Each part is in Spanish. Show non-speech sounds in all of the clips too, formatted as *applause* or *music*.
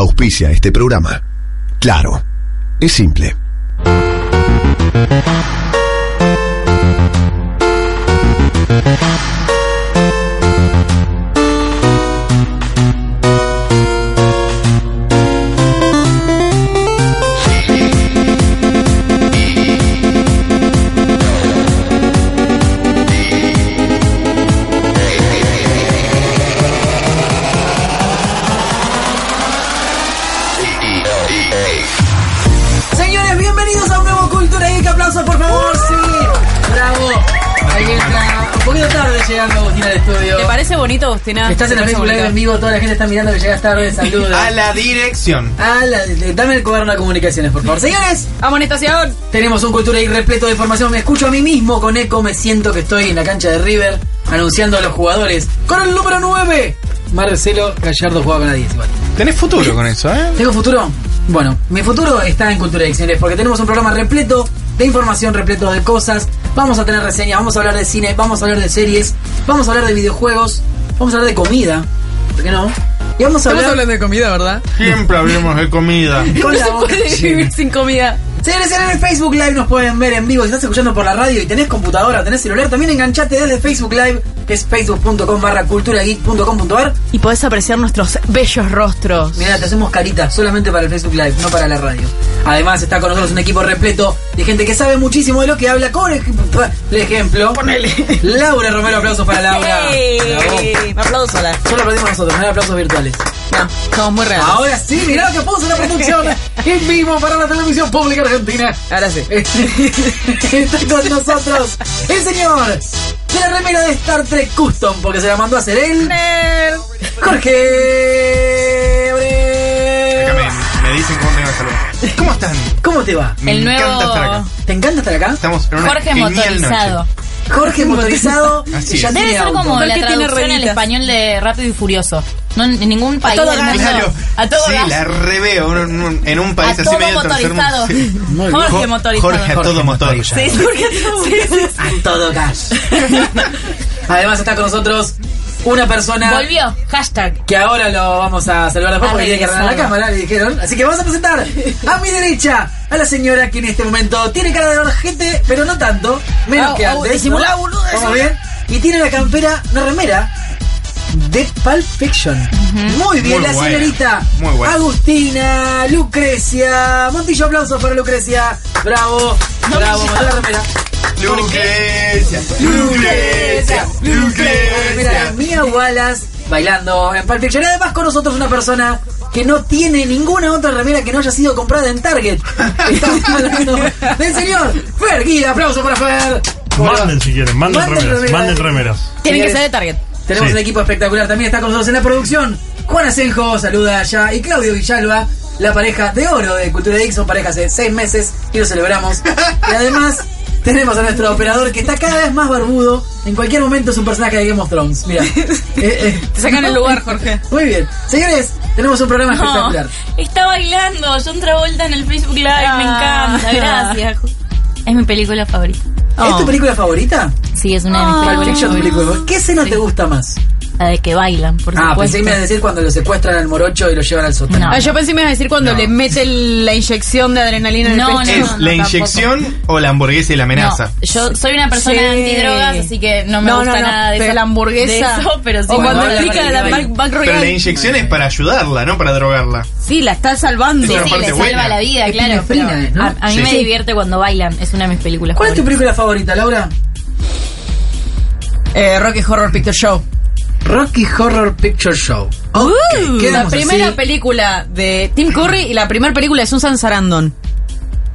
Auspicia este programa. Claro, es simple. Señores, bienvenidos a un nuevo Cultura Geek. Aplausos, por favor. Sí, bravo. Ahí entra. Un poquito tarde llegando Agustina al estudio. ¿Te parece bonito, Agustina? Estás en ¿Te el parece Facebook Live en bonito? vivo, toda la gente está mirando que llegas tarde. *laughs* Saludos. A la dirección. A la- eh, dame el cuaderno de comunicaciones, por favor. Señores, Amonestación. tenemos un Cultura Geek repleto de información. Me escucho a mí mismo con eco. Me siento que estoy en la cancha de River anunciando a los jugadores. Con el número 9, Marcelo Gallardo juega con la 10 igual. Tenés futuro con eso, ¿eh? ¿Tengo futuro? Bueno, mi futuro está en Cultura Geek, señores, porque tenemos un programa repleto de información, repleto de cosas. Vamos a tener reseñas, vamos a hablar de cine, vamos a hablar de series, vamos a hablar de videojuegos, vamos a hablar de comida, ¿por qué no? Y vamos a hablar... de comida, ¿verdad? Siempre hablemos de *laughs* comida. *laughs* con No la se boca puede llena. *laughs* vivir sin comida. Señores, en el Facebook Live nos pueden ver en vivo. Si estás escuchando por la radio y tenés computadora, tenés celular, también enganchate desde Facebook Live, que es facebook.com barra culturageek.com.ar. Y podés apreciar nuestros bellos rostros. Mirá, te hacemos carita solamente para el Facebook Live, no para la radio. Además está con nosotros un equipo repleto de gente que sabe muchísimo de lo que habla. Con ej- el ejemplo, Laura Romero, aplausos para Laura. *laughs* Bravo. ¡Ey! Me aplaudo sola. Solo aplaudimos nosotros, no hay aplausos virtuales. No, somos muy reales. Ahora sí, mirá lo que puso la *laughs* producción en vivo para la televisión pública argentina. Ahora sí. *laughs* Está con nosotros el señor de la remera de Star Trek Custom, porque se la mandó a hacer él, Jorge. Abreu. Me, me dicen cómo tengo que saludar. ¿Cómo están? ¿Cómo te va? Me El encanta nuevo- estar acá. ¿Te encanta estar acá? Estamos en una Jorge genial motorizado. noche. Ah, Jorge motorizado Así y ya es. Debe tiene ser auto. como la Jorge tiene traducción al rueditas. español de Rápido y Furioso. No, en ningún país todo del gas. mundo. Claro. A todo sí, gas. la reveo en un, en un país A así todo medio motorizado. *laughs* tercer mundo. Muy Jorge Jo- motorizado. Jorge a todo motorizado. Sí, sí, sí, sí. A todo *laughs* gas. Además está con nosotros una persona Volvió. Hashtag. que ahora lo vamos a saludar después porque tiene que arreglar la regresarlo. cámara, le dijeron. Así que vamos a presentar a mi derecha a la señora que en este momento tiene cara de gente, pero no tanto, menos Au, que au, antes. disimulá, ¿no? boludo, ¿Vamos disimulá. bien? Y tiene la campera, una remera. De Pulp Fiction. Muy bien, Muy la buena, señorita muy buena. Agustina, Lucrecia. Montillo, aplausos para Lucrecia. Bravo, bravo, mandá la remera. Lucrecia, Lucrecia, Mira, Lucrecia. Mia Wallace bailando en Pulp Fiction. Y además con nosotros una persona que no tiene ninguna otra remera que no haya sido comprada en Target. *laughs* *laughs* Estamos hablando del señor Fer Gil. Aplauso para Fer. Manden si quieren, manden, Manden remeras, remeras. manden remeras. Tienen que Señores, ser de Target. Tenemos Sí. un equipo espectacular. También está con nosotros en la producción Juan Asenjo, saluda allá, y Claudio Villalba, la pareja de oro de Cultura Geek. Son pareja hace seis meses y lo celebramos. Y además *laughs* tenemos a nuestro operador que está cada vez más barbudo. En cualquier momento es un personaje de Game of Thrones. *laughs* Mira. Te sacan el lugar, Jorge. Muy bien. Señores, tenemos un programa No, espectacular. está bailando. John Travolta en el Facebook Live. Me Ah. encanta. Gracias. Es mi película favorita. ¿Es Oh. tu película favorita? Sí, es una de mis Ah. Pulp películas Fiction, favoritas. película. ¿Qué escena te gusta más? La de que bailan, por Ah, pensé que me ibas a supuesto. decir cuando lo secuestran al morocho y lo llevan al sótano. No. Ah, yo pensé que me ibas a decir cuando le mete el- la inyección de adrenalina en No, el pecho. ¿Es no, la tampoco. inyección o la hamburguesa y la amenaza? No, yo soy una persona Sí. antidrogas, así que no me No, gusta no, no, nada de pero eso. la hamburguesa. De eso, pero sí. O Bueno, cuando ahora explica la ahora Back, back Pero la Royale. inyección es para ayudarla, no para drogarla. Sí, la está salvando. Sí, Esa sí, parte le salva buena. la vida, Es claro. pina, pero ¿no? a, a mí Sí. me Sí. divierte cuando bailan, es una de mis películas. ¿Cuál es tu favoritas. película favorita, Laura? Eh, Rocky Horror Picture Show. Rocky Horror Picture Show. Uh, la quedamos primera así. película de Tim Curry y la primera película de Susan Sarandon.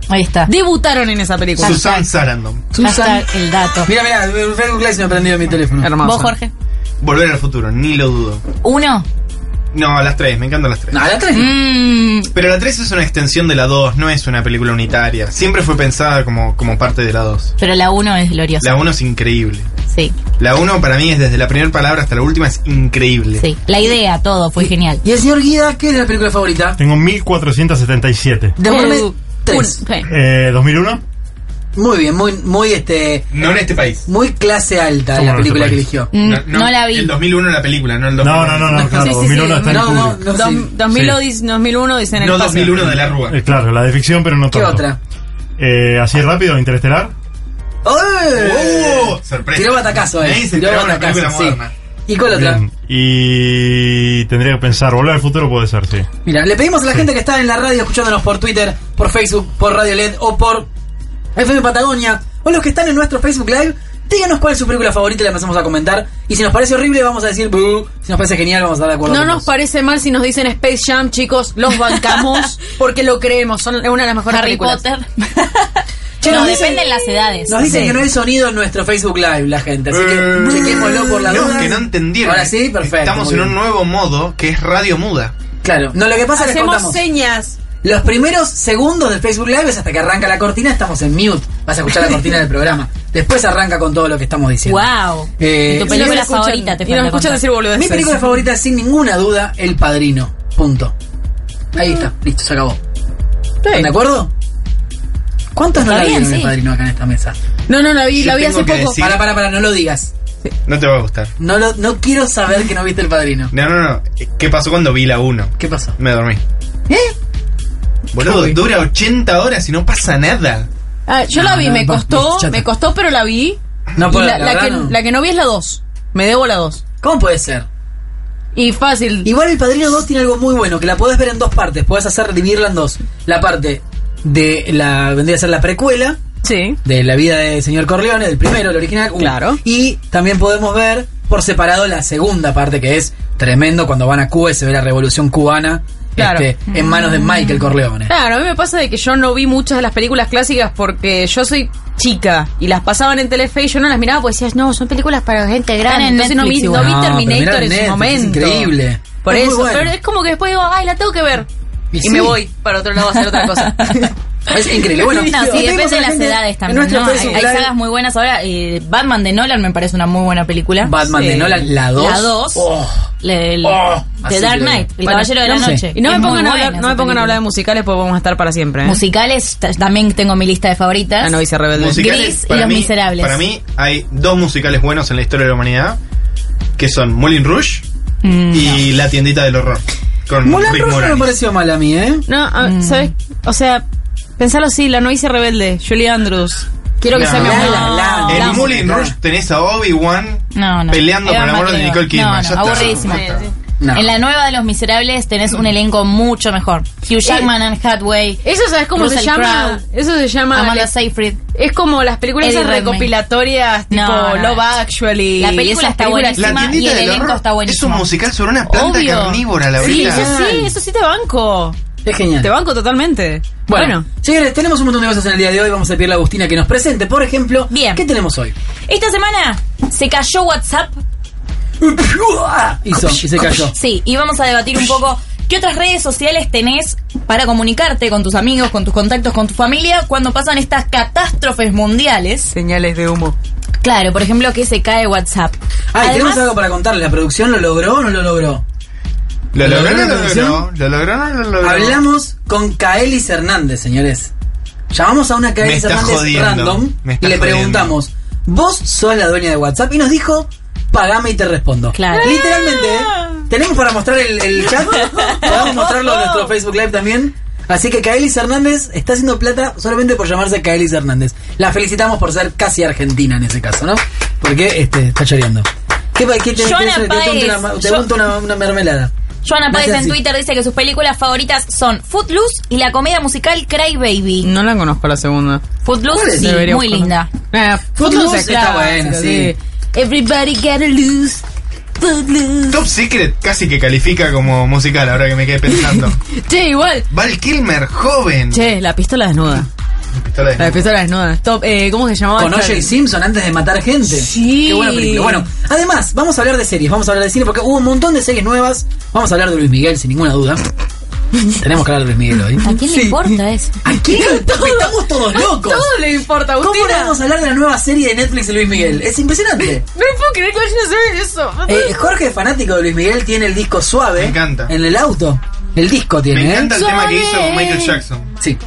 Ahí está. Debutaron en esa película. Susan Sarandon. Susan. Hashtag el dato. Mira, mira, Facebook Live se me prendió mi teléfono. Hermoso. ¿Vos, Jorge? Volver al futuro, ni lo dudo. Uno. No, las tres, me encantan las tres. No, la tres. Mm, Pero la 3 es una extensión de la 2, no es una película unitaria. Siempre fue pensada como, como parte de la 2. pero la uno es gloriosa. La 1 es increíble. Sí, La 1 para mí es desde la primera palabra hasta la última es increíble. sí. La idea, todo, fue genial. Y el señor Guida, ¿qué es la película favorita? Tengo 1477. Devuélveme Uh, tres. un- sí. Eh, 2001, Muy bien, muy, muy este. No en este país. Muy clase alta ¿Cómo la no película te que parece? eligió. Mm, no la vi. El 2001 la película, no el 2001. No, no, no, no, Ah, claro, Sí, sí, 2001 sí, está no, en no, Kubrick. no, sí. 2000 dice- 2001 dicen el No espacio. 2001 de la Rúa. Eh, claro, la de ficción, pero no ¿Qué tanto. otra? Eh, así rápido, Interestelar. ¡Ay! ¡Oh! Sorpresa. Tiró batacazo, eh. Nadie se Tiró esperaba una batacazo, película sí. moderna. ¿Y cuál otra? Bien. Y tendría que pensar, volver al futuro puede ser, sí. Mira, le pedimos a la gente que está en la radio escuchándonos por Twitter, por Facebook, por Radio LED o por FM Patagonia o los que están en nuestro Facebook Live, díganos cuál es su película favorita y la empezamos a comentar. Y si nos parece horrible, vamos a decir, "Bú". si nos parece genial, vamos a estar de acuerdo. No con nos vos. parece mal si nos dicen Space Jam, chicos, los *laughs* bancamos porque lo creemos, son una de las mejores Harry películas. *laughs* Potter. Che, no, nos dicen- dependen las edades. Nos dicen Sí. que no hay sonido en nuestro Facebook Live, la gente. Así Eh, que chequémoslo por la no, duda. que no entendieron. Ahora sí, perfecto. Estamos muy en bien. un nuevo modo que es radio muda. Claro. No, lo que pasa es que Hacemos contamos. señas. Los primeros segundos del Facebook Live es hasta que arranca la cortina, estamos en mute. Vas a escuchar *laughs* la cortina del programa. Después arranca con todo lo que estamos diciendo. Wow. Eh, ¿Y tu sí, película nos escuchan- favorita te Y nos falta escuchan contar. decir boludeces. Mi película favorita es sin ninguna duda El Padrino. Punto. Ahí está, listo, se acabó. ¿Están de acuerdo? ¿Cuántos no Está la bien, vieron El sí. Padrino acá en esta mesa? No, no, la vi, Yo la vi tengo hace que poco. Sí. decir- Para, para, para, no lo digas. No te va a gustar. No, lo, no quiero saber que no viste El Padrino. No, no, no. ¿Qué pasó cuando vi la 1? ¿Qué pasó? Me dormí. ¿Eh? Boludo, Uy. dura 80 horas y no pasa nada. Ah, yo No, la vi, no, me basta, costó, chata. me costó, pero la vi. No, Y pero la, la la verdad que, no. la que no vi es la 2. Me debo la 2. ¿Cómo puede ser? Y fácil. Igual el Padrino 2 tiene algo muy bueno, que la podés ver en dos partes, podés hacer dividirla en dos. La parte de la vendría a ser la precuela sí. de la vida del señor Corleone, del primero, el original. Uh, Claro. Y también podemos ver por separado la segunda parte, que es tremendo cuando van a Cuba y se ve la revolución cubana Claro. este, en manos Mm. de Michael Corleone. Claro, a mí me pasa de que yo no vi muchas de las películas clásicas porque yo soy chica y las pasaban en Telefe y yo no las miraba porque decías, no, son películas para gente Están grande. en Entonces no vi, Netflix no vi igual. No, pero Terminator mirá en en su Netflix, momento. es increíble. Por Es muy eso, bueno. pero es como que después digo, ay, la tengo que ver. Y Y, sí. me voy para otro lado a hacer otra *laughs* cosa. Es increíble. Bueno, No, le sí, pedimos depende a de la las gente edades en también. nuestro ¿no? Hay, Facebook hay Live, sagas muy buenas ahora. eh, Batman de Nolan me parece una muy buena película. Batman de Sí. Nolan, la 2. La 2. Oh. Le- le- Oh, así The Dark que- Knight, El Bueno, Caballero de la no sé. Noche. Y no me Es muy pongan, a buena hablar, no esa me pongan a hablar de película. musicales porque vamos a estar para siempre. ¿eh? Musicales, ta- también tengo mi lista de favoritas. Ah, no, y se reveló. Gris y para Los mí- Miserables. Para mí hay dos musicales buenos en la historia de la humanidad, que son Moulin Rouge Mm. y La tiendita del horror. Con Moulin Rick Rouge no me Moranis. pareció mal a mí, ¿eh? No, a- Mm. ¿sabes? O sea, pensalo así, la novicia rebelde, Julie Andrews. Quiero que No. sea mi La, abuela. la, la, En la Moulin Rouge tenés a Obi-Wan No, no. peleando Evan por el amor de McGregor. Nicole Kidman. No, no, Ya está. aburridísima. Ya está. No. En la nueva de Los Miserables tenés un elenco mucho mejor. Eh, Hugh Jackman, Anne Hathaway, Eso sabes cómo se Russell llama? Crowe, Eso se llama Amanda Seyfried. Es como las películas Eddie esas Redmayne. recopilatorias tipo No, no. Love Actually. La y película esas está películas- buenísima. La y tiendita el del elenco horror está es un buenísimo. musical sobre una planta Obvio. carnívora, la Sí, verdad. eso sí, eso sí te banco. Es genial. Te banco totalmente. Bueno, Bueno. señores, tenemos un montón de cosas en el día de hoy. Vamos a pedirle a Agustina que nos presente. Por ejemplo, Bien. ¿qué tenemos hoy? Esta semana se cayó WhatsApp. Hizo, y se cayó. Sí, y vamos a debatir un poco qué otras redes sociales tenés para comunicarte con tus amigos, con tus contactos, con tu familia cuando pasan estas catástrofes mundiales. Señales de humo. Claro, por ejemplo, que se cae WhatsApp. Ah, y tenemos Además, algo para contarle. ¿La producción lo logró o no lo logró? ¿Lo ¿Lo logró logró no la lo logró? producción? ¿Lo logró no lo logró? Hablamos con Kaelis Hernández, señores. Llamamos a una Me Kaelis está Hernández jodiendo. random y Me está le jodiendo. preguntamos, ¿vos sos la dueña de WhatsApp? Y nos dijo, pagame y te respondo. Claro. Literalmente, ¿eh? tenemos para mostrar el, el chat, podemos mostrarlo en nuestro Facebook Live también. Así que Kaelis Hernández está haciendo plata solamente por llamarse Kaelis Hernández. La felicitamos por ser casi argentina en ese caso, ¿no? Porque este, está choreando. ¿Qué, pa- qué te, Joana te- te- te- te- te- Páez. te- te- Yo- unto una, una mermelada? Joana Páez Gracias, en sí. Twitter dice que sus películas favoritas son Footloose y la comedia musical Cry Baby. No la conozco la segunda. ¿Cuál Footloose, es? sí, Debería muy linda. buscarla. Eh, Footloose está claro, buena, sí. Everybody gotta lose. Footloose. Top Secret casi que califica como musical, ahora que me quedé pensando. Che, igual. Val Kilmer, joven. Che, la pistola desnuda. Pistola de- La pistola desnuda. Top, eh, ¿cómo se llamaba? Con esta? OJ Simpson antes de matar gente. Sí. Qué buena película. Bueno, además, vamos a hablar de series. Vamos a hablar de cine porque hubo un montón de series nuevas. Vamos a hablar de Luis Miguel, sin ninguna *laughs* duda. Tenemos que hablar de Luis Miguel hoy. ¿A quién le importa eso? ¿A quién le importa? Estamos todos locos. Todo le importa, ¿Cómo no Agustina. vamos a hablar de la nueva serie de Netflix de Luis Miguel? Es impresionante. *laughs* No puedo creer que vayan a saber eso. Eh, Jorge, fanático de Luis Miguel, tiene el disco suave. Me encanta. En el auto. El disco tiene. Me ¿eh? encanta el tema que hizo con Michael Jackson. Sí.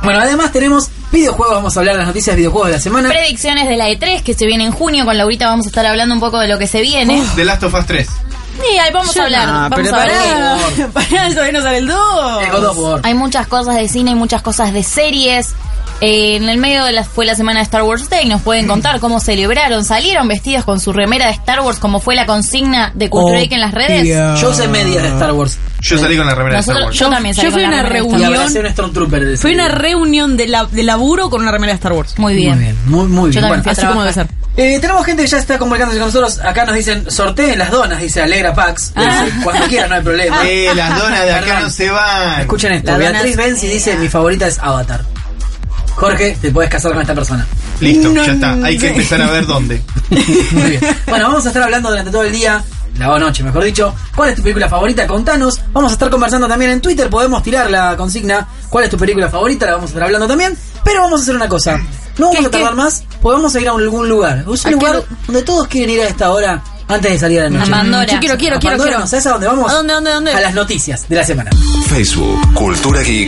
Bueno, además tenemos Videojuegos, vamos a hablar de las noticias de videojuegos de la semana. Predicciones de la E3 que se viene en junio. Con Laurita vamos a estar hablando un poco de lo que se viene. The Last of Us 3. Sí, ahí vamos Yo a hablar. no, vamos pero a hablar. pará, *laughs* pará, todavía no sale el 2. El God of War. Hay muchas cosas de cine, hay muchas cosas de series. Eh, en el medio de la, fue la semana de Star Wars Day, nos pueden contar cómo celebraron, salieron vestidos con su remera de Star Wars, como fue la consigna de Oh, Culture Geek en las redes. Yo sé medias de Star Wars. Yo salí con la remera de Star Nosotros, Wars. yo también salí Yo fui con la a una remera de Star Y Unión. abracé un Stormtrooper. de Fue una ese. reunión de, la- de laburo con una remera de Star Wars. Wars. Muy bien. Muy bien, muy, muy bien. Yo también Bueno, fui a así como debe ser. eh, tenemos gente que ya está comunicándose con nosotros. Acá nos dicen, sorteen las donas, dice Alegra Pax. Ah. Dice, Cuando quieran, no hay problema. *laughs* Eh, las donas de acá Perdón. no se van. Escuchen esto. Las Beatriz donas- Benzi dice, mi favorita es Avatar. Jorge, te puedes casar con esta persona. Listo, No, ya está. Hay que sí. empezar a ver dónde. *laughs* Muy bien. Bueno, vamos a estar hablando durante todo el día, la o noche, mejor dicho. ¿Cuál es tu película favorita? Contanos. Vamos a estar conversando también en Twitter. Podemos tirar la consigna. ¿Cuál es tu película favorita? La vamos a estar hablando también. Pero vamos a hacer una cosa. No ¿Qué vamos es a tardar qué? más. Podemos ir a algún lugar. Es ¿A un qué lugar lu- donde todos quieren ir a esta hora antes de salir a la A noche. Pandora. Mm, Yo quiero, quiero, ¿A quiero, Pandora? quiero. ¿Sabes a dónde vamos? ¿A dónde, dónde, dónde? A las noticias de la semana. Facebook,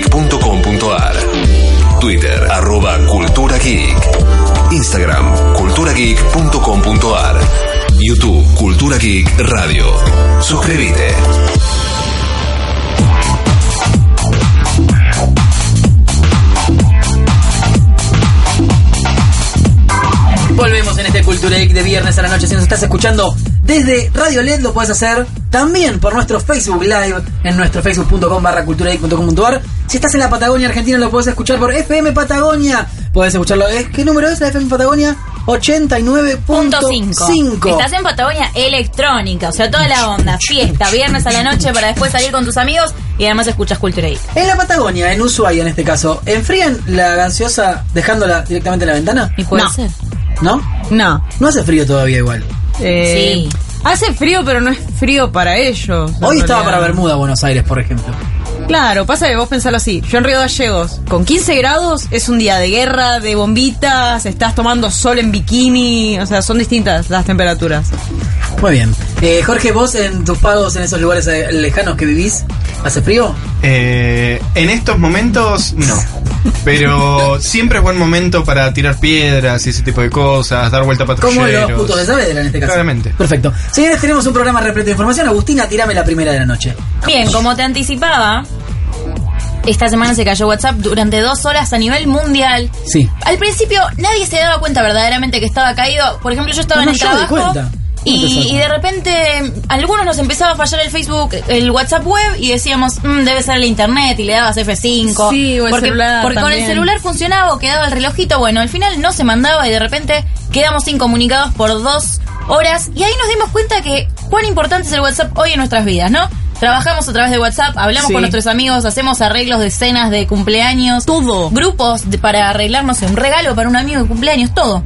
culturageek.com.ar. Twitter, arroba Cultura Geek. Instagram, culturageek.com.ar. YouTube, Cultura Geek Radio. Suscríbete. Volvemos en este Cultura Geek de viernes a la noche. Si nos estás escuchando desde Radio LED, lo puedes hacer también por nuestro Facebook Live en nuestro facebook.com barra culturageek.com.ar. Si estás en la Patagonia Argentina, lo puedes escuchar por FM Patagonia. Puedes escucharlo. ¿Es- ¿Qué número es la FM Patagonia? 89.5. Estás en Patagonia electrónica, o sea, toda la onda. Fiesta, viernes a la noche para después salir con tus amigos y además escuchas Culture Geek. En la Patagonia, en Ushuaia en este caso, ¿enfrían la gaseosa dejándola directamente en la ventana? ¿Y puede No. ser? ¿No? No. No hace frío todavía igual. Eh, Sí. Hace frío, pero no es frío para ellos. en Hoy estaba para realidad. Bermuda, Buenos Aires, por ejemplo. Claro, pasa que vos pensalo así. Yo en Río Gallegos, con 15 grados, es un día de guerra, de bombitas, estás tomando sol en bikini. O sea, son distintas las temperaturas. Muy bien. Eh, Jorge, vos en tus pagos en esos lugares eh, lejanos que vivís, ¿hace frío? Eh, en estos momentos, no. Pero siempre es buen momento para tirar piedras y ese tipo de cosas, dar vuelta a Como patrulleros. los putos de Saavedra en este caso. Claramente. Perfecto. Señores, tenemos un programa repleto de información. Agustina, tirame la primera de la noche. Bien, como te anticipaba, esta semana se cayó WhatsApp durante dos horas a nivel mundial. Sí. Al principio nadie se daba cuenta verdaderamente que estaba caído. Por ejemplo, yo estaba No, en el no, yo me di trabajo. cuenta. ¿Cómo te Y, salgo? y de repente a algunos nos empezaba a fallar el Facebook, el WhatsApp web y decíamos, "Mm, debe ser el internet y le dabas F5. Sí, o el porque, celular Porque con el también. celular funcionaba o quedaba el relojito. Bueno, al final no se mandaba y de repente quedamos incomunicados por dos horas y ahí nos dimos cuenta que cuán importante es el WhatsApp hoy en nuestras vidas, ¿no? Trabajamos a través de WhatsApp, hablamos Sí. con nuestros amigos, hacemos arreglos de cenas, de cumpleaños Todo. grupos de- para arreglarnos un regalo para un amigo de cumpleaños, todo.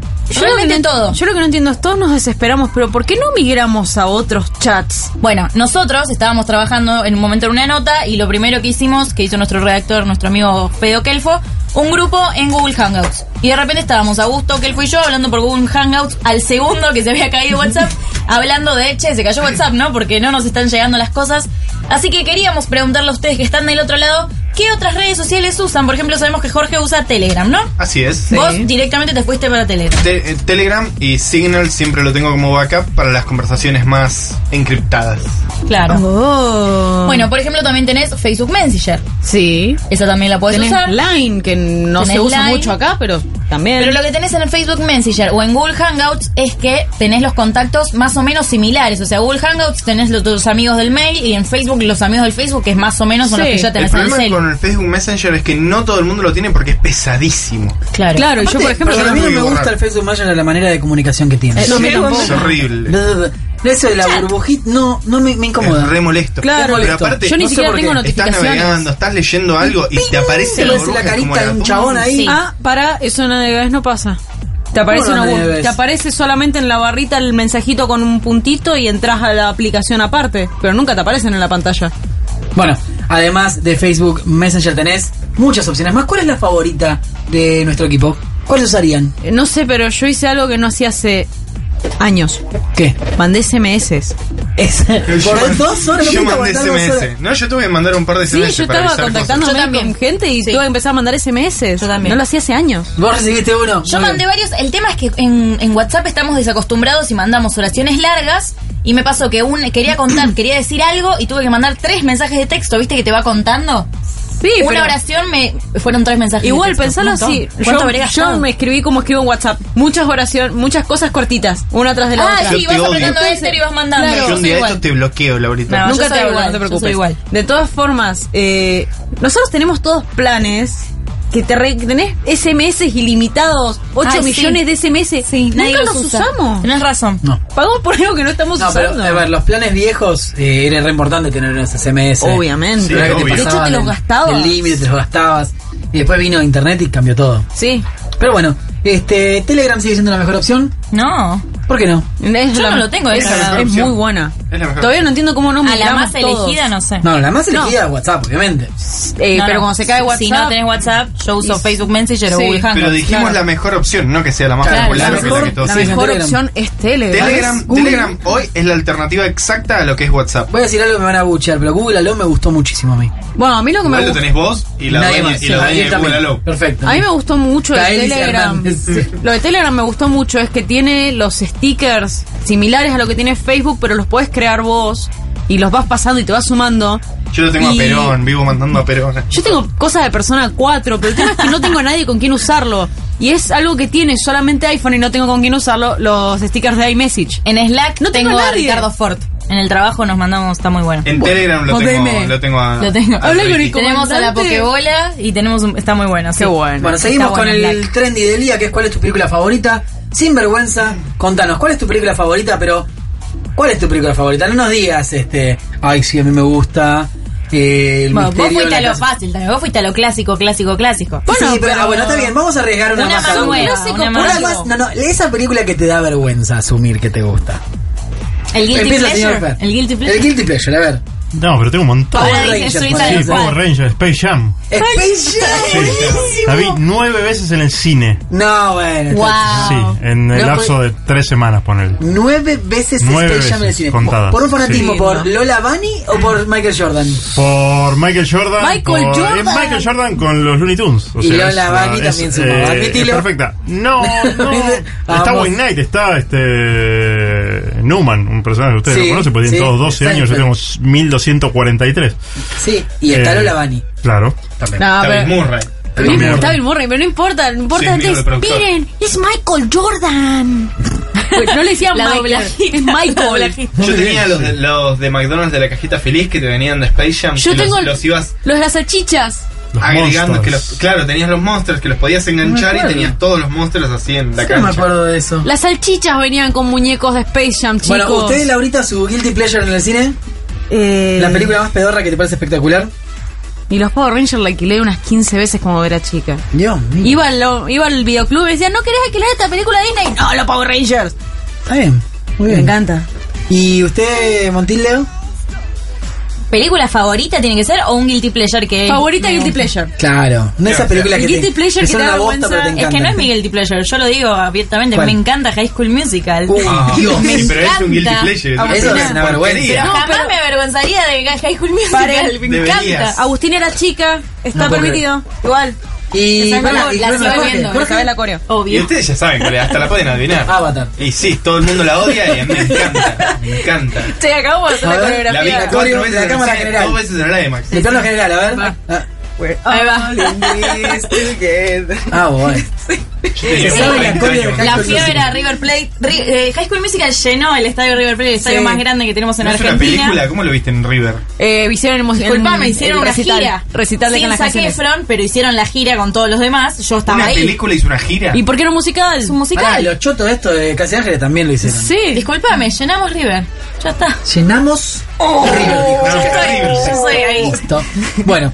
lo Realmente que no, todo. Yo lo que no entiendo es, todos nos desesperamos, pero ¿por qué no migramos a otros chats? Bueno, nosotros estábamos trabajando en un momento en una nota y lo primero que hicimos, que hizo nuestro redactor, nuestro amigo Pedro Kelfo, un grupo en Google Hangouts. Y de repente estábamos Augusto, Kelfo y yo hablando por Google Hangouts al segundo que se había caído WhatsApp, hablando de, che, se cayó WhatsApp, ¿no? Porque no nos están llegando las cosas. Así que queríamos preguntarle a ustedes que están del otro lado, ¿qué otras redes sociales usan? Por ejemplo, sabemos que Jorge usa Telegram, ¿no? Así es. Vos directamente te fuiste para Telegram. Te- eh, Telegram y Signal siempre lo tengo como backup para las conversaciones más encriptadas. Claro. Oh. Ah. Bueno, por ejemplo, también tenés Facebook Messenger. sí. Esa también la podés Tenés usar. Line, que no Tenés se usa Line. mucho acá, pero también. Pero lo que tenés en el Facebook Messenger o en Google Hangouts es que tenés los contactos más o menos similares. O sea, Google Hangouts tenés los, tus amigos del mail y en Facebook los amigos del Facebook, que es más o menos son los Sí. que ya El tenés en el problema cel. con el Facebook Messenger es que no todo el mundo lo tiene porque es pesadísimo. Claro. Claro, yo por ejemplo... a mí no muy me gusta raro. el Facebook Messenger la manera de comunicación que tiene. Eh, no, a mí tampoco. es horrible. Eso de la burbujita, no, no me, me incomoda. Es re molesto. Claro. Pero Molesto. aparte, Yo ni no sé siquiera por tengo qué. estás notificaciones. navegando, estás leyendo algo y te aparece Se la, ves la burbuja como carita de un pum. chabón ¿eh? ahí. Sí. Ah, para, eso una vez no pasa. Te aparece, ¿Cómo no una una bu- vez? te aparece solamente en la barrita el mensajito con un puntito y entras a la aplicación aparte, pero nunca te aparecen en la pantalla. Bueno, además de Facebook Messenger tenés muchas opciones más. ¿Cuál es la favorita de nuestro equipo? ¿Cuáles usarían? Eh, No sé, pero yo hice algo que no hacía hace años. ¿Qué? Mandé SMS. *laughs* Es, por dos horas, no pudiste Yo mandé aguantar dos horas. SMS. No, yo tuve que mandar un par de Sí, SMS yo estaba para avisar cosas. contactándome Yo también. con gente y Sí. tuve que empezar a mandar SMS. Yo también. No lo hacía hace años. Vos recibiste uno. Eh, Yo Muy mandé bien. varios. El tema es que en, en WhatsApp estamos desacostumbrados y mandamos oraciones largas. Y me pasó que un, quería contar, quería decir algo y tuve que mandar tres mensajes de texto. ¿Viste que te va contando? Sí, Una pero- oración me fueron tres *laughs* mensajes. de Igual, texto. pensalo Un montón. así. ¿Cuánto Yo, habré yo gastado? me escribí como escribo en WhatsApp. Muchas oraciones, muchas cosas cortitas, una tras de la Ah, otra. Yo sí, te vas odio. apretando este y vas mandando. Claro. Yo un Yo soy día de igual. esto te bloqueo, Laurita. No, Nunca yo te soy igual, igual, no te yo soy preocupes. igual. De todas formas, eh, nosotros tenemos todos planes que te re- tenés SMS ilimitados, 8 Ay, sí. millones de SMS. Sí, nadie Nunca los los usa. usamos. Tenés razón. No. Pagamos por algo que no estamos No, pero usando. a ver, los planes viejos eh, era re importante tener unos SMS. Obviamente. Sí, Pero era que te obvio. De hecho, pasaban te los el- gastabas. El límite, te los gastabas. Y después vino internet y cambió todo. Sí. Pero bueno, este Telegram sigue siendo la mejor opción. No. ¿Por qué no? Es Yo la- no lo tengo Es, descargado. es muy buena. Es la mejor. Todavía no entiendo cómo no A la migramos más elegida, todos. no sé. No, la más Eh. No. elegida es WhatsApp, obviamente. Eh, No, pero no. cuando se cae Si- WhatsApp. Si no tenés WhatsApp, yo uso Y- Facebook Messenger o Sí. Google Hangouts. Pero dijimos Claro. la mejor opción, no que sea la más Claro, popular la o que mejor- que todos La Sí, siguen. mejor Telegram. opción es Telegram. Telegram, Google. Telegram hoy es la alternativa exacta a lo que es WhatsApp. Voy a decir algo que me van a buchear, pero Google Allo me gustó muchísimo a mí. Bueno, a mí lo que me Igual lo gustó- tenés vos y la Nadie dueña, más. y Sí, la dueña ahí de también. Google Allo. Perfecto. A mí me gustó mucho el Kaelis Telegram. Hernández. Sí. Lo de Telegram me gustó mucho, es que tiene los stickers similares a lo que tiene Facebook, pero los puedes crear vos y los vas pasando y te vas sumando. Yo lo tengo Y- a Perón, vivo mandando a Perón. Yo tengo cosas de persona 4, pero el tema es que no tengo a nadie con quien usarlo. Y es algo que tiene solamente iPhone y no tengo con quien usarlo, los stickers de iMessage. En Slack No tengo tengo, a a nadie. Ricardo Ford. En el trabajo nos mandamos, está muy bueno. Eh, En Telegram lo tengo, jodeme. lo tengo a. Lo tengo. a- Habla a- con el- Tenemos a la comandante. Pokebola y tenemos un, está muy bueno. sí. Qué bueno. Bueno, Está seguimos con bueno, el Black. trendy del día, que es cuál es tu película favorita. Sin vergüenza, contanos, ¿cuál es tu película favorita? Pero, ¿cuál es tu película favorita? No nos digas, este, ay, sí, a mí me gusta. eh, el Bueno, vos misterio de fuiste la a lo casa". fácil, dale, vos fuiste a lo clásico, clásico, clásico. Bueno, Bueno, sí, pero, ah, pero- bueno, está bien, vamos a arriesgar una, Una más. más a nueva, Google. una Una más- más nueva. no, no, esa película que te da vergüenza asumir que te gusta. El Guilty Empieza, señor Pleasure. Fer. El Guilty Pleasure. El Guilty Pleasure, a ver. No, pero tengo un montón. Ahora Power Rangers, dice Street por Sí, Fighter. ejemplo. Power Rangers, Space Jam. Space Jam. La vi nueve veces en el cine. No, bueno. Wow. entonces, Sí, en el No pues- lapso de tres semanas, ponele. Nueve veces Nueve Space Jam en el veces cine. contadas, ¿Por un fanatismo sí. por Lola Bunny o por Michael Jordan? Por Michael Jordan. Michael por- Jordan. eh, Michael Jordan con los Looney Tunes. O Y sea, Lola es- Bunny es- también sumaba. eh, Admitilo. es perfecta. *laughs* No, no. está Vamos. Wayne Knight, está este. Newman, un personaje que ustedes Sí, no conocen, porque sí, tienen todos 12 años, yo Seinfeld. tengo 1243. Sí, y está Eh, Lola Bunny. Claro. También. No, David pero- Murray. Está Bill Murray. Está Bill Murray, pero no importa, no Sí, importa, es mío, te el productor. inspiren. Es Michael Jordan. *laughs* Pues no le decía La Michael, doblajita. es *laughs* La Michael. doblajita. Yo tenía los de, los de McDonald's de la cajita feliz que te venían de Space Jam. Yo que tengo los, los ibas los de las salchichas. Los agregando. Monsters. Que los, claro, tenías los monsters que los podías enganchar No me y acuerdo. tenías todos los monsters así en no la me cancha. acuerdo de eso. Las salchichas venían con muñecos de Space Jam, chicos. Bueno, ¿ustedes, Laurita, su Guilty Pleasure en el cine? Eh, ¿La película más pedorra que te parece espectacular? Y los Power Rangers la alquilé unas 15 veces como era chica. Dios mío. Iba al, lo- iba al videoclub y decía, ¿no querés alquilar esta película Disney? No, los Power Rangers. Está bien. Muy bien. encanta. ¿Y usted, Montildo? ¿Película favorita tiene que ser o un Guilty Pleasure que Eh, Favorita me Guilty gusta? Pleasure. Claro. No esas Claro. películas El que guilty te, pleasure que son te da una bosta, pero te vergüenza encantan. Es que no es mi Guilty Pleasure, yo lo digo abiertamente, ¿Cuál? me encanta High School Musical. Uy, Ah, Dios. sí, Me pero es un guilty encanta. pleasure. Ah, eso es una Pero vergüenza. porquería. jamás me avergonzaría de High School Musical, Paren. me Deberías. encanta. Agustín era chica, está No puedo permitido. Igual. Y, Esa es pará, la- y la Jorge, sigo Jorge, viendo, Jorge, Isabel la coreo. Y Obvio. ustedes ya saben, cuál es, hasta la pueden adivinar. Ah, Avatar. Y sí, todo el mundo la odia y a mí me encanta. Me encanta. Che, acabamos de hacer A la ver, La vi Mira, coreografía. cuatro Corio, veces de la en el cámara cine, general. dos veces en el IMAX. De plano general, a ver. Ah, Ahí va. ah, bueno. Yo tenía Se sabe la 30 corea de años. High La School fiebre Musical. era River Plate. Ri- eh, High School Musical llenó el estadio River Plate, el estadio Sí. más grande que tenemos en ¿No es una Argentina. película? ¿Cómo lo viste en River? Eh, hicieron el mo- Disculpame, el- hicieron el una recital, gira. Recital de Sin con las Zac canciones. Efron, pero hicieron la gira con todos los demás. Yo estaba ¿Una ahí. película hizo una gira? ¿Y por qué no musical? Es un musical. Pará, los chotos de esto de Casi Ángeles también lo hicieron. Sí. Disculpame, llenamos River. Ya está. Llenamos Oh, No, Yo estoy- River. Oh. Eh. yo estoy ahí. Listo. Bueno.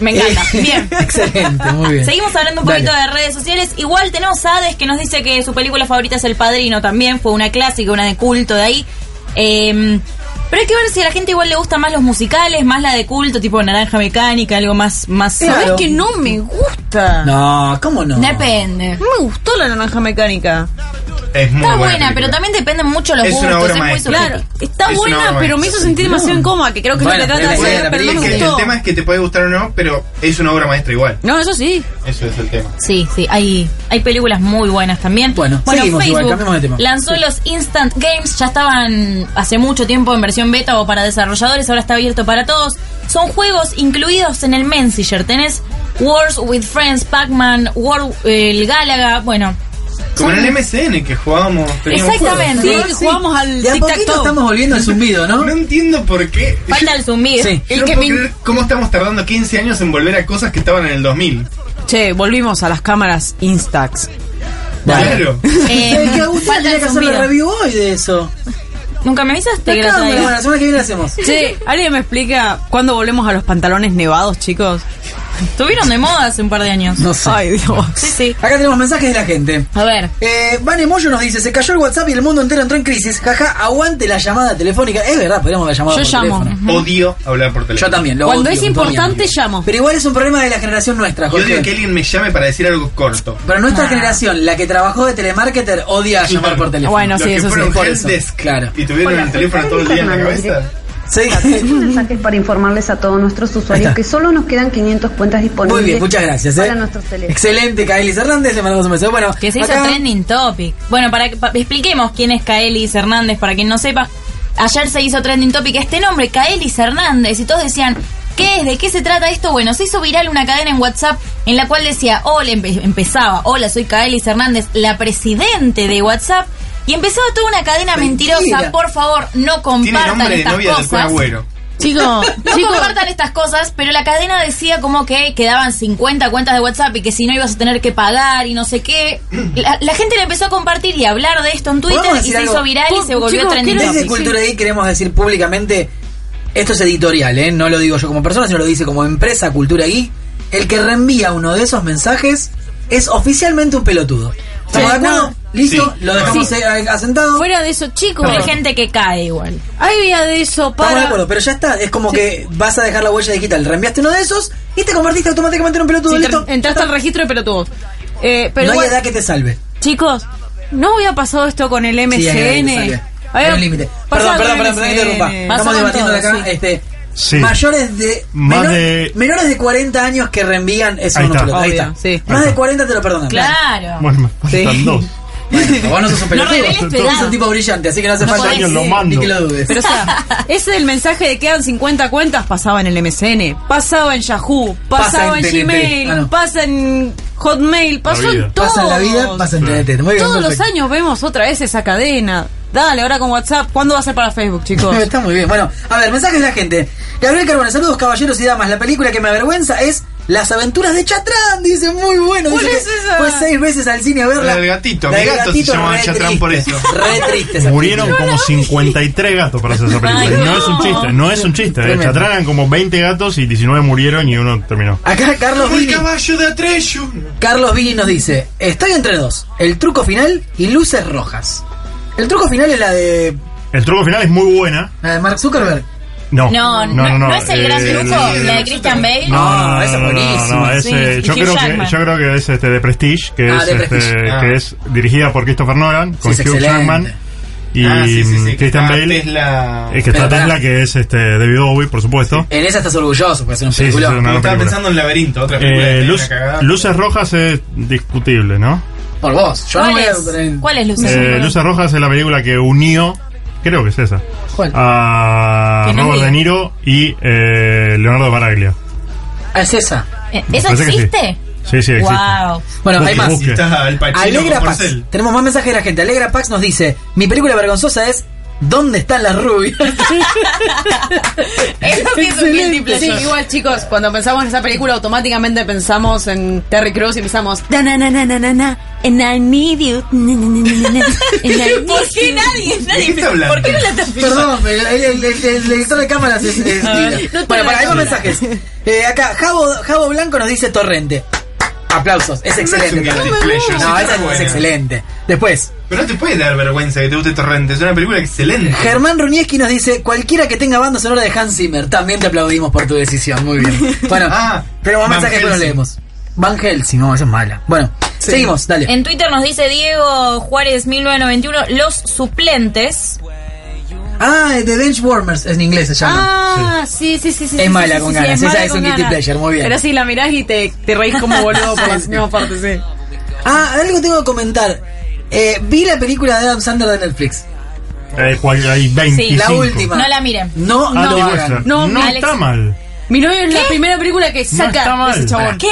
eh, Me encanta. *laughs* Bien. *laughs* Excelente, muy bien. Seguimos hablando un poquito Dale. de redes sociales. Igual tenemos a Hades que nos dice que su película favorita es El Padrino también. Fue una clásica, una de culto de ahí. Eh, pero hay que ver si a la gente igual le gustan más los musicales, más la de culto, tipo Naranja Mecánica, algo más... más Claro. ¿Sabes que no me gusta? No, ¿cómo no? Depende. No me gustó la naranja mecánica. Es muy buena Está buena, película. pero también dependen mucho los Es una gustos. obra es muy maestra. subjetivo. Claro, está Es una buena, obra pero me hizo sentir demasiado incómodo, que creo que Bueno, es lo que pero trata de es buena hacer, pero no la me Es que gustó. el tema es que te puede gustar o no, pero es una obra maestra igual. No, eso sí. Eso es el tema. Sí, sí, hay, hay películas muy buenas también. Bueno, seguimos igual, cambiemos de tema. lanzó los Instant Games, ya estaban hace mucho tiempo en versión beta o para desarrolladores, ahora está abierto para todos. Son juegos incluidos en el Messenger. Tenés Wars with Friends, Pac-Man, World, el Galaga, bueno. Como en el MCN que jugábamos. teníamos Exactamente. Sí, Sí, que jugamos al De a poquito estamos tic-tac-toe. volviendo al zumbido, ¿no? juegos. *laughs* Eh, No entiendo por qué. Falta Yo- el zumbido. Sí. yo El no que puedo me- *laughs* creer cómo estamos tardando 15 años en volver a cosas que estaban en el 2000. Che, volvimos a las cámaras Instax. Claro. Eh, Eh, que Agustín falta tenía el que hacer la zumbido. review hoy de eso. Nunca me avisaste que Acá, lo bueno, sabía. la semana que viene la hacemos. Che, ¿alguien me explica cuándo volvemos a los pantalones nevados, chicos? Estuvieron de moda hace un par de años. No sé. Ay, Dios. Sí, sí. Acá tenemos mensajes de la gente. A ver. Eh, Vane Moyo nos dice, se cayó el WhatsApp y el mundo entero entró en crisis. Jaja, aguante la llamada telefónica. Es verdad, podríamos haber llamado Yo por llamo. teléfono. Odio hablar por teléfono. Yo también, lo odio Cuando es con toda mi importante, alma. llamo. Pero igual es un problema de la generación nuestra, Yo Jorge. odio que alguien me llame para decir algo corto. Pero nuestra generación, la que trabajó de telemarketer, odia llamar por teléfono. Bueno, Los sí, que eso sí, fueron por help eso. desk Claro. y tuvieron Hola, el teléfono soy todo el día en la Fernanda, cabeza. Sí. *laughs* un mensaje para informarles a todos nuestros Ahí está. usuarios que solo nos quedan 500 cuentas disponibles Muy bien, muchas gracias. ¿eh? para nuestros teléfonos. Excelente, Kaelis Hernández, le mandamos un beso. Bueno, Que se hizo acá- trending topic. Bueno, para que pa- expliquemos quién es Kaelis Hernández, para quien no sepa. Ayer se hizo trending topic este nombre, Kaelis Hernández, y todos decían, ¿qué es? ¿De qué se trata esto? Bueno, se hizo viral una cadena en WhatsApp en la cual decía, hola, empe- empezaba, hola, soy Kaelis Hernández, la presidente de WhatsApp. Y empezaba toda una cadena Mentira. mentirosa, por favor, no Tiene compartan nombre de estas novia del Kun cosas. Agüero. Chicos, No compartan estas cosas, pero la cadena decía como que quedaban 50 cuentas de WhatsApp y que si no ibas a tener que pagar y no sé qué. La, la gente le empezó a compartir y a hablar de esto en Twitter ¿Podemos decir y se algo? hizo viral y Chicos, se volvió quiero trending decir- Desde topic. Cultura Geek queremos decir públicamente, esto es editorial, ¿eh? no lo digo yo como persona, sino lo dice como empresa Cultura Geek, el que reenvía uno de esos mensajes es oficialmente un pelotudo. ¿Estamos Sí, de acuerdo? no. ¿Listo? Sí. Lo dejamos Sí. eh, asentado. fuera de eso, chicos. Hay gente que cae igual. Hay vía de eso Estamos de para. acuerdo, pero ya está. Es como que vas a dejar la huella digital. Reenviaste uno de esos y te convertiste automáticamente en un pelotudo. Sí, ¿Listo? te- entraste al registro de pelotudos. Eh, pero no hay igual- edad que te salve. Chicos, no había pasado esto con el MCN. Sí, hay edad que te salve. Había Hay un límite. pasado Perdón, perdón, con el perdón, perdón que te interrumpa. MCN. Estamos Pasó con debatiendo todo, acá. sí. Este, Sí. Mayores de, Más menor- de- Menores de 40 años que reenvían eso Ahí no está. pelotudo. Ahí Obvio, está. sí. Más de 40 te lo perdonan. Claro. Bueno, me faltan Sí. dos. Bueno, vos no sos un No pelotudo. reveles tu Tú eres edad. un tipo brillante, así que no hace No falta podés. Años lo mando. ni que lo dudes. este Pero o *laughs* sea, ese es el mensaje de quedan 50 cuentas, pasaba en el MSN, pasaba en Yahoo, pasaba Pasa en en, TNT. Gmail, Ah, no. pasa en Hotmail, pasó vida. en todos. pasa la vida, pasa en TNT. Muy bien, todos los perfecto. años vemos otra vez esa cadena. Dale, ahora con WhatsApp, ¿cuándo va a ser para Facebook, *laughs* chicos? Está muy bien. Bueno, a ver, mensajes de la gente. Gabriel Carbone, saludos caballeros y damas. La película que me avergüenza es Las aventuras de Chatrán. Dice, muy bueno. ¿Cuál Dice es que esa? Fue seis veces al cine a verla. La del gatito. La Mi del gato se llamaba re Chatrán triste. por eso. *laughs* Re triste. esa Murieron película. como 53 gatos para hacer esa película. Ay, Y no, no. es un chiste, no es un chiste. De Tremendo. Chatrán eran como 20 gatos y 19 murieron y uno terminó. Acá Carlos Como el Vini. caballo de Atreyu. Carlos Vini nos dice, estoy entre dos, el truco final y luces rojas. El truco final es la de, El truco final es muy buena. la de Mark Zuckerberg. No, No, no, no, es el gran eh, truco, la de Christian Bale. No, Ah, no, no, esa es no, no, buenísima, no, es, sí. eh, Y yo, Hugh creo que, Jackman. yo creo que es este de Prestige, que, Ah, es, de este, Prestige. Ah. que es dirigida por Christopher Nolan, con es Hugh excelente. Jackman y mm, Ah, sí, sí, sí. Christian Ah, Bale. Tesla. Es que Pero está pará. Tesla, que es este, David Bowie, por supuesto. En esa estás orgulloso, porque es un Sí, sí, peliculón. sí, una- Estaba película. pensando en Laberinto, otra película. que Eh, tenía luz- una cagada. luces rojas es discutible, ¿no? Por vos. Yo no ¿Cuál voy a... es? ¿Cuál es Luces Eh, Rojas? Luces Rojas es la película que unió, creo que es esa, ¿Cuál? a Que no Robert diga. De Niro y eh, Leonardo Baraglia. Ah, es esa. Eh, ¿Eso Parece que sí. existe? Sí, sí, existe. Wow. Bueno, hay Busque, más. busque. Y está Al Pacino Alegra con Pax. Porcel. Tenemos más mensajes de la gente. Alegra Pax nos dice, mi película vergonzosa es ¿Dónde están las rubias? *laughs* Eso sí es un Excelente. múltiple Sí, shot. igual chicos, cuando pensamos en esa película automáticamente pensamos en Terry Crews y pensamos "Da, na, na, na, na, na, na, and I need you. na, na, na, na, na, na, and I *laughs* ¿Por need qué you". nadie? ¿De qué nadie está hablando? ¿Por qué no la estás Perdón, el, el- el- el editor de cámaras es... es- no bueno, te para, hay más hagas mensajes. Eh, acá, Javo, Javo Blanco nos dice Torrente. Aplausos. Es excelente. No es un guilty Torrente. pleasure, sí, No, está esa es- es buena. excelente. Después, Pero no te puede dar vergüenza que te guste Torrente. Es una película excelente. Germán Runieski nos dice, cualquiera que tenga banda sonora de Hans Zimmer, también te aplaudimos por tu decisión. Muy bien. Bueno, Ah, tenemos Van mensajes que no Helsing. leemos. Van Helsing, no, esa es mala. Bueno, Seguimos, dale. *laughs* En Twitter nos dice Diego Juárez 1991, los suplentes. Ah, The Bench Warmers, en inglés se llama. Ah, sí, sí, sí, sí. Es sí, mala sí, con sí, ganas, esa mala es con un guilty ganas. pleasure, muy bien. Pero sí, la mirás y te, te reís como *laughs* boludo por las mismas partes, sí. Ah. algo tengo que comentar. Eh, vi la película de Adam Sandler de Netflix. Hay, cual- hay 25. la última. No la miren. No, Ah, no digo hagan. esa. No, No, Alex- está mal. Mi novio es la primera película que No saca está mal. Eh, ese chabón. ¿Qué?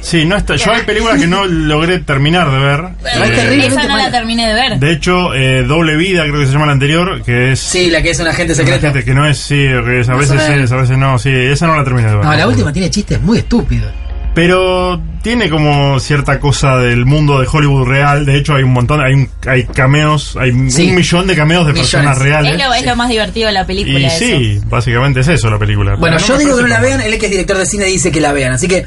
Sí, no está. Yo hay películas que no logré terminar de ver. es Eh, terrible. Esa no la terminé de ver. de hecho, eh, Doble Vida, creo que se llama la anterior, que es. Sí, la que es un agente una secreto. gente que no es, sí, que es- a Más o veces menos. es, a veces no, sí, esa no la terminé de ver. No, la última tiene chistes muy estúpidos. Pero tiene como cierta cosa del mundo de Hollywood real. De hecho, hay un montón, hay, un- hay cameos, hay Sí. un millón de cameos de Millones. personas reales. Es lo, es lo más divertido de la película. Y eso. sí, básicamente es eso la película. Bueno, Pero yo no me digo que no parece la tan vean, él que es director de cine dice que la vean, así que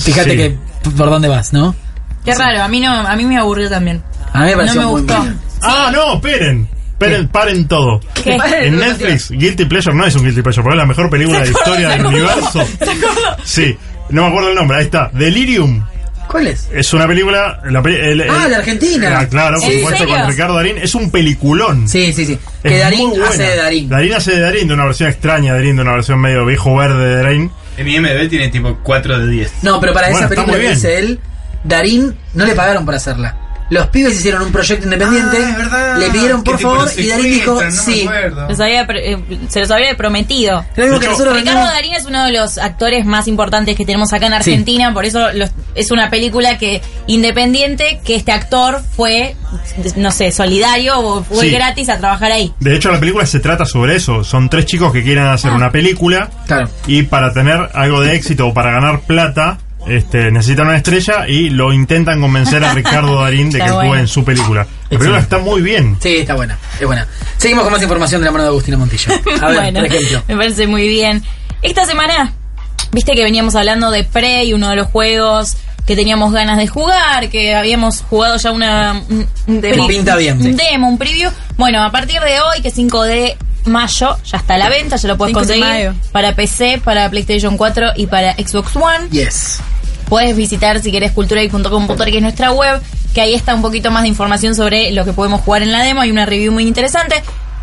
fíjate Sí. que p- por dónde vas, ¿no? Qué raro, a mí, no, a mí me *laughs* aburrió también. A mí me No pareció me muy gustó. mal. mal. Ah, no, esperen. Esperen, paren todo. ¿Qué? En Netflix, Guilty Pleasure no es un Guilty Pleasure, pero es la mejor película de la historia del universo. Sí, no me acuerdo el nombre, ahí está. Delirium. ¿Cuál es? Es una película. la peli- el- el- Ah, de Argentina. Eh, Ah, claro, por ¿En supuesto, serio? con Ricardo Darín. Es un peliculón. Sí, sí, sí. Es Que muy Darín buena. hace de Darín. Darín hace de Darín, de una versión extraña de Darín, de una versión medio viejo verde de Darín. En mi MDB tiene tipo 4 de 10. No, pero para Bueno, esa está película muy que bien. dice él, Darín no le pagaron por hacerla. Los pibes hicieron un proyecto independiente, Ah, es verdad. le pidieron por Que tipo favor lo y Darín dijo secuestran, no me sí. acuerdo. Los había pre- eh, se los había prometido. Lo mismo que Yo- nosotros Ricardo vendemos- Darín es uno de los actores más importantes que tenemos acá en Argentina, por eso los- es una película que independiente que este actor fue, no sé, solidario o fue Sí. gratis a trabajar ahí. De hecho, la película se trata sobre eso. Son tres chicos que quieren Ah. hacer una película Claro. y para tener algo de éxito o para ganar plata, este, necesitan una estrella y lo intentan convencer a Ricardo *laughs* Darín de que Está actúe bueno. en su película. La película está muy bien. Sí, está buena, es buena. Seguimos con más información de la mano de Agustina Montillo. *laughs* A ver, bueno, por ejemplo. me parece muy bien. Esta semana, viste que veníamos hablando de Prey, uno de los juegos que teníamos ganas de jugar, que habíamos jugado ya una... un- un Que pinta bien, sí. Un demo, un preview. Bueno, a partir de hoy, que 5 de mayo, ya está a la venta, ya lo puedes 5 de conseguir mayo. para PC, para PlayStation 4 y para Xbox One. Yes. Puedes visitar si querés culturaic.com.ar que es nuestra web, que ahí está un poquito más de información sobre lo que podemos jugar en la demo, hay una review muy interesante.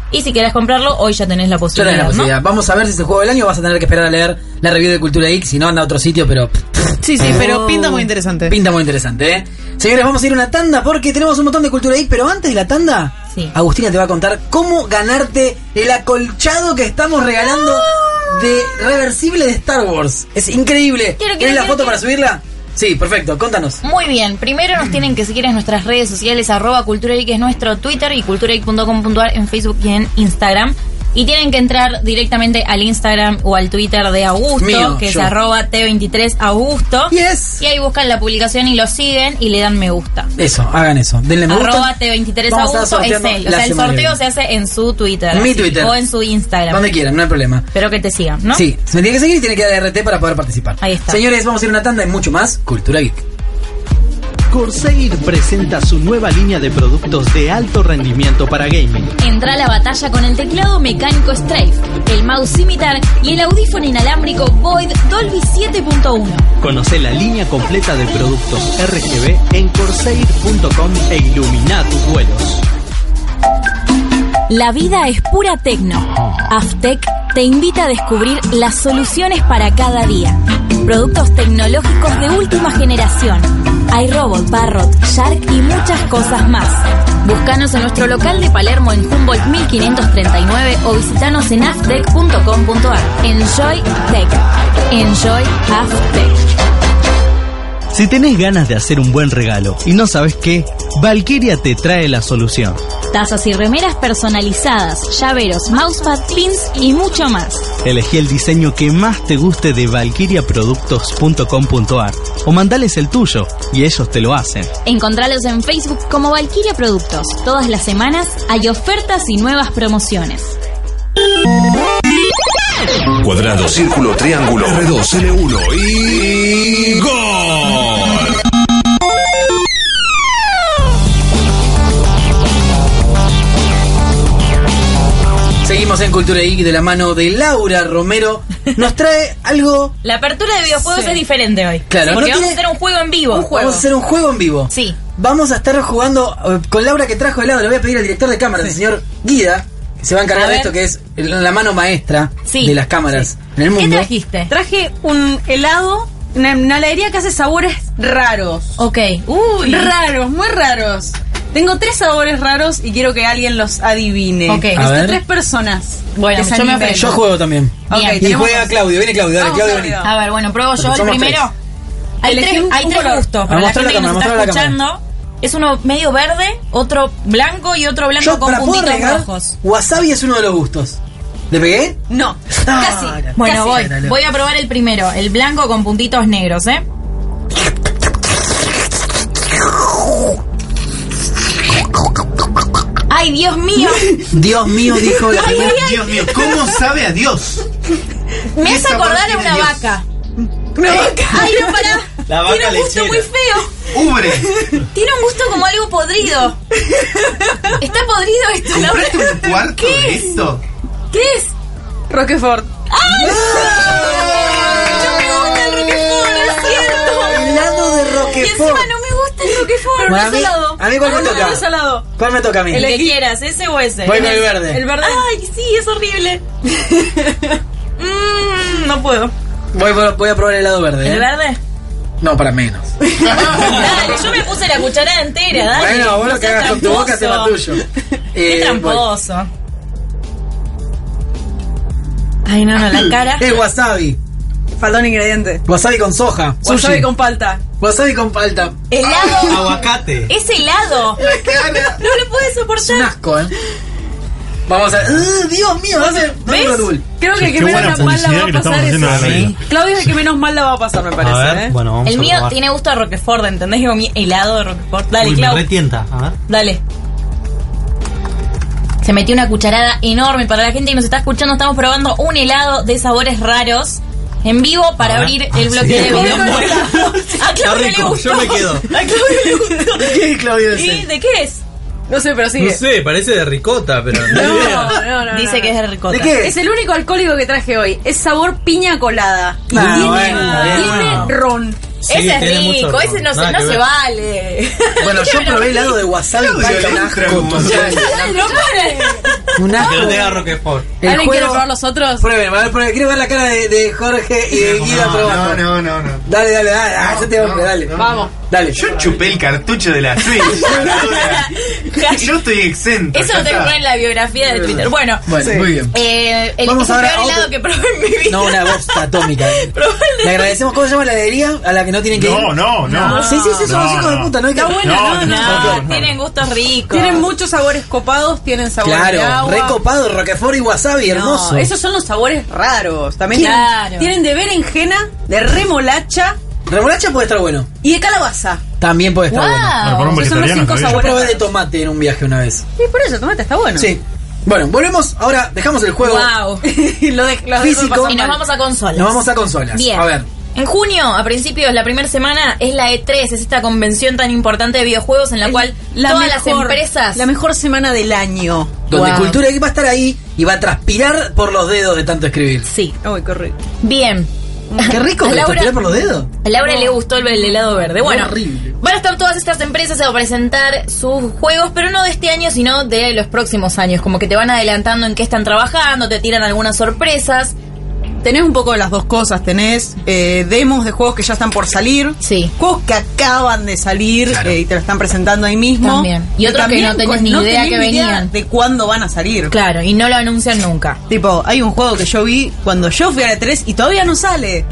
Y si querés comprarlo, hoy ya tenés Yo le la doy posibilidad. la ¿no? posibilidad. Vamos a ver si es el juego del año vas a tener que esperar a leer la review de Cultura Geek. Si no, anda a otro sitio, pero Sí, sí, pero Oh. pinta muy interesante. pinta muy interesante, ¿eh? Señores, vamos a ir a una tanda porque tenemos un montón de Cultura Geek, pero antes de la tanda, Sí. Agustina te va a contar cómo ganarte el acolchado que estamos regalando de reversible de Star Wars. Es increíble. Quiero, quiero, ¿Tienes la quiero, foto para quiero. subirla? Sí, perfecto. Contanos. Muy bien, primero nos tienen que seguir en nuestras redes sociales, arroba Cultura Geek es nuestro Twitter y culturageek.com.ar en Facebook y en Instagram. Y tienen que entrar directamente al Instagram o al Twitter de Augusto, Mío, que yo. es arroba T23 Augusto. Yes. Y ahí buscan la publicación y lo siguen y le dan me gusta. Eso, hagan eso. Denle me gusta. Arroba T23 Vamos a estar Augusto es sorteando él. la O sea, el semana que sorteo se viene. hace en su Twitter. Mi así, Twitter. O en su Instagram. Donde quieran, no hay problema. Espero que te sigan, ¿no? Sí, se me tiene que seguir y tiene que dar RT para poder participar. Ahí está. Señores, vamos a ir a una tanda y mucho más Cultura Geek. Corsair presenta su nueva línea de productos de alto rendimiento para gaming. Entra a la batalla con el teclado mecánico Strafe, el mouse Scimitar y el audífono inalámbrico Void Dolby 7.1. Conoce la línea completa de productos RGB en corsair.com e ilumina tus vuelos. La vida es pura tecno. Aftec te invita a descubrir las soluciones para cada día. Productos tecnológicos de última generación. Hay robot, parrot, shark y muchas cosas más. Búscanos en nuestro local de Palermo en Humboldt 1539 o visitanos en aftec.com.ar. Enjoy Tech. Enjoy Aftec. Si tenés ganas de hacer un buen regalo y no sabes qué, Valkyria te trae la solución. Tazas y remeras personalizadas, llaveros, mousepad, pins y mucho más. Elegí el diseño que más te guste de valkyriaproductos.com.ar o mandales el tuyo y ellos te lo hacen. Encontralos en Facebook como Valkyria Productos. Todas las semanas hay ofertas y nuevas promociones. Cuadrado, círculo, triángulo, R2, L1 y. ¡Gol! Seguimos en Cultura Geek de la mano de Laura Romero nos trae algo. La apertura de videojuegos Sí. es diferente hoy. Claro, porque no vamos a tiene- hacer un juego en vivo. Vamos a hacer un juego en vivo. Sí. Vamos a estar jugando eh, con Laura que trajo helado. Le voy a pedir al director de cámaras, el señor Guida, que se va a encargar A de ver. esto, que es el- la mano maestra Sí. de las cámaras en el ¿Qué mundo. trajiste? Traje un helado, una, una heladería que hace sabores raros. Ok. Uy. Raros, muy raros. Tengo tres sabores raros y quiero que alguien los adivine. Ok. A Necesito ver. tres personas. Bueno, que se yo me animen. Yo juego también. Ok, Bien. Y tenemos juega dos. Claudio, viene Claudio, dale, Vamos, Claudio, vení. Claudio. A ver, bueno, pruebo yo Somos el primero. tres. Hay Elegí tres, un- hay un tres color. gustos. Ah, Para la mostrá gente la que nos cámara, está mostrá la escuchando, es uno medio verde, otro blanco y otro blanco Yo, con para poder puntitos regar, rojos. wasabi es uno de los gustos. ¿Le pegué? No. Ah, Casi. era- Bueno, casi. voy. Era loco. Voy a probar el primero, el blanco con puntitos negros, ¿eh? ¡Ay, *laughs* Dios mío! Dios mío, *laughs* dijo la primera. Dios mío, ¿cómo sabe a Dios? Me ¿Qué hace sabor acordar a tiene una Dios? vaca. ¿Una vaca? ¡Ay, no, pará! La vaca Tiene un gusto lechera. muy feo. *laughs* ¡Ubre! Tiene un gusto como algo podrido. Está podrido esto, Laura. ¿Compraste un cuarto de esto? ¿Qué es? Roquefort. No me gusta el Roquefort, no es cierto. Helado de Y encima Roquefort. no me gusta el Roquefort. Bueno, a mí- a mí cuál me Ah, no, toca. no es salado. ¿Cuál me toca a mí? El que quieras, ese o ese. Voy con el verde. El verde. Ay, sí, *laughs* es horrible. Mm, no puedo. Voy, por- voy a probar el helado verde. ¿El ¿eh? verde? No, para menos. Dale, yo me puse la cucharada entera, dale. bueno, vos No lo que seas hagas con tu boca tema tramposo. tuyo. *laughs* Qué Eh, tramposo. Ay, no, no, *coughs* la cara. voy. Eh, wasabi. Falta un ingrediente. Wasabi con soja. Wasabi Sushi. con palta. Wasabi con palta. Helado. Ah, Aguacate. Es helado. No lo puedes Es un soportar. asco, ¿eh? Vamos a... ugh, Dios mío, va a ser... Dame ¿Ves? *laughs* Red Bull. Creo que el que Qué buena menos mal la va publicidad a que le estamos pasar es. haciendo a la Sí. vida. Claudio es el que menos mal la va a pasar, me parece. ¿eh? bueno, *laughs* vamos El a mío probar. tiene gusto a Roquefort, ¿entendés? Digo, mi helado de Roquefort. Dale, Uy, me Clau. retienta. A ver. Dale. Se metió una cucharada enorme para la gente que nos está escuchando. Estamos probando un helado de sabores raros en vivo para Ah, abrir ah, *laughs* el bloque sí. de video. *laughs* A Claudio le rico, gustó. yo me quedo. A Claudio le gustó. ¿Qué, Claudio? es ¿Y él? de qué es? No sé, pero sigue. No sé, parece de ricota, pero. No, no, no. Dice no. que es de ricota. ¿De qué? Es el único alcohólico que traje hoy. Es sabor piña colada. Y Ah, tiene, bueno, está bien, tiene bueno. ron. Sí, ese es tiene mucho rico, arroz. ese no, se, Nada no que se ver. vale. Bueno, yo probé helado de wasabi con Claudio, palta. entra Un asco. *laughs* como- No pare. Un Que asco. no te agarro que por. El ¿Alguien quiere juego- probar los otros? Prueben, a ver, prueben. Quiero ver la cara de, de Jorge y de Guida probando. No, no, no, no. Dale, dale, dale. Ah, yo te voy a- no, dale. no. Vamos. Dale. Yo chupé el cartucho de la *laughs* Switch. Maradona. Yo estoy exento. Eso ya lo tengo que está. poner en la biografía de Twitter. Bueno, Bueno, muy bien. eh, el, Vamos es el ahora peor a otro- helado que probé en mi vida. No, una voz atómica. Probé el Le de- agradecemos. ¿Cómo se llama la heladería? A la que no tienen que No, ir. no, no. Sí, sí, sí, son los No, hijos de no. puta, no hay que. Está bueno, No, no, no. no. No, tienen gustos ricos. Tienen muchos sabores copados, tienen sabor de Claro, agua. recopado, roquefort y wasabi, No, hermoso. esos son los sabores raros. También Claro. tienen, tienen de berenjena, de remolacha Remolacha puede estar bueno. y de calabaza. También puede estar Wow. bueno. Bueno, para Ah, un Esos son los cinco vegetariano está bien. Yo sabores. probé de tomate en un viaje una vez. Sí, por eso, tomate, está bueno. Sí. Bueno, volvemos. Ahora dejamos el juego. Wow. Y *laughs* lo de- lo dejo Físico. pasar Y mal. nos vamos a consolas. Nos vamos a consolas. Bien. A ver. En junio, a principios, la primera semana es la E3, es esta convención tan importante de videojuegos en la cual La todas las mejor- empresas. La mejor semana del año. Donde Wow. Cultura Geek va a estar ahí y va a transpirar por los dedos de tanto escribir. Sí. Ay, qué rico. Bien. Qué rico *laughs* A que Laura- transpirar por los dedos. A Laura le gustó el, el helado verde. Bueno, Horrible. van a estar todas estas empresas a presentar sus juegos, pero no de este año, sino de los próximos años. Como que te van adelantando en qué están trabajando, te tiran algunas sorpresas. Tenés un poco de las dos cosas, tenés eh, demos de juegos que ya están por salir, Sí. juegos que acaban de salir eh, y te lo están presentando ahí mismo. También. Y otros que no tenés con- ni idea que venían. De cuándo van a salir. Claro, y no lo anuncian nunca. Tipo, hay un juego que yo vi cuando yo fui a la 3 y todavía no sale.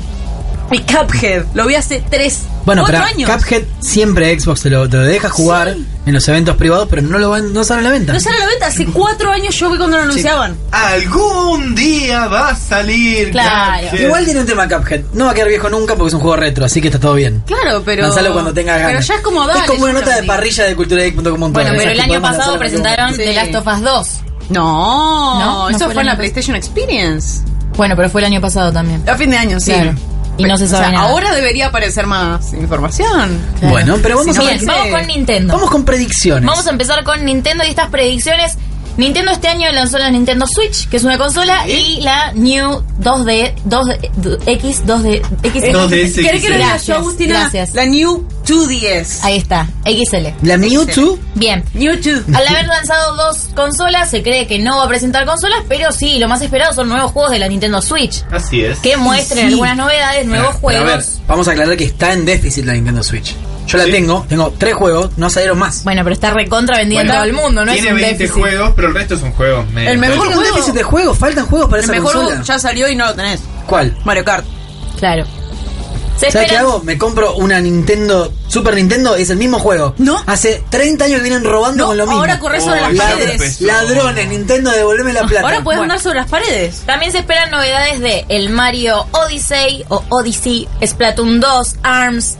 Y Cuphead, lo vi hace 3, Bueno, pero 4 años. Cuphead siempre Xbox te lo, te lo deja jugar en los eventos privados, pero no lo van, no sale a la venta. No sale a la venta, hace 4 años yo vi cuando lo anunciaban. Algún día va a salir. Claro. Gadget. Igual tiene un tema Cuphead. No va a quedar viejo nunca porque es un juego retro, así que está todo bien. Claro, pero. Lanzalo cuando tengas ganas. Pero ya es como dale, Es como una yo nota te de lo digo. parrilla de culturageek.com. Bueno, pero el año pasado presentaron Sí. The Last of Us 2. No, No, no eso fue fue en la la misma. PlayStation Experience. Bueno, pero fue el año pasado también. A fin de año, sí. Claro. Y no se O sea, sabe nada. Ahora debería aparecer más información. Bueno, pero vamos Si no a Bien, pensé. vamos con Nintendo. Vamos con predicciones. Vamos a empezar con Nintendo y estas predicciones Nintendo este año lanzó la Nintendo Switch, que es una consola, y la New 2D, 2X, 2D, X. ¿Querés que lo diga yo, Agustina? Gracias. La New 2DS. Ahí está, XL. ¿La Mewtwo? Bien. YouTube. *laughs* Al haber lanzado dos consolas, se cree que no va a presentar consolas, pero sí, lo más esperado son nuevos juegos de la Nintendo Switch. Así es. Que muestren Sí. algunas novedades, nuevos Pero a ver, juegos. vamos a aclarar que está en déficit la Nintendo Switch. Yo la tengo, tengo tres juegos, no salieron más. Bueno, pero está recontra vendida Bueno, en todo el mundo, ¿no? Tiene es un 20 déficit. juegos, pero el resto son juegos. medio. El mejor Falta un juego- déficit de juegos, faltan juegos para El esa mejor consola. ya salió y no lo tenés. ¿Cuál? Mario Kart. Claro. ¿Sabes qué hago? Me compro una Nintendo, Super Nintendo, es el mismo juego. ¿No? Hace 30 años que vienen robando con lo mismo. ahora corres sobre las paredes. Ladrones, Nintendo, devolveme la plata. Ahora puedes andar sobre las paredes. También se esperan novedades de el Mario Odyssey o Odyssey, Splatoon 2, ARMS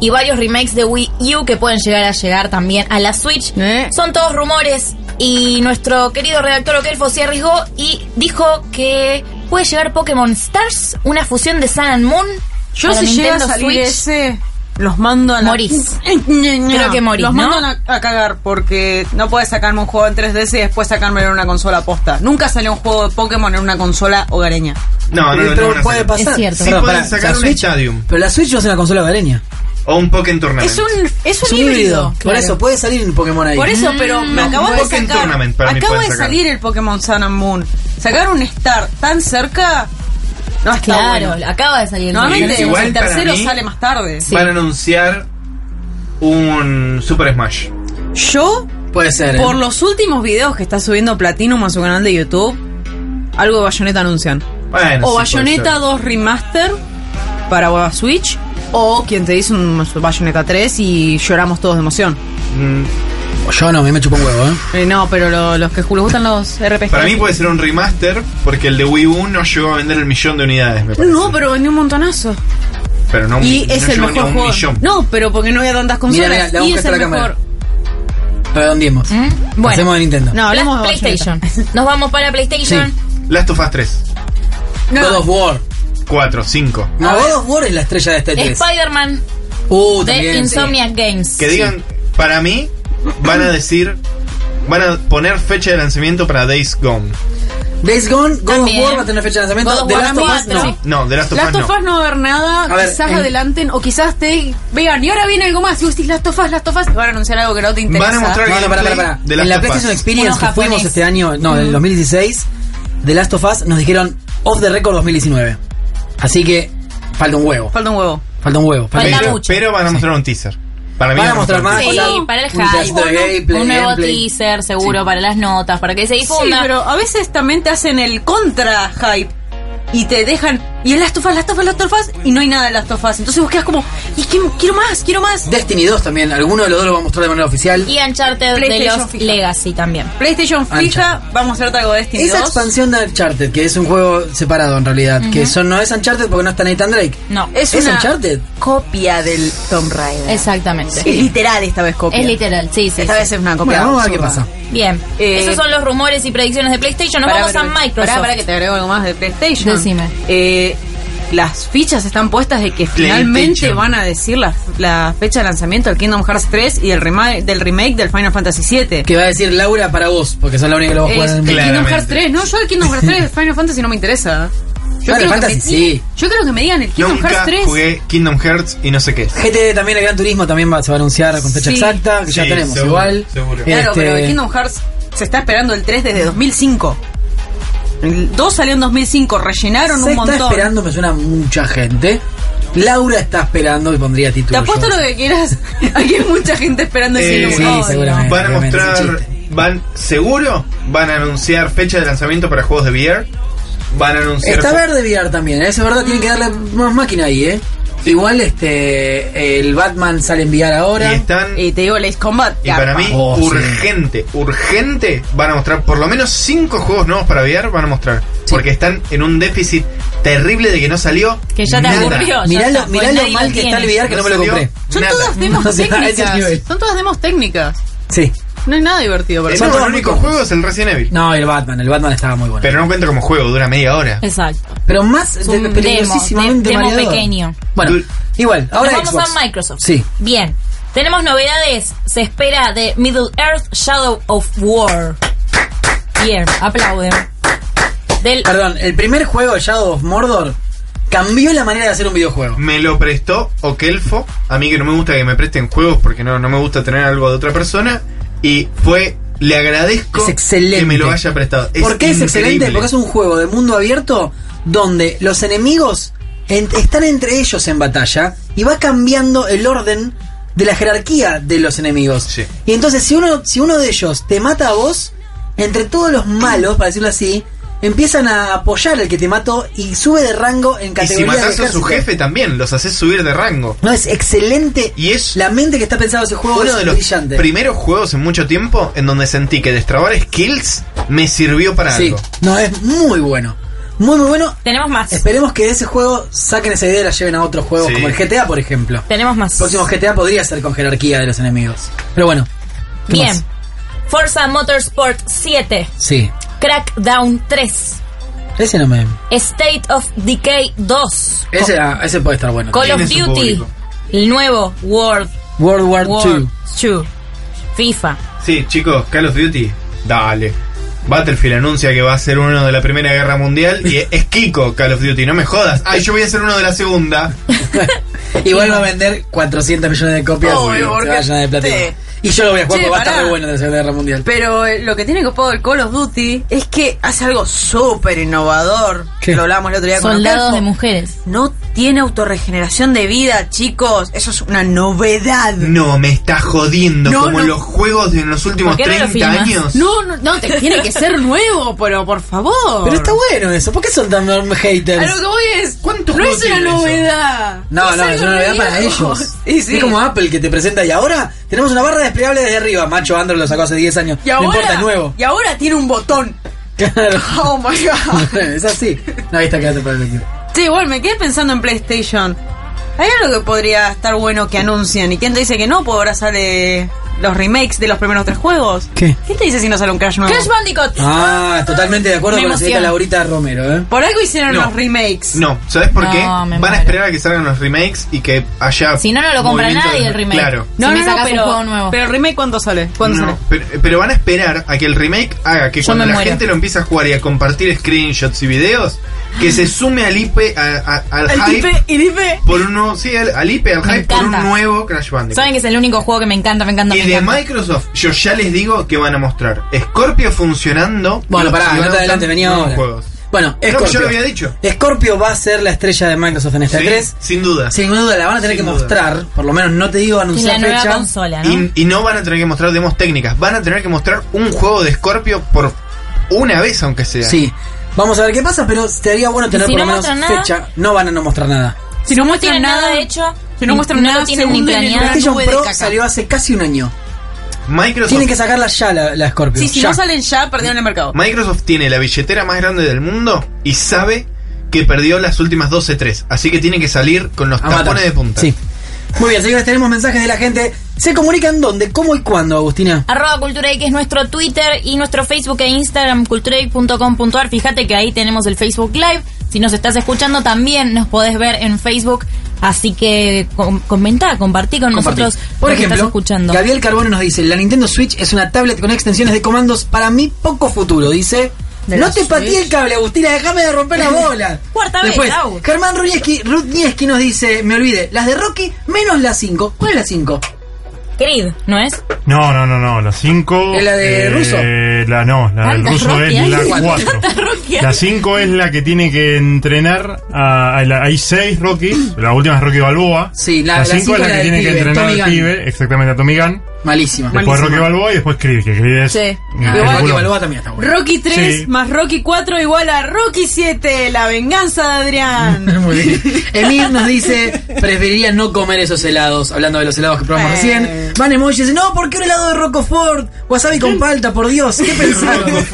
y varios remakes de Wii U que pueden llegar a llegar también a la Switch. ¿Eh? Son todos rumores y nuestro querido redactor Okelfo se arriesgó y dijo que puede llegar Pokémon Stars, una fusión de Sun and Moon. Yo para si llega a Nintendo salir Switch. ese, los mando a la... *laughs* Morís. Creo Creo que morís, Los ¿no? mando a, a cagar porque no puedes sacarme un juego en 3DS y después sacármelo en una consola posta. Nunca salió un juego de Pokémon en una consola hogareña. No, no, no, Pero no van a puede hacer. pasar. Es cierto. Sí Perdón, pueden pará, sacar la un Stadium. Pero la Switch no es una consola hogareña. O un Pokémon Tournament. Es un, es un, híbrido. Por claro. eso puede salir un Pokémon ahí. Por Mm, eso, pero me acabo de Pokémon sacar. Tournament para mí Acabo de pueden sacar. salir el Pokémon Sun and Moon. Sacar un Star tan cerca. No está Claro, bueno. acaba de salir. el Normalmente Igual el para tercero mí- sale más tarde. Van a anunciar un Super Smash. Yo, Puede ser. ¿eh? por los últimos videos que está subiendo Platinum a su canal de YouTube, algo de Bayonetta anuncian. Bueno, o Ah, sí, puede Bayonetta ser. 2 Remaster para Switch. O quien te dice un Bayonetta 3 y lloramos todos de emoción. Mm, Yo no, a mí me chupa un huevo, ¿eh? Eh, no, pero lo- los que les gustan los RPGs. Para mí puede ser un remaster porque el de Wii U no llegó a vender el millón de unidades, me parece. No, pero vendió un montonazo. Pero no, y no es el llegó ni a mejor un juego. millón. No, pero porque no había tantas consolas. Mira, mira, le y vamos es a el la cámara. mejor. Redondiemos. Mm. ¿Mm? Bueno. Hacemos de Nintendo. No, hablamos de PlayStation. *laughs* Nos vamos para PlayStation. Last of Us 3. God of War. 4, 5. No, God of War es la estrella de este 3. Spider-Man Uh, de también. Insomniac Games. Que digan, para mí, van a decir, van a poner fecha de lanzamiento para Days Gone. Days Gone, God También. of War va a tener fecha de God lanzamiento. of The War Last of Us cuatro. no. No, de Last of Us Last of no. Us no va a haber nada, A ver, quizás en- adelanten o quizás te vean y ahora viene algo más. Y vos decís Last of Us, Last of Us, te van a anunciar algo que no te interesa. Van a mostrar No, no, pará, gameplay pará, pará. de En Last la of PlayStation Us. Experience Uno que fuimos japonés. Mm. este año, no, del 2016, de Last of Us nos dijeron off the record 2019. Así que falta un huevo. Falta un huevo. Falta un huevo. Falta Pero, mucho. pero van a mostrar un teaser. Para mí Van a mostrar un más. teaser. Sí, Hola. para el Ah, Un pedacito de hype, un, gameplay, un nuevo gameplay. teaser seguro para las notas, para que se Sí, difunda. pero a veces también te hacen el contra hype. Y te dejan. Y el Last of Us, Last of Us, Last of Us. Y no hay nada de Last of Us. Entonces vos quedás como. Y que- quiero más, quiero más. Destiny 2 también, alguno de los dos lo va a mostrar de manera oficial. Y Uncharted de PlayStation los fija. Legacy también. PlayStation fija. Vamos a hacer algo de Destiny Esa 2. expansión de Uncharted, que es un juego separado en realidad, que Ujú. son- no es Uncharted porque no está Nathan Drake. No, Es, Uncharted. Copia del Tomb Raider. exactamente. Es literal esta vez copia. Es literal, sí, sí. Esta sí. vez es una copia. Bueno, vamos a ver qué absurda. pasa. Bien, Eh, esos son los rumores y predicciones de PlayStation. Nos Pará, vamos a pero- Microsoft. Pará, pará, que te agrego algo más de PlayStation. Decime. Eh, las fichas están puestas de que finalmente PlayStation. van a decir la, la fecha de lanzamiento del Kingdom Hearts 3 y del, rema- del remake del Final Fantasy 7. Que va a decir Laura para vos, porque son la única que lo va a jugar Es en el el mundo. Kingdom Claramente. Hearts 3, no, yo el Kingdom Hearts 3 de Final Fantasy no me interesa. Yo Final creo Fantasy, que me, sí. Yo creo que me digan el Kingdom Nunca Hearts 3. jugué Kingdom Hearts y no sé qué. GT también, el Gran Turismo también va, se va a anunciar con fecha Sí. exacta, que ya Sí, tenemos seguro, igual. seguro. Claro, Este, pero el Kingdom Hearts se está esperando el 3 desde 2005. El 2 salió en 2005, rellenaron se un está montón. esperando, me suena mucha gente. Laura está esperando y pondría Te título. apuesto yo. lo que quieras. *laughs* Aquí hay mucha gente esperando ese Eh, número. Sí, Ay, no. seguramente. Van a obviamente, es un mostrar, van seguro, van a anunciar fecha de lanzamiento para juegos de VR. Van a anunciar Está verde VR también, ¿eh? eso es verdad, tienen que darle más máquina ahí, ¿eh? Igual este el Batman sale en VR y ahora. están eh, Y te digo, el Ace Combat. y para garpa. mí Oh, sí. urgente, urgente van a mostrar por lo menos cinco juegos nuevos para VR van a mostrar porque están en un déficit terrible de que no salió Que ya te nada. aburrió. ya Mirá está, lo, pues mirá lo nadie mal que está el tiene. VR que no, me lo salió compré. Son nada. todas *laughs* demos O sea, a ese nivel. técnicas. Son todas demos técnicas. Sí. No hay nada divertido para El eso. Son único- todos el único muy juego es el Resident Evil. No, el Batman, el Batman estaba muy bueno. Pero no cuenta como juego, dura media hora. Exacto. Pero más Es de- un peligrosísimamente demo, de- demo mareador. pequeño. Bueno, igual, ahora Nos vamos Xbox. a Microsoft. Sí. Bien. Tenemos novedades. Se espera de Middle Earth Shadow of War. Bien, aplauden. Perdón, el primer juego Shadow of Mordor cambió la manera de hacer un videojuego. Me lo prestó Okelfo, a mí que no me gusta que me presten juegos porque no, no me gusta tener algo de otra persona. Y fue, le agradezco que me lo haya prestado. ¿Por qué es excelente? increíble. Porque es un juego de mundo abierto donde los enemigos en- están entre ellos en batalla y va cambiando el orden de la jerarquía de los enemigos. Y entonces si uno, si uno de ellos te mata a vos, entre todos los malos, para decirlo así, empiezan a apoyar al que te mató y sube de rango en Y si categoría matas de a su ejército. jefe también, los haces subir de rango. No, es excelente. Y es la mente que está pensando ese juego Uno Oh, es de los brillante. primeros juegos en mucho tiempo en donde sentí que destrabar skills me sirvió para Sí. algo. No, es muy bueno. Muy, muy bueno. Tenemos más. Esperemos que de ese juego saquen esa idea y la lleven a otros juegos, Sí. como el GTA, por ejemplo. Tenemos más. El próximo GTA podría ser con jerarquía de los enemigos. Pero bueno. ¿qué Bien. más? Forza Motorsport 7. Sí. Crackdown 3. Ese no me. State of Decay 2. Ese, ah, ese puede estar bueno. Call of Duty. El nuevo World. World *laughs* War World 2. FIFA. Sí, chicos, Call of Duty, dale. Battlefield anuncia que va a ser uno de la Primera Guerra Mundial y es Kiko Call of Duty, no me jodas. Ay, yo voy a ser uno de la Segunda. Igual va a vender 400 millones de copias. Obvio, se porque- va a llenar de platino. Sí. Y yo lo voy a jugar Che, porque va a estar pará. muy bueno de la Segunda Guerra Mundial. Pero eh, lo que tiene copado el Call of Duty es que hace algo súper innovador. ¿Qué? Lo hablábamos el otro día con Soldados Ocalfo. de mujeres. No tiene autorregeneración de vida, chicos. Eso es una novedad. No, me está jodiendo No, como no. los juegos de los últimos 30 años. No, no, no, te- tiene que *laughs* ser nuevo, pero por favor. Pero está bueno eso. ¿Por qué son tan haters? A lo que voy es. No juegos es una tiene eso? novedad. No, no, algo es una novedad para nuevo. *laughs* ellos. Y sí. Es como Apple que te presenta y ahora tenemos una barra desplegable desde arriba. Macho Android lo sacó hace 10 años. Y no ahora, importa, es nuevo. Y ahora tiene un botón. Claro. *laughs* Oh my god. es así. No, ahí está quédate para el equipo. Sí, igual me quedé pensando en PlayStation. Hay algo que podría estar bueno que anuncien. ¿Y quién te dice que no? Pues ahora sale los remakes de los primeros tres juegos. ¿Qué? ¿Quién te dice si no sale un Crash nuevo? Crash Bandicoot. Ah, totalmente de acuerdo Me con la señorita emociona. Laurita Romero, ¿eh? Por algo hicieron No. los remakes. No, ¿sabes por No, qué? me Van muero. a esperar a que salgan los remakes y que haya. Si no, no lo compra movimiento nadie de- el remake. Claro. No, Si me no, no, sacas un pero, juego nuevo. pero remake cuándo sale? ¿Cuándo No, sale? pero, pero van a esperar a que el remake haga que Yo cuando me la muero. gente lo empiece a jugar y a compartir screenshots y videos, que se sume al IPE, a- a- al Al hype. IPE, Por uno, sí, al, al IPE, al hype, por un encanta. nuevo Crash Bandicoot. Saben que es el único juego que me encanta, me encanta, Y me de encanta. Microsoft, yo ya les digo que van a mostrar Scorpio funcionando. Bueno, y- pará, y van no a te mostrar adelante, venía nuevos ahora. juegos. Bueno, No, Scorpio. yo lo había dicho. Scorpio va a ser la estrella de Microsoft en esta Sí, 3. Sin duda. Sin duda, la van a tener Sin que duda. mostrar. Por lo menos no te digo anunciar fecha. Y, y no van a tener que mostrar demos técnicas, van a tener que mostrar un juego de Scorpio por una vez, aunque sea. Sí. Vamos a ver qué pasa, pero estaría bueno Y tener si por lo no menos muestran nada- fecha. No van a no mostrar nada. Si no muestran nada hecho, si no muestran no nada, lo tienen ni se hunden en el planeado. PlayStation Pro salió hace casi un año. Microsoft. Tienen que sacarla ya la, la Scorpio. Sí, si ya. no salen ya, perdieron el mercado. Microsoft tiene la billetera más grande del mundo y sabe que perdió las últimas 12-3, así que tiene que salir con los A tapones matar. de punta. Sí. Muy bien, señores, tenemos mensajes de la gente. ¿Se comunican dónde, cómo y cuándo, Agustina? Arroba Cultura Geek es nuestro Twitter y nuestro Facebook e Instagram, culturageek.com.ar. Fíjate que ahí tenemos el Facebook Live. Si nos estás escuchando, también nos podés ver en Facebook. Así que com- comentá, compartí con Compartí. nosotros Por lo que estás ejemplo, escuchando. Gabriel Carbone nos dice, la Nintendo Switch es una tablet con extensiones de comandos para mí poco futuro, dice. De no la te pateé Switch. el cable, Agustina, déjame de romper la bola. *laughs* Cuarta vez, Después, Agus. Germán Runieski, Rudnieski nos dice, me olvidé, las de Rocky menos la 5. ¿Cuál es la 5? Creed, ¿no es? No, no, no, no. La 5. ¿Es la de ruso? La no, la del ¿Cuántas ruso Rocky es hay? la ¿Cuántas 4. La 5 es la que tiene que entrenar a. a la- hay 6 Rocky. La última es Rocky Balboa. Sí, la- la la 5 es cinco la es la que del tiene que pibe, entrenar Tommy al Gunn. pibe, exactamente a Tommy Gunn. Malísima. Después Rocky Balboa y después Creed, que Creed es. Sí. un Igual Rocky peliculón. Balboa también está bueno. Rocky 3 Sí. más Rocky 4 igual a Rocky 7, la venganza de *laughs* Adrián. Muy bien. Emir nos dice, preferiría no comer esos helados, hablando de los helados que probamos Eh. recién. Van Emoji dice, no, ¿por qué un helado de Roquefort? Wasabi con palta, por Dios, *laughs* ¿qué pensaron? *laughs*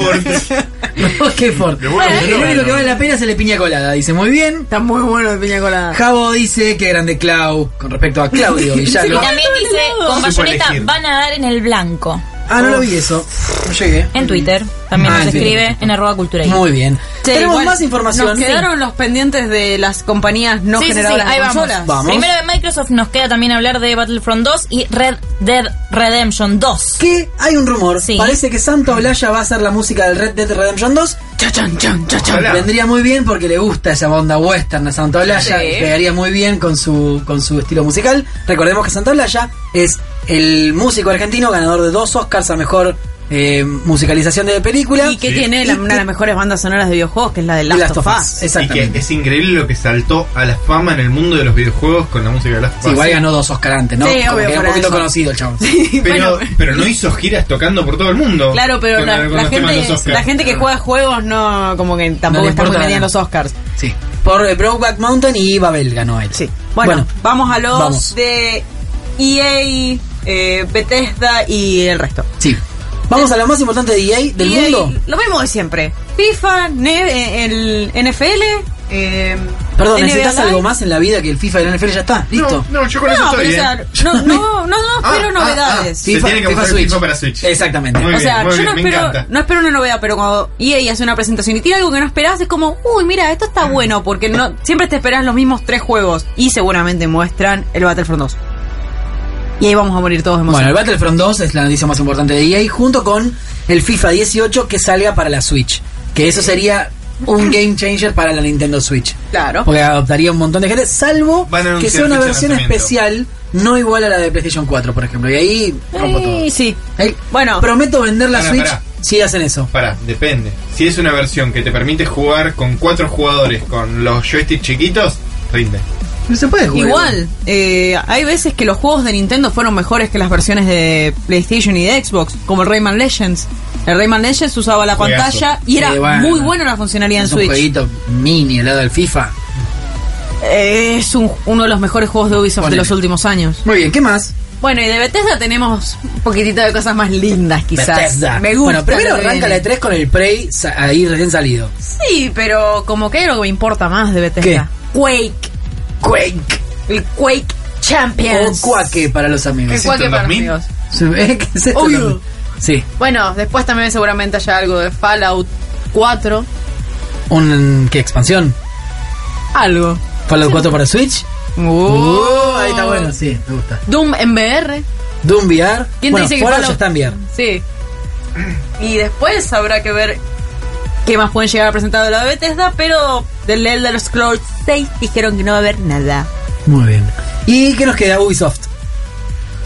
Roquefort. vuelvo Bueno, loco, lo único que ¿no? vale la pena es el de piña colada, dice, muy bien. Está muy bueno el piña colada. Javo dice que grande Clau, con respecto a *laughs* Claudio Y Villalba. también dice, con Se puede bayoneta elegir. van a dar en el blanco. Ah, no lo vi eso. No llegué. En Twitter. También Ah, nos sí. escribe en arroba cultura. Muy bien. Che, Tenemos igual más información. Nos Sí. quedaron los pendientes de las compañías no sí, sí, sí, generadoras ahí de vamos. consolas. Primero de Microsoft nos queda también hablar de Battlefront 2 y Red Dead Redemption 2. Que hay un rumor. Parece que Santa Olaya va a hacer la música del Red Dead Redemption 2. Chachan, chan, chachan. Ojalá. Vendría muy bien porque le gusta esa onda western a Santa Olaya. Sí. y Pegaría muy bien con su, con su estilo musical. Recordemos que Santa Olaya es el músico argentino ganador de dos Oscars a mejor eh, musicalización de película. Y que tiene la- una de las mejores bandas sonoras de videojuegos, que es la de Last, of Us. Y que es increíble lo que saltó a la fama en el mundo de los videojuegos con la música de las Sí, igual ganó dos Oscar antes, ¿no? Sí, Como obvio, que era un por poquito eso. conocido el chabón. pero, pero no hizo giras tocando por todo el mundo. Claro, pero Con- la, con la los temas de los gente, Oscars. la gente que juega juegos no, como que No tampoco le está muy importa metida en nada. los Oscars. Sí. Por eh, Brokeback Mountain y Babel ganó él. Sí. Bueno, vamos a los vamos. de EA, eh, Bethesda y el resto. Sí. Vamos a lo más importante de EA del EA, mundo. Lo mismo de siempre. FIFA, ne- el NFL. eh, Perdón, NBA ¿necesitas Live. algo más en la vida que el FIFA y el NFL ya está? ¿Listo? No, yo con No, pero, o sea, *laughs* no, no, no, no Ah, espero novedades. Se tiene que buscar Ah, FIFA para Switch. Exactamente. Muy o bien, sea, muy yo bien, no me espero, encanta. no espero una novedad, pero cuando EA hace una presentación y tira algo que no esperás, es como, uy, mira, esto Mm. está bueno, porque no siempre te esperás los mismos tres juegos y seguramente muestran el Battlefront 2. Y ahí vamos a morir todos Bueno, el emocionados. Battlefront 2 es la noticia más importante de EA junto con el FIFA 18 que salga para la Switch. Que eso sería un game changer para la Nintendo Switch. Claro. Porque adoptaría un montón de gente, salvo Van a que anunciar sea una fecha de versión lanzamiento. especial no igual a la de PlayStation 4, por ejemplo. Y ahí rompo todo. Sí, sí. Ahí Bueno, Prometo vender la Pará, Switch pará. si hacen eso. Pará, depende. Si es una versión que te permite jugar con cuatro jugadores con los joysticks chiquitos, rinde. No se puede jugar. Igual, eh, hay veces que los juegos de Nintendo fueron mejores que las versiones de PlayStation y de Xbox, como el Rayman Legends. El Rayman Legends usaba la Juegazo. pantalla y era Sí, bueno. muy buena la funcionalidad en Es un Switch. jueguito mini al lado del FIFA. Eh, es un- uno de los mejores juegos de Ubisoft *laughs* Ponele. de los últimos años. Muy bien, ¿qué más? Bueno, y de Bethesda tenemos un poquitito de cosas más lindas, quizás. Bethesda. Me gusta. Bueno, primero lo que arranca la viene. E3 con el Prey sa- ahí recién salido. Sí, pero como que hay algo que me importa más de Bethesda. Quake. Quake. El Quake Champions. O Quake para los amigos. El Quake para los amigos. Sí, *laughs* ¿eh? ¿Qué es esto? Obvio. 2000? Sí, Bueno, después también seguramente haya algo de Fallout 4. un ¿qué expansión? Algo. Fallout 4 para Switch. Oh, Uh, ahí está bueno, sí, me gusta. Doom en VR. Doom VR. ¿Quién te bueno, dice que Fallout Fallout- ya está en VR. Sí. Y después habrá que ver qué más pueden llegar a presentar de la Bethesda, pero del Elder Scrolls 6 dijeron que no va a haber nada. Muy bien. ¿Y qué nos queda Ubisoft?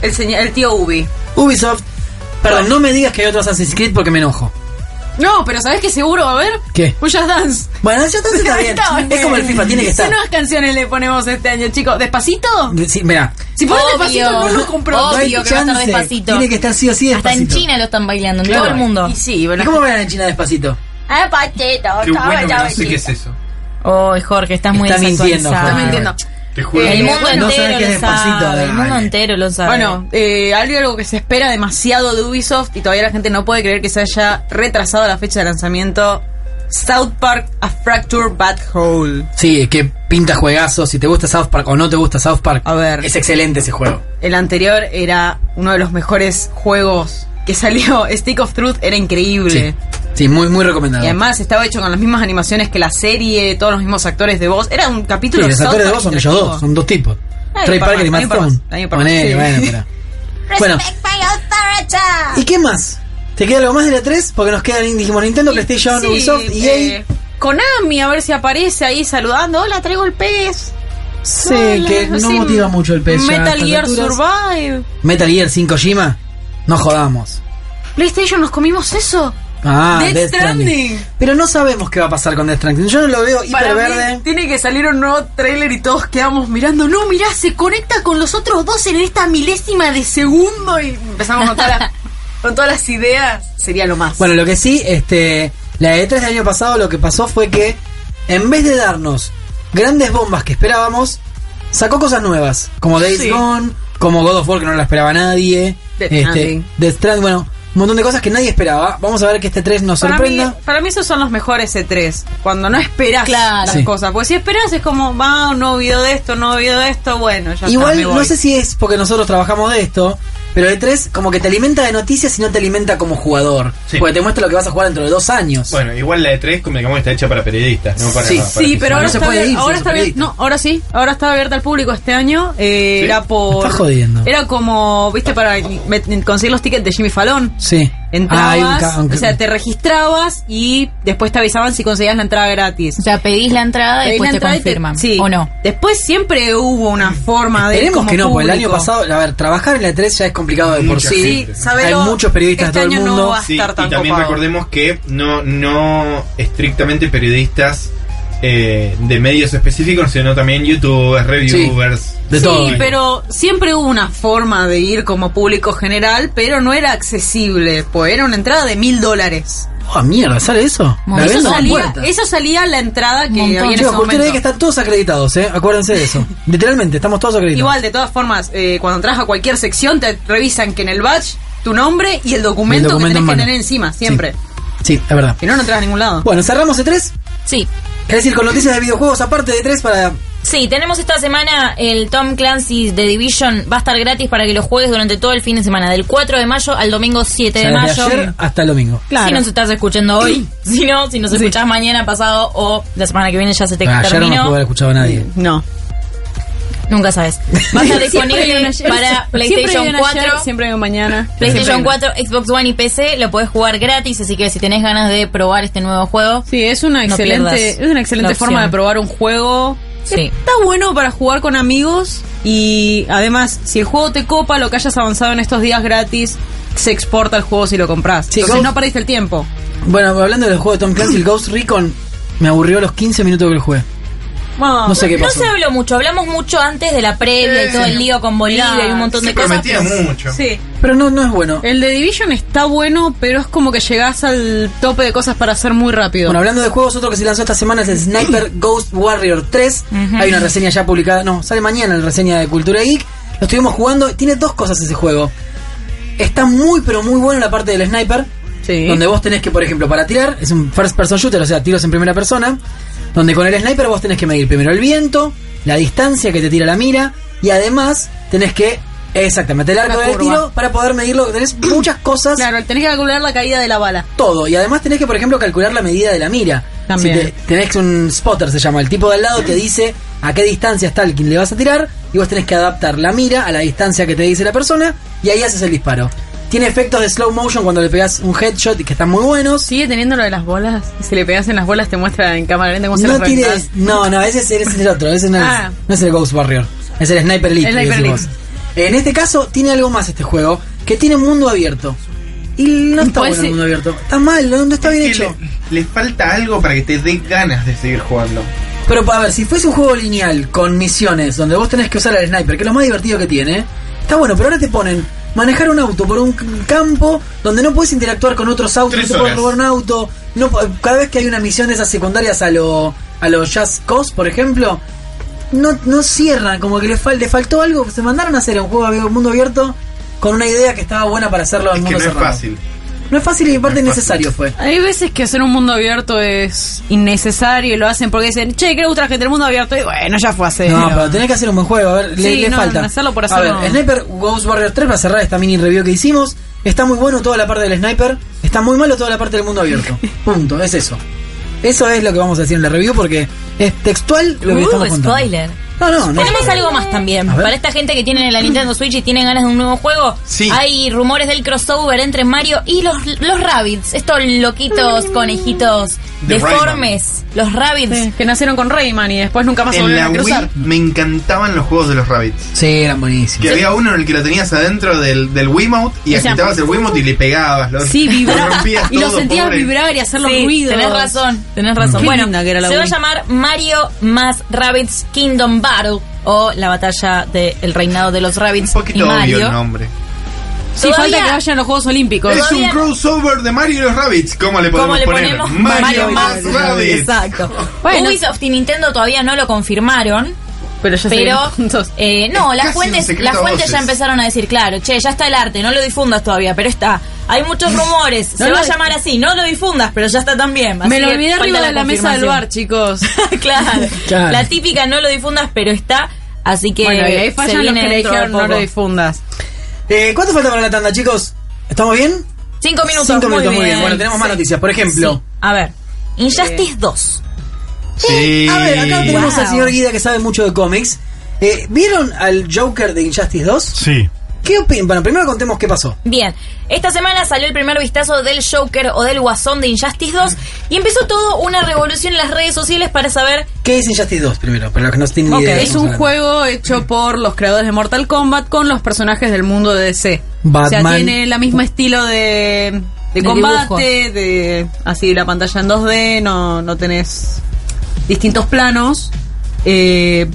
El, señor, el tío Ubi. Ubisoft, perdón, no me digas que hay otro Assassin's Creed porque me enojo. No, pero ¿sabes qué seguro va a haber? ¿Qué? Pues Un Just Dance. Bueno, *laughs* ya está, está bien. es como el FIFA, tiene que estar. ¿Qué nuevas canciones le ponemos este año, chicos? ¿Despacito? Sí, mira, Si pones Obvio. despacito, no lo compro. Obvio No hay que va a estar chance. despacito. Tiene que estar sí o sí Hasta en despacito. China lo están bailando, en Claro. todo el mundo. Y ¿Y cómo bailan en China despacito? Ah, pachito, Qué chava, bueno que no chava, sé qué es chica. eso. Oh, Jorge, estás muy Está mintiendo, desactualizado. Jorge. Está Te juro. El mundo No sabes qué entero lo es despacito, sabe. El dale. mundo entero lo sabe. Bueno, eh, hay algo que se espera demasiado de Ubisoft y todavía la gente no puede creer que se haya retrasado la fecha de lanzamiento. South Park A Fracture Bad Hole. Sí, es que pinta juegazos. Si te gusta South Park o no te gusta South Park, a ver. es excelente ese juego. El anterior era uno de los mejores juegos que salió. *laughs* Stick of Truth era increíble. Sí, muy, muy recomendado. Y además estaba hecho con las mismas animaciones que la serie, todos los mismos actores de voz. Era un Sí, capítulo los South actores de Park voz son ellos dos, son dos tipos. Ay, Trey por Parker y Matt más, ay, por Stone. más, ay, por más, Ponele, sí. bueno, pero- *laughs* Bueno, ¿y qué más? ¿Te queda algo más de la 3? Porque nos queda, dijimos, Nintendo, PlayStation, Sí, Ubisoft, E EA. eh, Konami, a ver si aparece ahí saludando. Hola, traigo el PES. Sé Hola, que no sí, motiva mucho el PS. ya a Metal estas Gear alturas. Survive. Metal Gear 5 Kojima. No jodamos. PlayStation, nos comimos eso. Ah, Death Pero no sabemos qué va a pasar con Death Stranding. Yo no lo veo Para mí, hiperverde. tiene que salir un nuevo trailer y todos quedamos mirando. No, mirá, se conecta con los otros dos en esta milésima de segundo y empezamos con todas *laughs* las, con todas las ideas. Sería lo más. Bueno, lo que sí, este, la E3 del año pasado lo que pasó fue que en vez de darnos grandes bombas que esperábamos, sacó cosas nuevas, como Days Sí. Gone, como God of War que no la esperaba nadie, Death este, Stranding. Death Stranding, bueno, un montón de cosas que nadie esperaba. Vamos a ver que este 3 nos Para mí, sorprenda. para mí esos son los mejores E3. Cuando no esperas las Sí. cosas. Porque si esperas es como, va, no video de esto, no video de esto, bueno, ya está, Igual me voy. no sé si es porque nosotros trabajamos de esto, Pero E3 como que te alimenta de noticias y no te alimenta como jugador. Porque te muestra lo que vas a jugar dentro de dos años. Bueno, igual la E3 como digamos, está hecha para periodistas, no para Sí. para Sí, pero ahora No se está, puede ir abier- si ahora sos está abier- periodista. no, ahora sí, ahora está abierta al público este año. eh, ¿Sí? Era por. Me estás jodiendo. Era como, viste, para met- conseguir los tickets de Jimmy Fallon. Sí. Ah, hay un Entrabas, ca- un ca- o sea, te registrabas y después te avisaban si conseguías la entrada gratis. O sea, pedís la entrada y después te y confirman, sí. ¿o no? Después siempre hubo una forma de. ir Esperemos como que no, porque el año público. pasado, a ver, trabajar en la E3 ya es complicado de por Mucha sí. gente. Hay muchos periodistas este de todo el mundo. Sí, y también recordemos que no, no estrictamente periodistas eh, de medios específicos, sino también youtubers, reviewers. sí, pero siempre hubo una forma de ir como público general, pero no era accesible, pues era una entrada de mil dólares. Ah, mierda, ¿sale eso? La Eso vendo a la salía, puerta. eso salía la entrada que había en Chicos, ese cuestión momento. es que están todos acreditados, ¿eh? Acuérdense de *laughs* eso. Literalmente, estamos todos acreditados. Igual, de todas formas, eh, cuando entras a cualquier sección, te revisan que en el badge tu nombre y el documento, El documento que en tenés mano. que tener encima, siempre. Sí, es verdad. Si no, no entras a ningún lado. Bueno, cerramos E3. Sí. ¿Querés ir con noticias de videojuegos aparte de E3 para Sí, tenemos esta semana el Tom Clancy de Division. Va a estar gratis para que lo juegues durante todo el fin de semana, del 4 de mayo al domingo 7 de o sea, desde mayo. ayer hasta el domingo? Si nos estás escuchando hoy, si no, si nos escuchás mañana, pasado o la semana que viene ya se te Ah, ayer no nos terminó. pudo haber escuchado a nadie. No. Nunca sabes. Va a estar *laughs* Siempre hay un disponible ayer. para Siempre PlayStation hay un 4. ayer, siempre hay un mañana. PlayStation Siempre hay 4, Xbox One y PC lo podés jugar gratis, así que si tenés ganas de probar este nuevo juego. Sí, es una excelente, es una excelente forma de probar un juego. Está bueno para jugar con amigos y además, si el juego te copa, lo que hayas avanzado en estos días gratis, se exporta el juego si lo compras. Sí, Entonces ¿cómo? no perdiste el tiempo. Bueno, hablando del juego de Tom Clancy, el Ghost Recon me aburrió los 15 minutos que lo jugué. No sé qué no pasó. se habló mucho, hablamos mucho antes de la previa y todo el lío con Bolivia y un montón de cosas. pero- Sí. Pero no, no es bueno. El de Division está bueno, pero es como que llegás al tope de cosas para hacer muy rápido. Bueno, hablando de juegos, otro que se lanzó esta semana es el *clears throat* Sniper Ghost Warrior 3. Hay una reseña ya publicada, no, sale mañana la reseña de Cultura Geek. Lo estuvimos jugando, tiene dos cosas ese juego. Está muy, pero muy bueno la parte del sniper. Donde vos tenés que, por ejemplo, para tirar, es un first person shooter, o sea, tiros en primera persona. Donde con el sniper vos tenés que medir primero el viento, la distancia que te tira la mira, y además tenés que, exactamente, el arco Una del curva. tiro para poder medirlo. *clears throat* Tenés muchas cosas. Claro, tenés que calcular la caída de la bala. Todo. Y además tenés que, por ejemplo, calcular la medida de la mira. También. Si te- tenés un spotter, se llama. El tipo de al lado te dice a qué distancia está el quien le vas a tirar. Y vos tenés que adaptar la mira a la distancia que te dice la persona. Y ahí haces el disparo. Tiene efectos de slow motion cuando le pegas un headshot que están muy buenos. Sigue teniendo lo de las bolas. Si le pegas en las bolas, te muestra en cámara lenta cómo se No las tires. reventás. No, no, ese es, ese es el otro. Ese no, es- Ah. no es el Ghost Warrior. Es el Sniper Elite. El que Sniper decís vos. En este caso, tiene algo más este juego. Que tiene mundo abierto. Y no está Pues bueno sí. el mundo abierto. Está mal, no, no está bien hecho. Le, le falta algo para que te dé ganas de seguir jugando. Pero para ver, si fuese un juego lineal con misiones donde vos tenés que usar al sniper, que es lo más divertido que tiene, está bueno, pero ahora te ponen manejar un auto por un c- campo donde no puedes interactuar con otros autos, Tres no te puedes horas. robar un auto. No, po- cada vez que hay una misión de esas secundarias a lo a los Just Cause, por ejemplo, no, no cierran, como que le, fal- le faltó algo. Se mandaron a hacer un juego de mundo abierto con una idea que estaba buena para hacerlo en Que mundo no es cerrado. fácil. No es fácil y en parte innecesario fue. Hay veces que hacer un mundo abierto es innecesario y lo hacen porque dicen, che, creo otra gente del mundo abierto. Y bueno, ya fue hacer. No, pero tenés que hacer un buen juego, a ver, le, Sí, le no, falta. hacerlo por A ver, hacerlo. Sniper Ghost Warrior 3 para cerrar esta mini review que hicimos. Está muy bueno toda la parte del sniper, está muy malo toda la parte del mundo *laughs* abierto. Punto, es eso. Eso es lo que vamos a decir en la review porque es textual lo que Uh, estamos contando. spoiler. No, no, no. Tenemos algo más también. A ver. Para esta gente que tiene la Nintendo Switch y tienen ganas de un nuevo juego, hay rumores del crossover entre Mario y los, los Rabbids. Estos loquitos Mm. conejitos De deformes. Los Rabbids. que nacieron con Rayman y después nunca más se en la volvieron a Wii cruzar. me encantaban los juegos de los Rabbits. Sí, eran buenísimos. Que había uno en el que lo tenías adentro del, del Wiimote y O sea, agitabas el Wiimote y le pegabas. Lo, Sí, lo vibrar. rompías y lo todo, sentías pobre. vibrar y hacer los Sí, ruidos. Tenés razón, tenés razón. Qué bueno, linda que era la se va a Wii. llamar Mario más Rabbids Kingdom Battle o la batalla del reinado de los Rabbids y Todo obvio Mario. el nombre. Sí, Todavía- falta que vayan los Juegos Olímpicos. Es un crossover de Mario y los Rabbits. ¿Cómo le podemos ¿Cómo le poner? ponemos? Mario, más Rabbits. Exacto. Ubisoft y Nintendo todavía no lo confirmaron. Pero ya se *laughs* Pero, vieron juntos. eh, no, Es casi las un fuentes, secreto las a fuentes ya voces. empezaron a decir, claro, che, ya está el arte, no lo difundas todavía, pero está. Hay muchos rumores, *laughs* No se lo va a dif- llamar así, no lo difundas, pero ya está también. así Me lo que olvidé falta arriba de la mesa del confirmación. bar, chicos. claro. Claro. La típica no lo difundas, pero está. Así *laughs* que bueno, y ahí se fallan los viene que le dentro de dijeron no poco". lo difundas. Eh, ¿Cuánto falta para la tanda, chicos? ¿Estamos bien? Cinco minutos. Cinco muy minutos, muy bien. bien. Bueno, tenemos más Sí. noticias. Por ejemplo. A ver. Eh. Injustice 2. Sí. A ver, acá tenemos Wow. eh, al señor Guida que sabe mucho de cómics. Eh, ¿Vieron al Joker de Injustice 2? Sí. ¿Qué opinan? Bueno, primero contemos qué pasó. Bien, esta semana salió el primer vistazo del Joker o del Guasón de Injustice 2 y empezó todo una revolución en las redes sociales para saber ¿Qué es Injustice 2 primero? Para los que no tienen ni Ok, idea. de es cómo un se juego hecho por los creadores de Mortal Kombat con los personajes del mundo de DC. O sea, Batman. tiene el mismo estilo de, de De combate, de así la pantalla en 2D, no, no tenés distintos planos. Eh,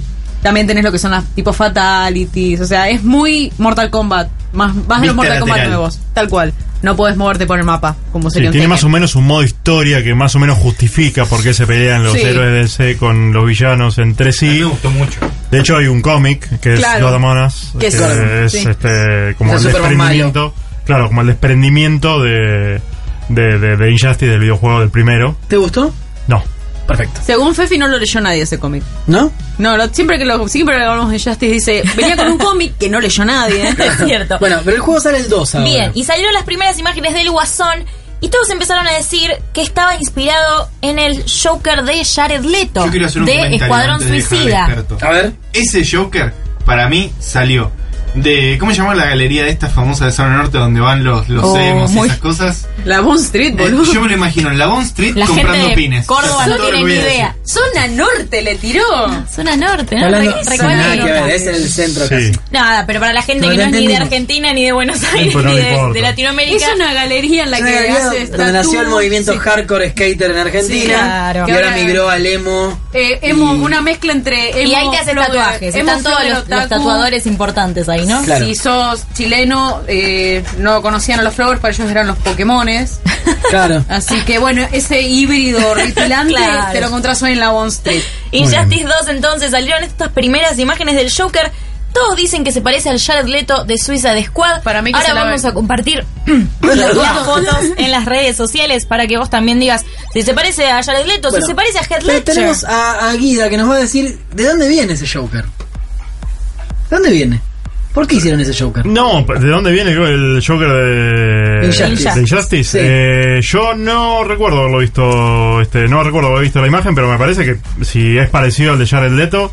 también tenés lo que son las tipo fatalities, o sea, es muy Mortal Kombat, más, más de Vista los Mortal Kombat lateral. nuevos, tal cual. No podés moverte por el mapa, como Sí, sería un tiene Tekken. más o menos un modo historia que más o menos justifica por qué se pelean los Sí. héroes de DC con los villanos entre sí. me gustó mucho. De hecho, hay un cómic que es Claro. Godamonas, Que que es- es, sí. este, como Es el el Superman desprendimiento. Claro, como el desprendimiento de, de, de, de Injustice del videojuego del primero. ¿Te gustó? No. Perfecto. Según Fefi no lo leyó nadie ese cómic. ¿No? No, lo- siempre que lo siempre que hablamos de Justice dice, venía con un cómic que no leyó nadie. *laughs* Es cierto. Bueno, pero el juego sale el Ah, 2 ahora. Bien, y salieron las primeras imágenes del Guasón y todos empezaron a decir que estaba inspirado en el Joker de Jared Leto, Yo quiero hacer un de comentario Escuadrón antes de dejar al Suicida. experto. Ese Joker, para mí, salió de. ¿Cómo se llama la galería de esta famosa de zona norte donde van los, los Oh, emos y muy- esas cosas? La Bond Street, Eh, boludo. yo me lo imagino en la Bond Street La comprando gente de pines. Córdoba Eso no es todo tiene lo que ni voy a idea. decir. Zona norte le tiró. Zona norte, Ah, ¿no? Hablando- Re- sin recuerda nada la que ver, nota. es en el centro Sí. casi. Nada, pero para la gente No, que no la es ni de entendimos. Argentina, ni de Buenos Aires, pero no ni de, importa. de Latinoamérica. Es una galería en la Es que una galería hace donde nació el movimiento hardcore skater en Argentina Sí, claro. y ahora Que ahora- migró al emo. Eh, emo, una mezcla entre emo, y ahí te hacen flor de- tatuajes. emo, Están flor todos de los, los otaku. tatuadores importantes ahí, ¿no? Claro. Si sos chileno, eh, no conocían a los flowers, para ellos eran los Pokémones. *laughs* Claro. Así que bueno, ese *laughs* híbrido horripilante Claro. te lo encontrás hoy en la Bond Street. Injustice 2 entonces salieron estas primeras imágenes del Joker. Todos dicen que se parece al Jared Leto de Suiza de Squad. Para mí que Ahora se la vamos ven. a compartir *clears throat* las fotos en las redes sociales para que vos también digas si se parece a Jared Leto, Bueno, si se parece a Heath Pero Ledger. tenemos a, a Guida que nos va a decir de dónde viene ese Joker. ¿De dónde viene? ¿Por qué hicieron ese Joker? No, ¿de dónde viene creo, el Joker de Injustice. de Injustice? Sí. Eh, yo no recuerdo haberlo visto, este, no recuerdo haber visto la imagen, pero me parece que si es parecido al de Jared Leto,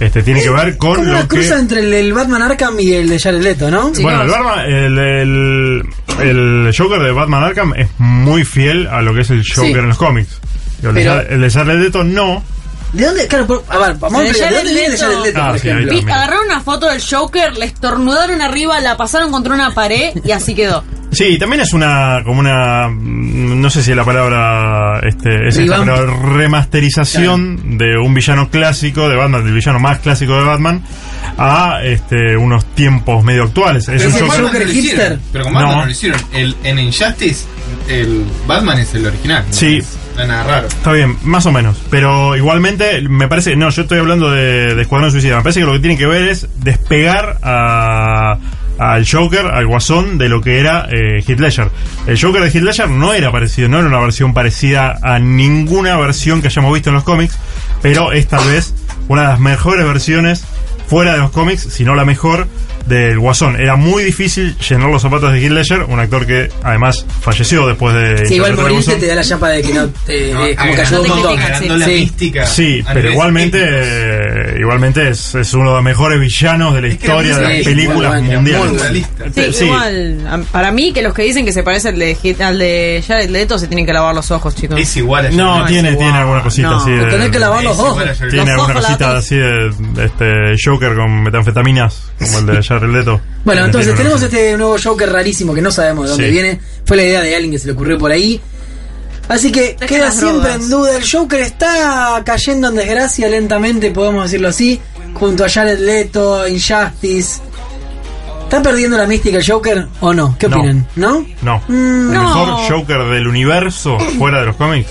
este, tiene que ver Como con una lo que... cruza entre el, el Batman Arkham y el de Jared Leto, ¿no? Bueno, el, Batman- el, el- el Joker de Batman Arkham es muy fiel a lo que es el Joker Sí. en los cómics. Y El, de Pero- Jared- el de Jared Leto no. ¿De dónde? Claro, por- a ver, vamos a El ver, de ¿de dónde Jared viene el Leto. Jared Leto, Ah, por sí, ahí ejemplo? está. Mira. Agarraron una foto del Joker, le estornudaron arriba, la pasaron contra una pared y así quedó. Sí, también es una, como una, mm, no sé si la palabra, este, es esta, Revamp. pero remasterización de un villano clásico de Batman, del villano más clásico de Batman, a este, unos tiempos medio actuales. Es Pero ese un Joker- Batman Joker no lo hicieron, hipster. Pero con Batman No. no lo hicieron. El, en Injustice, el Batman es el original. ¿no? Sí. No es nada raro. Está bien, más o menos. Pero igualmente, me parece. No, yo estoy hablando de, de Escuadrón Suicida. Me parece que lo que tiene que ver es despegar a, al Joker, al Guasón, de lo que era eh, Heath Ledger. El Joker de Heath Ledger no era parecido, no era una versión parecida a ninguna versión que hayamos visto en los cómics. Pero es tal vez una de las mejores versiones fuera de los cómics, si no la mejor, del Guasón. Era muy difícil llenar los zapatos de Heath Ledger, un actor que además falleció después de. Sí, igual interpretar al morirte Guasón. te da la chapa de que no te. No, eh, como que agregando- ayudó un montón. agregando la Sí. mística. Sí, a pero niveles igualmente, épicos. eh, igualmente es, es uno de los mejores villanos de la que era muy historia de las realista, películas bueno, era muy mundiales. realista. Sí, Sí, igual. a- Para mí, que los que dicen que se parece al de, Hit- al de Jared Leto se tienen que lavar los ojos, chicos. Es igual a No, Joker. tiene, igual, tiene alguna cosita no. así. de- Tenés que lavar los Es igual ojos. a Joker. tiene los alguna ojos, la cosita otra- así de este, Joker con metanfetaminas, como el de Jared Leto. Bueno, Tiene entonces alguna tenemos cosita. este nuevo Joker rarísimo que no sabemos de dónde Sí. viene. Fue la idea de alguien que se le ocurrió por ahí. Así que Dejen queda las siempre drogas. en duda. El Joker está cayendo en desgracia lentamente, podemos decirlo así. Junto a Jared Leto, Injustice. ¿Está perdiendo la mística el Joker o no? ¿Qué No. opinan? ¿No? No, Mm, el no. mejor Joker del universo fuera de los cómics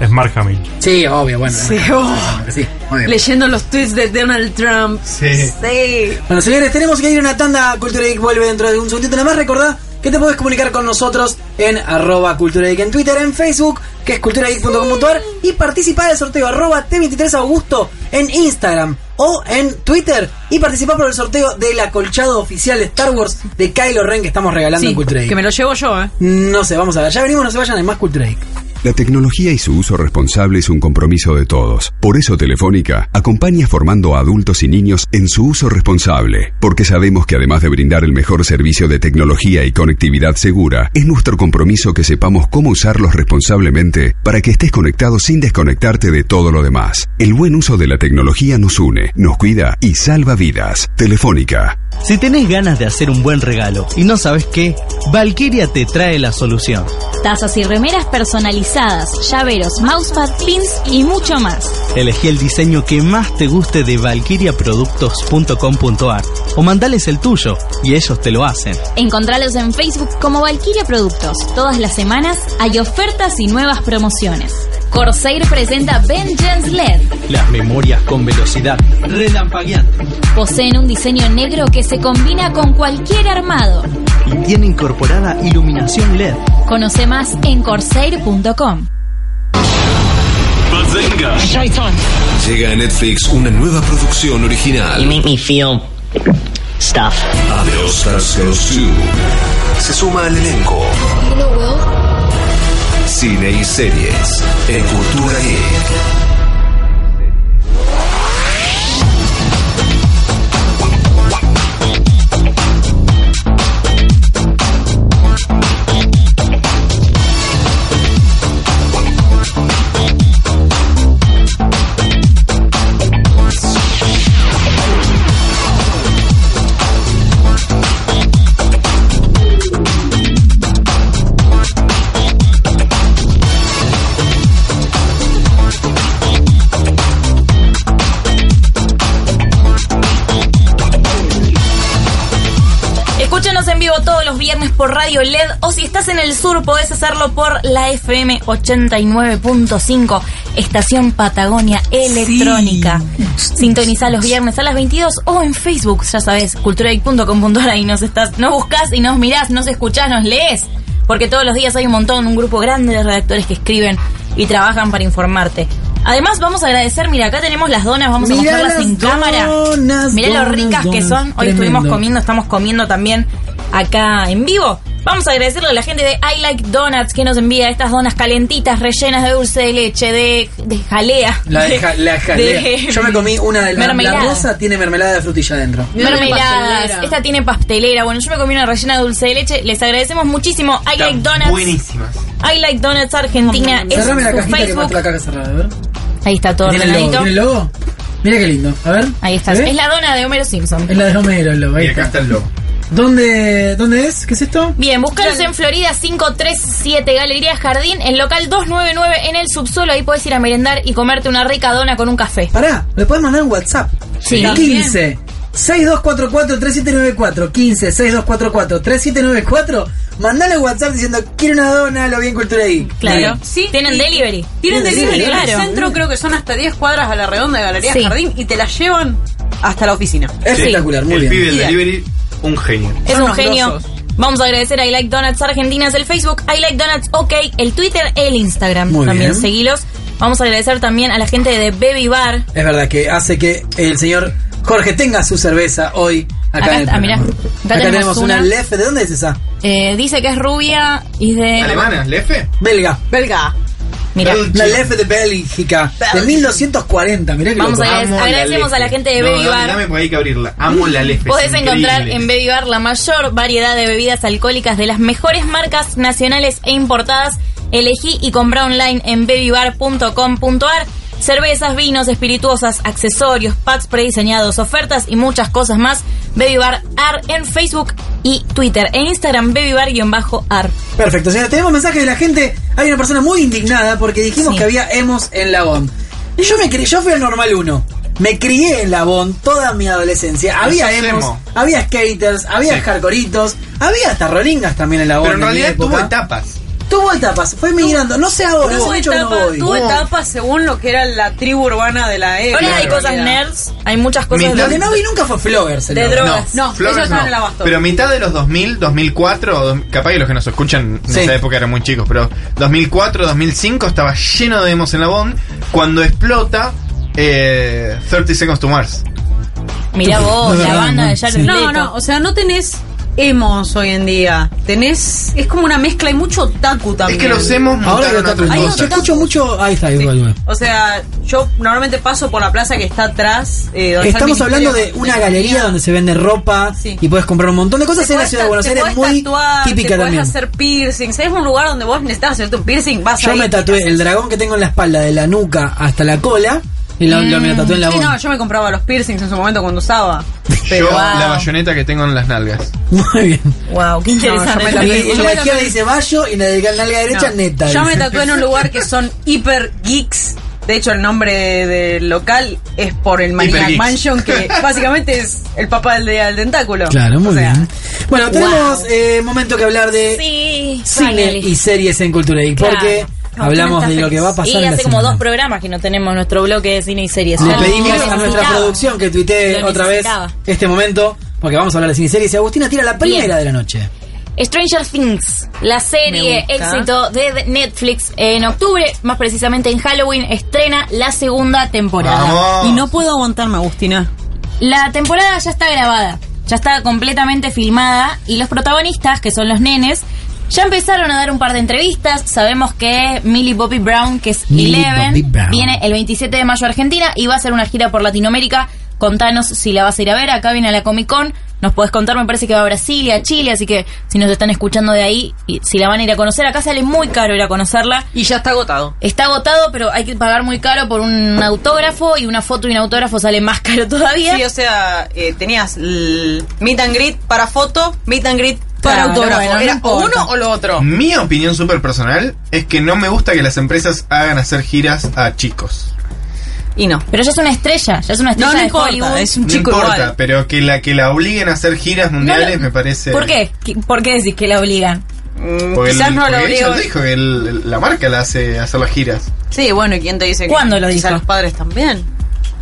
es Mark Hamill. Sí, obvio, bueno. Sí, oh, Sí, muy bien. leyendo los tweets de Donald Trump. Sí. Sí. Bueno, señores, tenemos que ir a una tanda. Cultura Geek vuelve dentro de un segundito. Nada más recordá que te podés comunicar con nosotros en arroba Cultura Geek en Twitter, en Facebook, que es culturageek.com.ar y participá del sorteo arroba T23 Augusto en Instagram o en Twitter y participá por el sorteo del acolchado oficial de Star Wars de Kylo Ren que estamos regalando Sí, en Cultura Geek. que me lo llevo yo, ¿eh? No sé, vamos a ver. Ya venimos, no se vayan, hay más Cultura Geek. La tecnología y su uso responsable es un compromiso de todos. Por eso Telefónica acompaña formando a adultos y niños en su uso responsable, porque sabemos que además de brindar el mejor servicio de tecnología y conectividad segura, es nuestro compromiso que sepamos cómo usarlos responsablemente para que estés conectado sin desconectarte de todo lo demás. El buen uso de la tecnología nos une, nos cuida y salva vidas. Telefónica. Si tenés ganas de hacer un buen regalo y no sabes qué, Valkyria te trae la solución. Tazas y remeras personalizadas, llaveros, mousepad, pins y mucho más. Elegí el diseño que más te guste de valkyriaproductos.com.ar o mandales el tuyo y ellos te lo hacen. Encontralos en Facebook como Valkyria Productos. Todas las semanas hay ofertas y nuevas promociones. Corsair presenta Vengeance E LED. Las memorias con velocidad relampagueante Poseen un diseño negro que se combina con cualquier armado. y tiene incorporada iluminación LED. Conoce más en corsair.com. Llega a Netflix una nueva producción original. You make me feel stuff. A The Oscars Goes To. Se suma al elenco. Cine y series en Cultura Geek. Escúchanos en vivo todos los viernes por Radio LED o si estás en el sur podés hacerlo por la FM 89.5, Estación Patagonia Electrónica. Sintoniza los viernes a las 22 o en Facebook, ya sabes, culturaic.com.ar y nos estás, nos buscas y nos mirás, nos escuchás, nos lees, porque todos los días hay un montón, un grupo grande de redactores que escriben y trabajan para informarte. Además vamos a agradecer, mira, acá tenemos las donas, vamos Mirá a mostrarlas en las cámara. donas, Mirá lo donas, ricas que donas. son. Hoy Tremendo. estuvimos comiendo, estamos comiendo también acá en vivo. Vamos a agradecerle a la gente de I Like Donuts que nos envía estas donas calentitas, rellenas de dulce de leche, de, de jalea. La, de ja- la jalea. de- Yo me comí una de la, la Mermelada. rosa tiene mermelada de frutilla adentro. Mermeladas, esta tiene pastelera. Bueno, yo me comí una rellena de dulce de leche. Les agradecemos muchísimo. I Like Donuts. Buenísimas. I Like Donuts Argentina. Es Cerrame la su cajita que Facebook. la caja cerrada, a ver. Ahí está todo ¿Tiene el logo? ¿Eh? ordenadito. ¿Tiene el logo? Mira qué lindo. A ver. Ahí está. ¿Se ve? Es la dona de Homero Simpson. Es la de Homero, el logo. Ahí está. el logo. ¿Dónde, ¿Dónde es? ¿Qué es esto? Bien, búscalos en Florida 537 Galería Jardín, en local 299 en el subsuelo. Ahí puedes ir a merendar y comerte una rica dona con un café. Pará, le puedes mandar un WhatsApp. Sí. 15 6244 3794 15 6244 3794 Mandale un WhatsApp diciendo quiero una dona, lo vi en Cultura Geek. Claro. Bien. Sí, Tienen y- delivery. Tienen Sí, delivery. claro. En el centro creo que son hasta 10 cuadras a la redonda de Galería Sí. Jardín y te la llevan hasta la oficina. Espectacular, muy el bien. pibe del Bien. delivery, un genio. Es Son un unos genio. grosos. Vamos a agradecer a I Like Donuts Argentinas el Facebook, I Like Donuts OK, el Twitter, el Instagram. Muy también bien. seguilos. Vamos a agradecer también a la gente de Baby Bar. Es verdad que hace que el señor Jorge tenga su cerveza hoy acá, Acá en el está, programa. mirá. Acá Acá, tenemos tenemos una una. Lefe. ¿De dónde es esa? Eh, dice que es rubia y de... ¿Alemana? ¿Lefe? Belga. Belga. Mira. La Lefe de Bélgica. De 1940. Mirá que Vamos loco. a agradecer- agradecemos a la gente de No, Baby dame- Bar. Dame porque hay que abrirla. Amo la lefe. Podés es encontrar increíble. en Baby Bar la mayor variedad de bebidas alcohólicas de las mejores marcas nacionales e importadas. Elegí y compra online en babybar.com.ar. Cervezas, vinos, espirituosas, accesorios, packs prediseñados, ofertas y muchas cosas más. Baby Bar AR en Facebook y Twitter. En Instagram, babybar-ar. Perfecto, señora, tenemos mensajes de la gente. Hay una persona muy indignada porque dijimos que había hemos en la Bond. Y yo me crié, yo fui al normal 1. Me crié en la Bond toda mi adolescencia. Había Sos emos, emo. había skaters, había hardcoreitos, había hasta rolingas también en la Bond. Pero en realidad mi época. tuvo etapas. Tuvo etapas, fue migrando. No sé ahora, hace Tuvo mucho que no etapa- voy. tuvo etapa según lo que era la tribu urbana de la época. Ahora hay cosas nerds, hay muchas cosas Mitad- de- Flowers. el De logo. drogas. No, Flowers ellos estaban en el abasto. Pero mitad de los 2000, 2004, o dos- capaz que los que nos escuchan en Sí. esa época eran muy chicos, pero 2004, 2005 estaba lleno de demos en la Bond cuando explota eh, 30 Seconds to Mars. Mirá vos, la banda de Jared No, Leto. no, o sea, no tenés emos hoy en día. Tenés. Es como una mezcla, hay mucho otaku también. Ahora que otaku- Hay Yo otaku. escucho mucho. Ahí está, igual. O sea, yo normalmente paso por la plaza que está atrás. eh, donde está el Estamos hablando de Ministerio una galería donde se vende ropa y puedes comprar un montón de cosas Te en la podés ciudad de ta- Buenos te Aires, podés muy tatuar, típica te podés también. hacer piercings. Es un lugar donde vos necesitas hacerte un piercing, vas Yo ahí. me tatué el dragón que tengo en la espalda, de la nuca hasta la cola, y lo, lo- me lo tatué en la Mm. Sí, boca. no, yo me compraba los piercings en su momento cuando usaba. Pero Yo, wow. ah. la bayoneta que tengo en las nalgas. *laughs* Muy bien. Wow, *laughs* qué interesante. Y- yo me tatué- y yo en me la tatué- izquierda dice Bayo y en la de la nalga derecha No. neta. Yo me dice. tatué en un lugar que son hiper geeks. De hecho, el nombre del local es por el Maniac Hipergeeks. Mansion, *laughs* que básicamente es el papá del, del tentáculo. Claro, muy O sea, bien. Bueno, Wow. tenemos eh, momento que hablar de cine finally. y series en Cultura Geek, Claro. porque hablamos de lo que va a pasar Y en la hace como semana. dos programas que no tenemos nuestro bloque de cine y series. Le Ah, pedimos lo a nuestra necesitaba. producción que tuitee Lo otra vez necesitaba. este momento, porque vamos a hablar de cine y series. Y Agustina tira la primera de la noche. Stranger Things, la serie Me gusta. éxito de Netflix en octubre, más precisamente en Halloween, estrena la segunda temporada. Y no puedo aguantarme, Agustina. La temporada ya está grabada, ya está completamente filmada y los protagonistas, que son los nenes, ya empezaron a dar un par de entrevistas. Sabemos que Millie Bobby Brown, que es Millie Bobby Eleven, Brown. viene el 27 de mayo a Argentina y va a hacer una gira por Latinoamérica. Contanos si la vas a ir a ver. Acá viene a la Comic Con. Nos podés contar, me parece que va a Brasil y a Chile, así que si nos están escuchando de ahí, y si la van a ir a conocer, acá sale muy caro ir a conocerla. Y ya está agotado. Está agotado, pero hay que pagar muy caro por un autógrafo y una foto y un autógrafo sale más *laughs* caro todavía. Sí, o sea, eh, tenías el meet and greet para foto, meet and greet para Claro, autógrafo. bueno, no Era o importa. uno o lo otro. Mi opinión súper personal es que no me gusta que las empresas hagan hacer giras a chicos. Y no. Pero ya es una estrella, ya es una estrella No, no de importa, Hollywood. es un No importa, pero que la que la obliguen a hacer giras mundiales me parece. ¿Por qué? ¿Qué- ¿Por qué decís que la obligan? Porque el- Mm, lo porque ella obligo. dijo que el- el- la marca la hace hacer las giras. Sí, bueno, ¿y quién te dice ¿Cuándo lo quizá dijo? los padres también.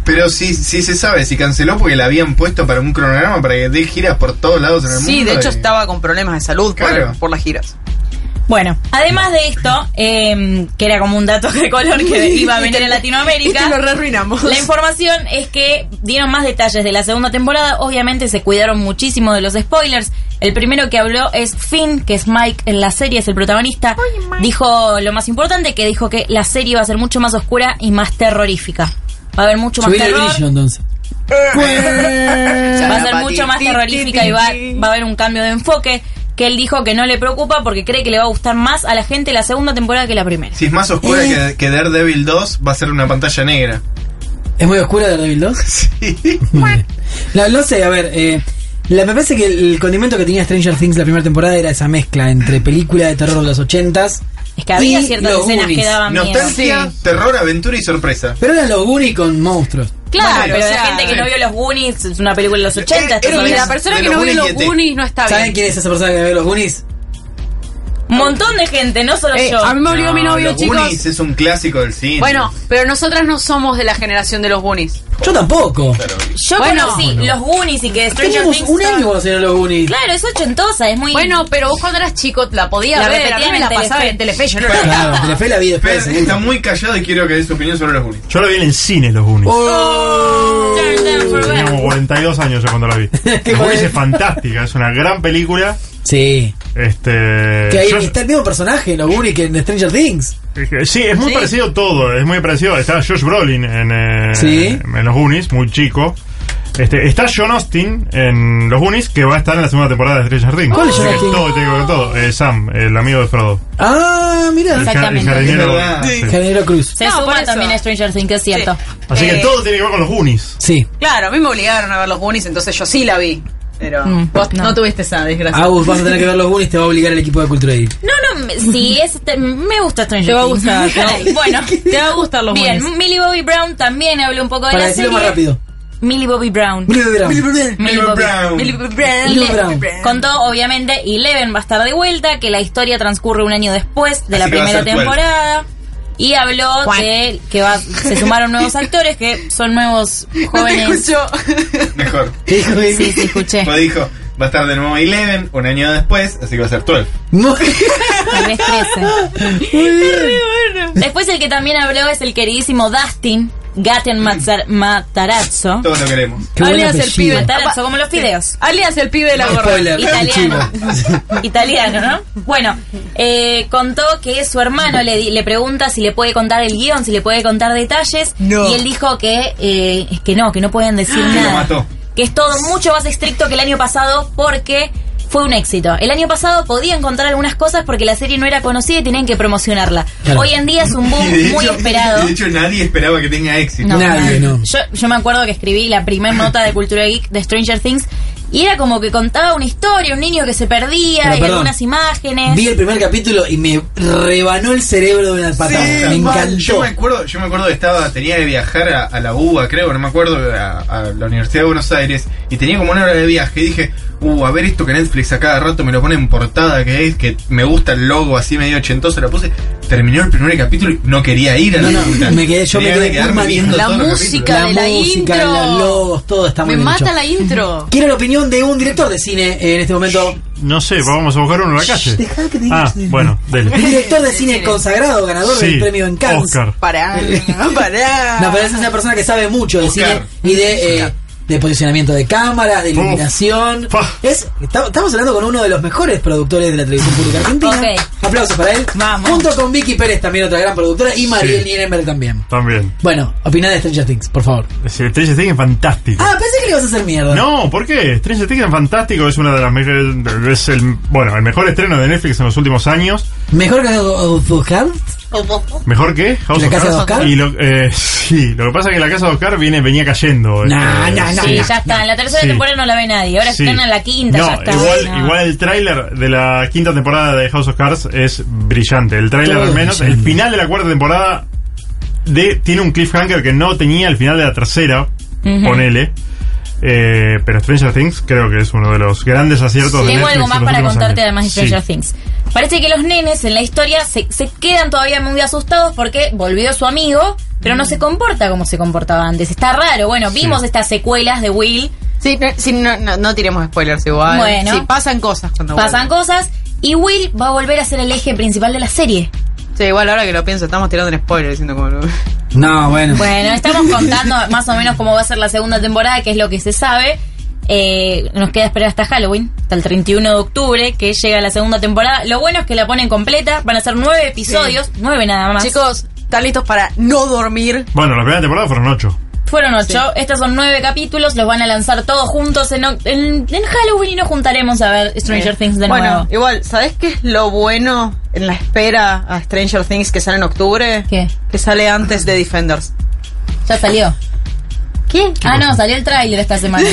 Pero sí, sí se sabe, si canceló porque la habían puesto para un cronograma para que dé giras por todos lados en el mundo. Sí, de hecho y- estaba con problemas de salud por- Claro. por, las giras. Bueno, además de esto, eh, que era como un dato de color *laughs* *laughs* que iba a venir en Latinoamérica, Este lo re arruinamos. la información es que dieron más detalles de la segunda temporada. Obviamente se cuidaron muchísimo de los spoilers. El primero que habló es Finn, que es Mike en la serie, es el protagonista. Dijo lo más importante, que dijo que la serie va a ser mucho más oscura y más terrorífica. Va a haber mucho más Subí el terror. brillo entonces. va a ser mucho más terrorífica y va, va a haber un cambio de enfoque que él dijo que no le preocupa porque cree que le va a gustar más a la gente la segunda temporada que la primera. Si es más oscura que, que Daredevil 2, va a ser una pantalla negra. ¿Es muy oscura de Devil 2? *laughs* Sí. no, no sé, a ver. eh, la- me parece que el, el condimento que tenía Stranger Things la primera temporada era esa mezcla entre película de terror de los 80s. Es que había y ciertas los escenas Goonies. que daban Nostalgia, miedo. terror, aventura y sorpresa. Pero eran los Goonies con monstruos. Claro, Vale, pero o sea, la gente que sí. no vio los Goonies es una película de los 80. estás era- hablando. la persona De que los no vio Goonies los y ET. Goonies no está ¿Saben quién es esa persona que vio los Goonies? Un montón de gente, no solo Eh, yo. a mí me obligó mi novio, los chicos. Goonies es un clásico del cine. Bueno, pero nosotras no somos de la generación de los Goonies. Yo tampoco. Yo Bueno. conocí los Goonies y que Stranger Teníamos Things un son- año cuando salieron los Goonies. Claro, es ochentosa, es muy... Bueno, pero vos cuando eras chico la podías La ver, a mí repetían me en la Telefe. pasaba en Telefe, yo no Claro. la Claro, Telefe la vi después. Fer está muy callado y quiero que dé su opinión sobre los Goonies. Yo lo vi en el cine, los Goonies. Oh, Tenía como 42 años yo cuando *laughs* la vi. Los Goonies es fantástica, es una gran película. Sí. Este. Que ahí yo- está el mismo personaje en los Goonies que en Stranger Things. Sí, es muy Sí. parecido todo, es muy parecido. Está Josh Brolin en, eh, Sí. en los Goonies, muy chico. Este, está John Austin en los Goonies, que va a estar en la segunda temporada de Stranger Things. ¿Cuál es Así John que Austin? Todo, tiene que ver todo. Eh, Sam, el amigo de Frodo. Ah, mira. El ja- el jardinero, sí. Jardinero Cruz. Se No, por suma eso. también a Stranger Things, es cierto. Así que Eh, todo tiene que ver con los Goonies. Sí. Claro, a mí me obligaron a ver los Goonies, entonces yo sí la vi. Pero Mm, vos no. no. tuviste esa desgracia. Agus, vas a tener que ver los Goonies, te va a obligar el equipo de Cultura Geek. No, no, me- *laughs* sí, es, te- me gusta Stranger Te va a Things. *laughs* gustar, te va- bueno, Te va a gustar los bien, Goonies. Millie Bobby Brown también habló un poco de Para la decirlo serie. más rápido. Millie Bobby Brown. Millie Bobby Brown. Millie Bobby Brown. Millie Bobby Brown. Millie Bobby Brown. Millie Bobby Eleven. Brown. Contó, obviamente, Eleven va a estar de vuelta, que la historia transcurre un año después de la Así que va a primera ser Twelve. temporada. Y habló Juan. de que va, se sumaron nuevos actores, que *laughs* son nuevos jóvenes. Mejor. Sí, sí, escuché. Lo dijo, va a estar de nuevo Eleven un año después, así que va a ser 12. Tal vez 13. Después el que también habló es el queridísimo Dustin Gaten Mazzar- Matarazzo. Todos lo queremos. alias el pibe Matarazzo, como los fideos. Alias el pibe de la Spoiler. Italiano. *laughs* Italiano, ¿no? Bueno, eh, contó que su hermano le, di- le pregunta si le puede contar el guión, si le puede contar detalles. No. Y él dijo que, eh, es que no, que no pueden decir Que lo nada. mató. Que es todo mucho más estricto que el año pasado porque fue un éxito. El año pasado podían contar algunas cosas porque la serie no era conocida y tenían que promocionarla. Claro. Hoy en día es un boom Y de muy hecho- esperado. y De hecho, nadie esperaba que tenga éxito. No, no. Yo, yo me acuerdo que escribí la primera nota de Cultura Geek de Stranger Things y era como que contaba una historia, un niño que se perdía Pero, y perdón. algunas imágenes. Vi el primer capítulo y me rebanó el cerebro de una patada. me Yo encantó. me acuerdo, yo me acuerdo que estaba, tenía que viajar a, a la UBA, creo, no me acuerdo, a, a la Universidad de Buenos Aires, y tenía como una hora de viaje, y dije, uh, a ver esto que Netflix a cada rato me lo pone en portada, que es, que me gusta el logo así medio ochentoso, la puse, terminó el primer capítulo y no quería ir a la No, no, facultad. me quedé- yo Tenía me ganas de quedé quedarme mal. viendo La todos los música capítulos. de la música, intro. los logos, todo está muy Me bien mata hecho. la intro. Quiero la opinión de un director de cine en este momento. No sé, vamos a buscar uno en la calle. Dejá que te diga Ah, que- bueno, dele. Un director de cine consagrado, ganador Sí, del premio en Cannes. Oscar. Pará, pará. *laughs* No, pero esa es una persona que sabe mucho de cine y de, eh, de posicionamiento de cámaras, de iluminación. Es, esta- estamos hablando con uno de los mejores productores de la televisión pública argentina. Aplausos para él. Junto con Vicky Pérez, también otra gran productora, y Mariel Sí. Nierenberg también. También. Bueno, opina de Stranger Things, por favor. Stranger Things es fantástico. Ah, pensé que le ibas a hacer mierda. No, ¿por qué? Stranger Things es fantástico, es una de las mejores. Es el, bueno, el mejor estreno de Netflix en los últimos años. ¿Mejor que Oscar? ¿Mejor que House ¿La of casa de Cards. Oscar? Y lo, eh, sí, lo que pasa es que la casa de Oscar viene, venía cayendo. este, Nah, nah, nah, Sí, ya está. En la tercera Sí. temporada no la ve nadie. Ahora Sí. están en la quinta, No, ya está. Igual, No. igual el tráiler de la quinta temporada de House of Cards es brillante. El tráiler Todo al menos, brillante. el final de la cuarta temporada de, tiene un cliffhanger que no tenía el final de la tercera, Ujú. ponele. Eh, pero Stranger Things creo que es uno de los grandes aciertos de Tengo Netflix algo en más los para últimos contarte años. además de Sí. Stranger Things. Parece que los nenes en la historia se, se quedan todavía muy asustados porque volvió su amigo, pero no se comporta como se comportaba antes. Está raro. Bueno, vimos estas secuelas de Will. Sí, no, sí, no, no- no tiremos spoilers igual. Bueno. Sí, pasan cosas cuando Pasan cosas y Will va a volver a ser el eje principal de *laughs* la serie. vuelven. Sí, igual ahora que lo pienso, estamos tirando un spoiler diciendo como lo- No, bueno. Bueno, estamos contando más o menos cómo va a ser la segunda temporada, que es lo que se sabe. Eh, nos queda esperar hasta Halloween, hasta el 31 de octubre, que llega la segunda temporada. Lo bueno es que la ponen completa, van a ser nueve episodios, nueve nada más. Chicos, están listos para no dormir. Bueno, la primera temporada fueron ocho. Fueron ocho, estos son nueve capítulos, los van a lanzar todos juntos en, oc- en- en Halloween y nos juntaremos a ver Stranger Eh, Things de bueno, nuevo. igual, ¿sabes qué es lo bueno en la espera a Stranger Things que sale en octubre? ¿Qué? Que sale antes de Defenders. Ya salió. ¿Qué? Ah, no, salió el tráiler esta *laughs* semana.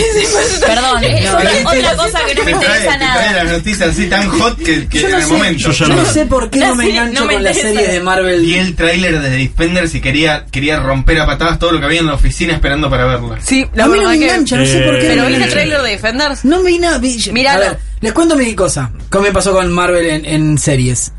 Perdón, es No, otra, no, otra cosa que no me trae- interesa me trae nada. la noticia así tan hot que, que Yo en no el sé. momento. Yo ya Yo no no- sé por qué no No me sé, engancho no me con las interesa. series de Marvel. Y el tráiler de Dispenders y quería, quería romper a patadas todo lo que había en la oficina esperando para verla. Sí, la A mí no verdad me que- engancha, no sé por qué no ¿Pero me viste el Eh, engancha. trailer de Defenders? No vi nada. vi- Mirá, a ver, les cuento mi cosa. ¿Cómo me pasó con Marvel en, en series?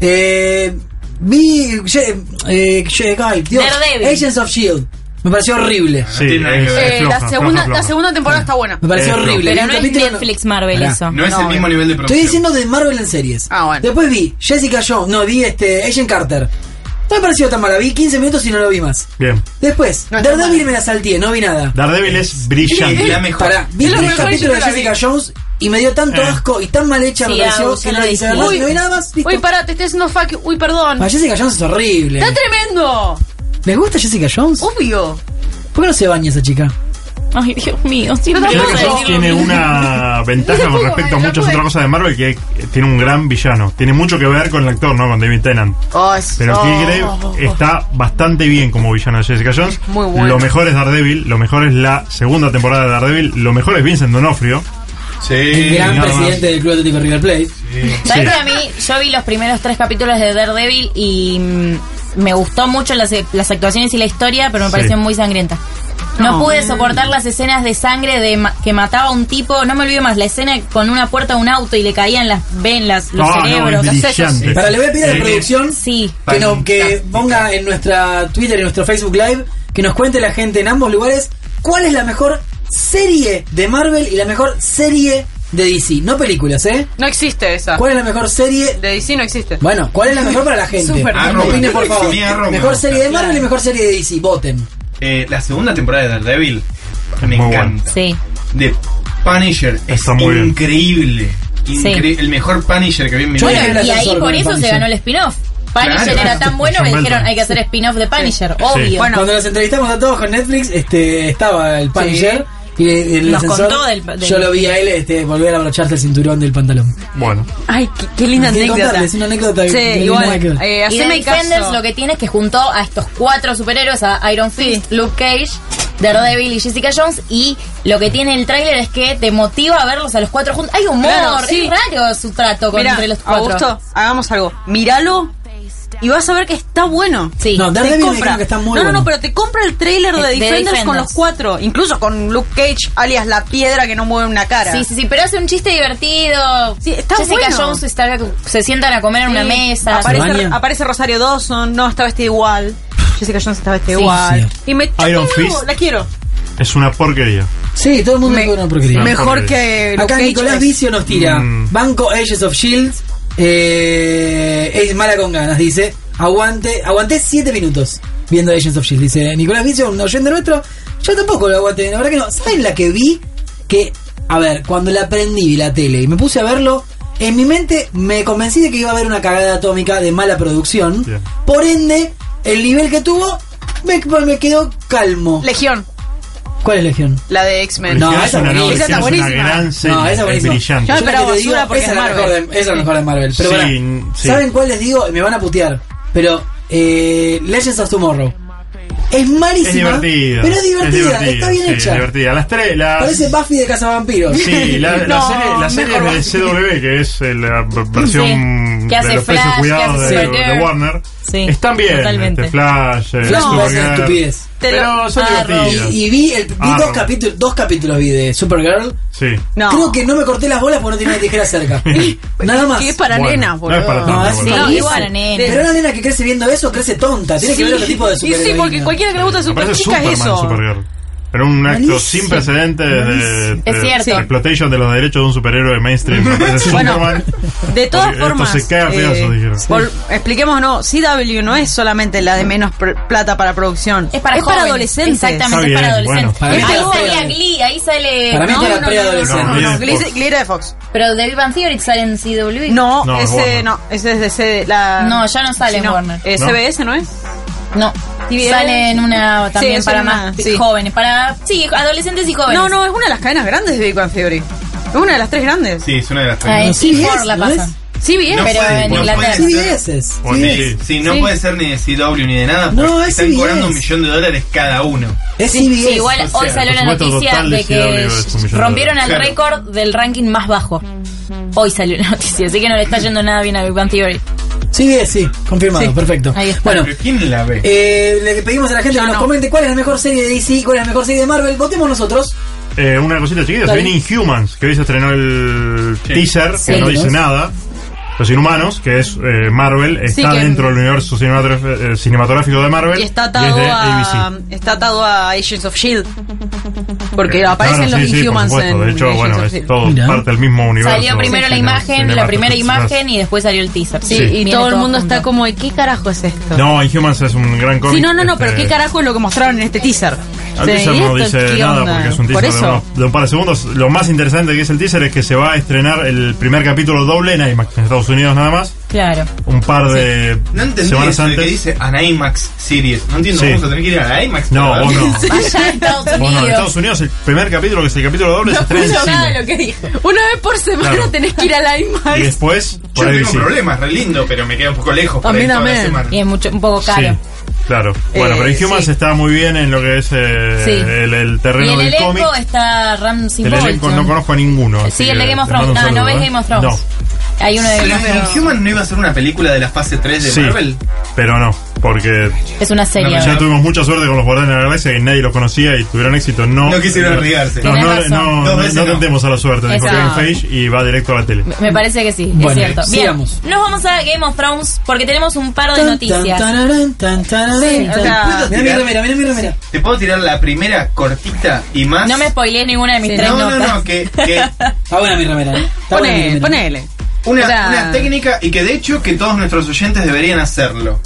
Eh, vi. ye- eh, ye- ay, Dios, Daredevil. Agents of Shield. E Me pareció horrible. Sí, es- Eh, es floja, la, floja, segunda, floja. la segunda temporada está buena. Me pareció Eh, horrible. Pero Vi no un es capítulo- Netflix Marvel Pará. eso. Ah, Estoy diciendo de Marvel en series. Después vi Jessica Jones. No, vi este Agent Carter. No me pareció tan mala. Vi 15 minutos y no lo vi más. Bien. Después, Daredevil me la salteé, no vi nada. Daredevil es brillante. La mejor. Pará, vi Es el la mejor, capítulo de yo la vi. Jessica Jones y me dio tanto Eh. asco y tan mal hecha me Sí, pareció Agus, que ya no lo la hice ver más, dijiste. no vi nada más. listo. Uy, pará, te estoy haciendo fuck. Uy, perdón. Ah, Jessica Jones es horrible. ¡Está tremendo! ¿Les gusta Jessica Jones? Uh. Obvio. ¿Por qué no se baña esa chica? Ay, Dios mío, siempre Creo pasa que eso. tiene una ventaja con respecto a muchas otras cosas de Marvel que tiene un gran villano. Tiene mucho que ver con el actor, ¿no? Con David Tennant. Oh, Pero Tigre está bastante bien como villano de Jessica Jones. Muy bueno. Lo mejor es Daredevil, lo mejor es la segunda temporada de Daredevil, lo mejor es Vincent Donofrio. Sí. Ah, El gran presidente del Club Atlético River Plate. ¿Sabes que a mí? Yo vi los primeros tres capítulos de Daredevil y mm, me gustó mucho las, las actuaciones y la historia, pero me Sí. pareció muy sangrienta. No pude soportar las escenas de sangre de ma- que mataba a un tipo. No me olvido más la escena con una puerta a un auto y le caían las venas, los Ah, no, es cerebros, los sesos. brillante. Para, le voy a pedir a la Sí. producción Sí. que, no- que ponga en nuestra Twitter y nuestro Facebook Live que nos cuente la gente en ambos lugares cuál es la mejor serie de Marvel y la mejor serie de DC. No películas, ¿eh? No existe Ah. esa. ¿Cuál es la mejor serie? De DC no existe. Bueno, ¿cuál es la mejor para la gente? Súper. Arroba. Opinen, por favor. Sí, arroba. Mejor serie de Marvel y mejor serie de DC. Voten. Eh, la segunda temporada de Daredevil me muy encanta. Sí. De Punisher es muy bien. increíble. Sí. Incre- El mejor Punisher que vi en mi vida. Bueno, y ahí por eso se ganó el spin-off. Punisher Claro. era tan bueno que John dijeron Belton. hay que hacer spin-off de Punisher, obvio. Bueno, cuando nos entrevistamos a todos con Netflix, este, estaba el Punisher y en el Nos ascensor, contó del- del- yo lo vi a él este, volver a abrocharse el cinturón del pantalón. Bueno. Ay, qué, qué linda Quiero anécdota. contarles una anécdota Sí, que- que igual. nada que ver. eh, y de haceme Defenders caso. lo que tiene es que juntó a estos cuatro superhéroes, a Iron Fist, Luke Cage, Daredevil y Jessica Jones, y lo que tiene el tráiler es que te motiva a verlos a los cuatro juntos. Hay humor, Claro, sí. es raro su trato con, Mirá, entre los cuatro. Augusto, hagamos algo. Míralo y vas a ver que está bueno. Sí. No, Te Daredevil me compra. dijeron que está muy No, no, no, bueno. pero te compra el trailer de, De Defenders, con Defenders. los cuatro. Incluso con Luke Cage, alias la piedra que no mueve una cara. Sí, sí, sí, pero hace un chiste divertido. está Jessica bueno. Jones está- se sientan a comer en una Sí. mesa. Aparece, aparece Rosario Dawson, no, está vestida igual. Jessica Jones está vestida Sí. igual. Y me yo Iron quiero, Fist. la quiero. Es una porquería. Sí, todo el mundo dijo una porquería. Mejor que Luke Acá Cage Nicolás es- Vicio nos tira. Banco Ages of Shields. Eh, es mala con ganas, dice. Aguante, aguanté 7 minutos viendo Agents of Shield. Dice Nicolás Vicio, un oyente nuestro. Yo tampoco lo aguanté, la verdad que no. ¿Saben la que vi? Que, a ver, cuando la prendí vi la tele y me puse a verlo, en mi mente me convencí de que iba a haber una cagada atómica de mala producción. Por ende, el nivel que tuvo me, me quedó calmo. Legión. ¿Cuál es Legión? La de X-Men. No, esa, una- no, buenísima. esa es una gran serie, No, esa es buenísima. Yo brillante. Yo la que esperaba te digo, basura porque esa es la mejor Marvel. de- esa es la mejor de Marvel. Pero Sí, pará, sí. ¿saben cuál les digo? Me van a putear. Pero eh, Legends of Tomorrow. Es malísima. Es divertida. Pero es divertida, divertida, está bien sí, hecha. divertida. Las tres, las- Parece Buffy de Cazavampiros. *laughs* Sí, la, la No, serie, la serie mejor de Buffy. CW, que es eh, la v- versión Sí. Que hace de los peces Flash, que cuidados hace de, Supergirl. de Warner, Sí, están bien. totalmente. Este Flash, Flash eh, me parece una Supergirl. estupidez. Pero son divertidas. Y, y vi, el- vi dos, Arrow. capítulos, dos capítulos vi de Supergirl. Sí. Creo que no me corté las bolas porque no tenía tijera cerca. Nada más. Que es para Bueno, nenas, boludo. no es para tanto, No, es boludo. para No, igual, eso. nena. Ah, Pero una nena que crece viendo eso crece tonta. Tiene que ver otro tipo de Y sí, porque superheroína. cualquiera que le gusta super Parece chica es Superman, eso. Supergirl. Pero un acto sin precedentes de, Es de- cierto. de exploitation de los derechos de un superhéroe mainstream. Me *laughs* parece Bueno, Superman. De todas Porque esto formas, eh, se cae a pedazos, dijeron. vol- expliquemos, no, CW no es solamente la de menos pr- plata para producción. Es para jóvenes, adolescentes. exactamente, Está es para bien, adolescentes. bueno, para mí ahí está salía feo. Glee, ahí sale. Para mí está la preadolescente. Ah, Glee de No, no, Glee Fox. Glee era de Fox. Pero del Big Bang Theory sale en CW. No, No, es ese Warner. no, ese es de C- la No, ya no sale en no, Warner. eh, No. CBS no es. No. TVN. Sale en una también Sí, para es una- más sí. jóvenes, para sí, adolescentes y jóvenes. No, no, es una de las cadenas grandes de Big Bang Theory. Es una de las tres grandes. Sí, es una de las Ah, en primeras. CBS, la ¿no pasan. es? CBS, pero en Inglaterra. O ni- Sí, no Sí. puede ser ni de CW ni de nada. No, porque es están CBS. cobrando un millón de dólares cada uno. Es Sí, sí, igual hoy salió la noticia de que rompieron el Claro. récord del ranking más bajo. Hoy salió la noticia, así que no le está yendo nada bien a Big Bang Theory. Sí, sí, confirmado, perfecto. Bueno, Pero ¿quién la ve? eh, le pedimos a la gente que nos comente cuál es la mejor serie de DC, cuál es la mejor serie de Marvel. Votemos nosotros. Eh, una cosita chiquita, se Dale. viene Inhumans, que hoy se estrenó el teaser, Sí. que no Sí. dice nada. Los Inhumanos, que es eh, Marvel, Sí, está que- dentro del universo cinematograf- eh, cinematográfico de Marvel. Y está y es atado, de a, ABC. está atado a Agents of Shield. E Porque Claro, aparecen los Eh, sí, sí, por Inhumans supuesto. en De hecho, Agents bueno, of es Shield. todo parte del mismo universo. Salió primero la Cine- imagen, la cinematográfico. primera imagen y después salió el teaser. Sí, Sí. y Viene todo el mundo junto. está como, "¿Y ¿qué carajo es esto? No, Inhumans es un gran cómic. Sí, no, no, no, pero este, ¿qué carajo es lo que mostraron en este teaser? Al Sí, teaser ¿y no esto dice qué nada onda? porque es un teaser Por de eso. unos- de, un par de segundos. Lo más interesante que es el teaser es que se va a estrenar el primer capítulo doble en IMAX en Estados Unidos nada más. Claro. Un par de No entendí semanas eso de antes. que dice an IMAX Series. No entiendo, Sí. vamos a tener que ir a la IMAX. No, Ah. para vos ver. *laughs* no. *laughs* Vaya a Estados Unidos. Bueno, en Estados Unidos el primer capítulo, que es el capítulo doble, se estrena en cine. lo que dijo. Una vez por semana Claro. tenés que ir a *laughs* la IMAX. Y después, Yo por no ahí tengo sí. problemas, re lindo, pero me queda un poco lejos. para ir toda la semana. Y es mucho, un poco caro. Sí, claro. Bueno, Eh, pero Inhumans sí. está muy bien en lo que es eh, Sí. el, el Y terreno el del cómic. elenco está Ramsey El elenco no conozco a ninguno. así Sí, el de que Game of te Thrones. mando un Ah, no saludo, ves ¿eh? Game of Thrones. No. Hay uno de ¿La de Inhuman no iba a ser una película de la fase 3 de Sí, Marvel? pero no. Porque Es una serie. ya tuvimos mucha suerte con los guardianes de la galaxia que nadie los conocía y tuvieron éxito. No, No quisieron arriesgarse. No, Tenés no, razón. no, Dos no, veces no no. tentemos a la suerte. Dijo Exacto. Kevin Feige y va directo a la tele. Me parece que sí, Bueno, es cierto. Bien, sigamos. nos vamos a Game of Thrones porque tenemos un par de Tan, noticias. tan, tararán, tan, tararán, Sí, tan. o sea- Mirá mi tirar? remera, mirá mi remera. ¿Te puedo tirar la primera cortita y más? No me spoileé ninguna de mis tres no, no, notas. no, que, que Está buena mi remera, ¿eh? Está buena mi remera. ponele. Una, *laughs* O sea- una técnica y que de hecho que todos nuestros oyentes deberían hacerlo.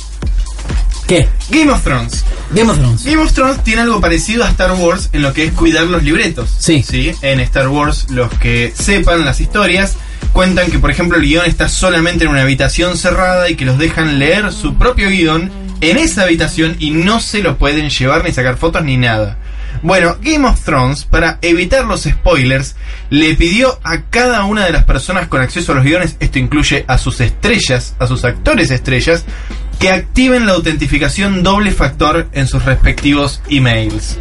¿Qué? Game of Thrones. Game of Thrones. Game of Thrones tiene algo parecido a Star Wars en lo que es cuidar los libretos. Sí. En Star Wars los que sepan las historias cuentan que por ejemplo el guión está solamente en una habitación cerrada y que los dejan leer su propio guión en esa habitación y no se lo pueden llevar ni sacar fotos ni nada. Bueno, Game of Thrones, para evitar los spoilers, le pidió a cada una de las personas con acceso a los guiones, esto incluye a sus estrellas, a sus actores estrellas, que activen la autentificación doble factor en sus respectivos emails.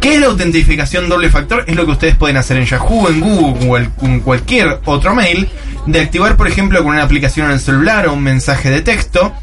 ¿Qué es la autentificación doble factor? Es lo que ustedes pueden hacer en Yahoo, en Google o en- en cualquier otro mail, de activar, por ejemplo, con una aplicación en el celular o un mensaje de texto,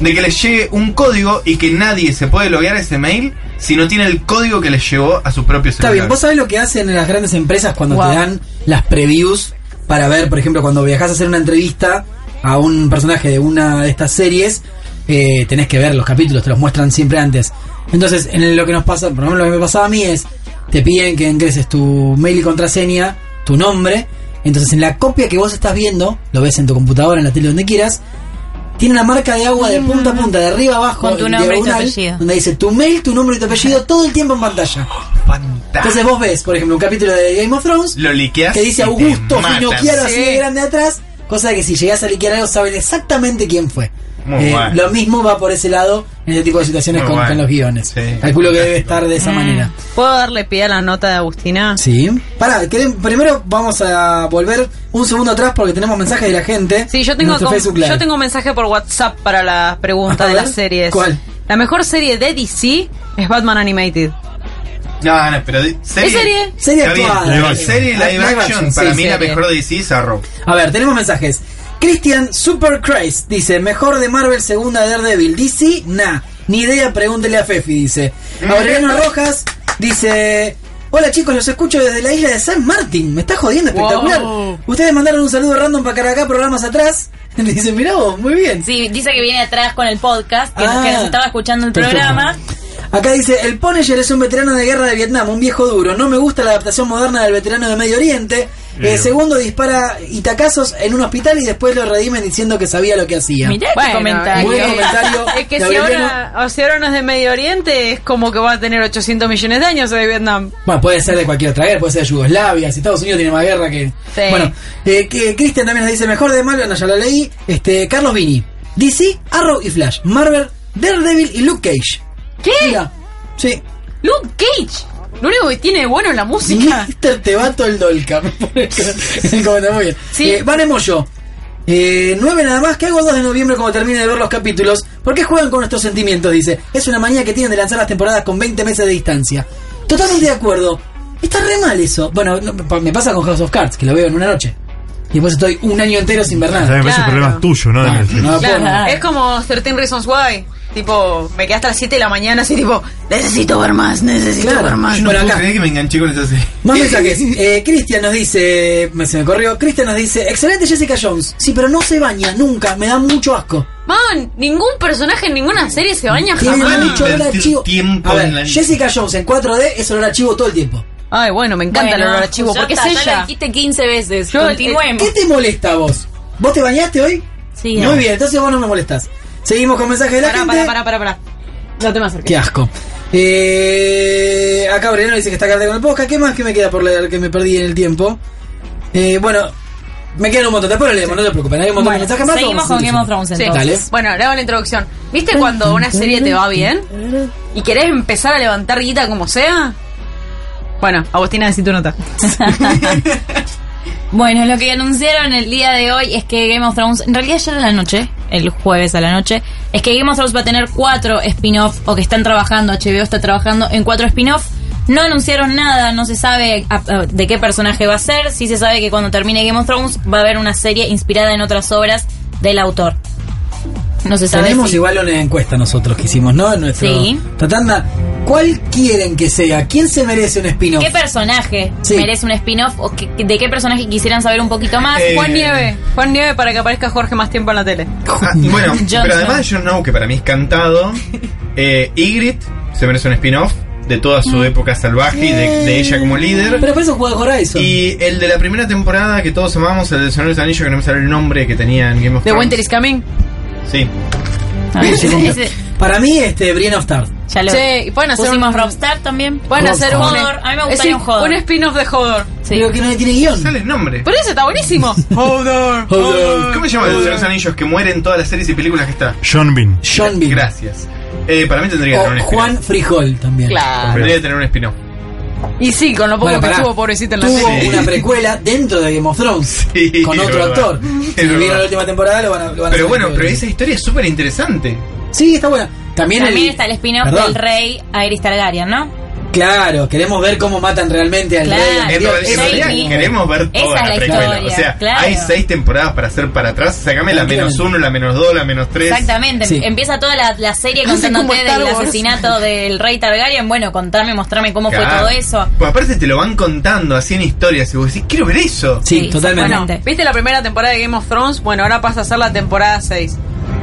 de que les llegue un código y que nadie se puede loguear a ese mail si no tiene el código que les llegó a su propio Está celular. bien, vos sabés lo que hacen las grandes empresas cuando te dan las previews para ver, por ejemplo, cuando viajas a hacer una entrevista a un personaje de una de estas series, eh, tenés que ver los capítulos, te los muestran siempre antes. Entonces, en lo que nos pasa, por lo menos lo que me pasaba a mí es, te piden que ingreses tu mail y contraseña, tu nombre, entonces en la copia que vos estás viendo, lo ves en tu computadora, en la tele, donde quieras, tiene una marca de agua de punta a punta, de arriba a abajo, Con tu en nombre y tu diagonal, apellido. donde dice tu mail, tu nombre y tu apellido todo el tiempo en pantalla. Entonces vos ves, por ejemplo, un capítulo de Game of Thrones Lo liqueas. que dice y te Augusto matan. Finocchiaro así Sí. de grande atrás, cosa de que si llegás a liquear algo saben exactamente quién fue. Muy Eh, bueno. Lo mismo va por ese lado en este tipo de situaciones Muy con, bueno. con los guiones. Calculo que debe estar de esa Mm. manera. ¿Puedo darle pie a la nota de Agustina? Sí. Pará, querem- primero vamos a volver un segundo atrás porque tenemos mensajes de la gente. Sí, yo en tengo, nuestro com- Facebook Live. yo tengo un mensaje por WhatsApp para las preguntas A de ver, las series. ¿cuál? La mejor serie de DC es Batman Animated. No, no, pero de- serie. Es serie. Serie Está bien. actuada. Ah, Live action. Serie live, Live action. action, Para sí, mí la serie. mejor de DC es Arrow. A ver, tenemos mensajes. Christian Super Christ dice, mejor de Marvel, segunda de Daredevil. DC, nah. Ni idea, pregúntele a Fefi, dice. Aureliano Rojas dice, hola chicos, los escucho desde la isla de San Martín. Me está jodiendo, espectacular. Wow. Ustedes mandaron un saludo random para Caracá, programas atrás. *laughs* dice, mirá vos, muy bien. Sí, dice que viene atrás con el podcast, que, Ah. que nos estaba escuchando el Perfecto. programa. Acá dice, el Punisher es un veterano de guerra de Vietnam, un viejo duro. No me gusta la adaptación moderna del veterano de Medio Oriente. Eh, Eh. segundo, dispara itacazos en un hospital y después lo redimen diciendo que sabía lo que hacía. Bueno, Buen es que- comentario *laughs* Es que de si Aureliano. ahora, o si ahora no es de Medio Oriente, es como que va a tener 800 millones de años de Vietnam. Bueno, puede ser de cualquier otra guerra, puede ser de Yugoslavia, si Estados Unidos tiene más guerra que... Sí. Bueno, eh, que Cristian también nos dice, mejor de Marvel, no, ya lo leí, este, Carlos Vini, DC, Arrow y Flash, Marvel, Daredevil y Luke Cage. ¿Qué? Sí. Luke Cage. Lo único que tiene de bueno es *laughs* la *laughs* música. Mr. Tebato el Dolca. *laughs* me pone en el comentario, muy bien. Sí. Eh, Van Emoyo. Eh, 9 nada más, que hago el 2 de noviembre cuando termine de ver los capítulos. ¿Por qué juegan con nuestros sentimientos? Dice. Es una manía que tienen de lanzar las temporadas con 20 meses de distancia. Totalmente de acuerdo. Está re mal eso. Bueno, no, pa- me pasa con House of Cards, que lo veo en una noche. Y después estoy un año entero sin ver O nada. sea, me parece un problema tuyo, ¿no? De Netflix. Ah, no, Claro, puedo. Es como 13 Reasons Why. Tipo, me quedé hasta las 7 de la mañana así tipo, necesito ver más, necesito Claro. ver más. Yo no Bueno, puedo acá. creer que me enganché con esa serie. Más mensajes. Eh, Cristian nos dice, me- se me corrió, Cristian nos dice, excelente Jessica Jones. Sí, pero no se baña nunca, me da mucho asco. Man, ningún personaje en ninguna serie se baña Tiene jamás. mucho olor a chivo. tiempo A en la- ver, Jessica Jones en 4D es olor a chivo todo el tiempo. Ay, bueno, me encanta Bueno, el olor a chivo, ya porque es está, ya lo ella. dijiste 15 veces. Yo- Continuemos. ¿Qué te molesta a vos? ¿Vos te bañaste hoy? Sí. Muy bien, entonces vos no me molestás. Seguimos con mensajes de la Pará, gente. pará, pará, pará, pará. No te me acerques. Qué asco. Eh, acá Aureliano dice que está cargado con el podcast. ¿Qué más que me queda por leer que me perdí en el tiempo? Eh, bueno, me quedan un montón. Después lo leemos, no te preocupes. Hay un montón de mensajes más. seguimos vamos a con Game of seguir. Thrones Sí. entonces. Bueno, le hago la introducción. ¿Viste cuando una serie te va bien y querés empezar a levantar guita como sea? Bueno, Agustina, decí tu nota. Bueno, lo que anunciaron el día de hoy es que Game of Thrones, en realidad ya a la noche, el jueves a la noche, es que Game of Thrones va a tener cuatro spin-off o que están trabajando, HBO está trabajando en cuatro spin-off. No anunciaron nada, no se sabe a- a- de qué personaje va a ser, sí se sabe que cuando termine Game of Thrones va a haber una serie inspirada en otras obras del autor. No se sabe Tenemos si- igual una encuesta nosotros que hicimos, ¿no? En nuestro Sí. Tratanda, ¿cuál quieren que sea? ¿Quién se merece un spin-off? ¿Qué personaje Sí. merece un spin-off? ¿O qué- ¿De qué personaje quisieran saber un poquito más? Eh, Juan Nieve. Juan Nieve para que aparezca Jorge más tiempo en la tele. *laughs* Ah, bueno, Jon pero Snow. además Jon Snow, que para mí es cantado, eh, Ygritte se merece un spin-off de toda su época salvaje y de, de ella como líder. Pero para eso juega Horizon. Y el de la primera temporada que todos amamos, el de Señor de los Anillos, que no me sale el nombre que tenía en Game of The Thrones. Winter is Coming. Sí. Ah, *laughs* Para mí, este, Brienne of Tarth. Ya lo Sí, y pueden hacer pusimos un- Robstar también. Pueden hacer un. eh, Hodor. A mí me gustaría es un Hodor. Un spin-off de Hodor. Creo que no le tiene guión. Sale el nombre. Pero eso está *laughs* buenísimo. Hodor, ¿Cómo se llama el de los Anillos que muere en todas las series y películas que está? John Bean. John Bean. Gracias. Eh, para mí tendría que tener un O spin-off. Juan Frijol también. Ah, Claro. Tendría que tener un spin-off. Y sí, con lo poco Bueno, que pará. estuvo pobrecito en la Tuvo serie. una precuela dentro de Game of Thrones con es otro verdad. actor. Es Si vieron verdad. la última temporada, lo van a, lo van a hacer Pero bueno, todo. pero esa historia es súper interesante. Sí, está buena. También, También el- está el spin-off Perdón. del rey Aerys Targaryen, ¿no? Claro, queremos ver cómo matan realmente al Claro. rey. al Ah, Es dios. verdad, En Eso realidad queremos. queremos ver toda Esa es la la precuela. historia, o sea, claro. hay seis temporadas para hacer para atrás. Sacame la menos uno, la menos dos, la menos tres. Exactamente. Empieza toda la, la serie No sé cómo contándote Star del Wars. asesinato del rey Targaryen. Bueno, contame, mostrame cómo fue Claro. todo eso. Pues aparte te lo van contando así en historias y vos decís, quiero ver eso. Sí, totalmente. Bueno, ¿Viste la primera temporada de Game of Thrones? Bueno, ahora pasa a ser la temporada 6.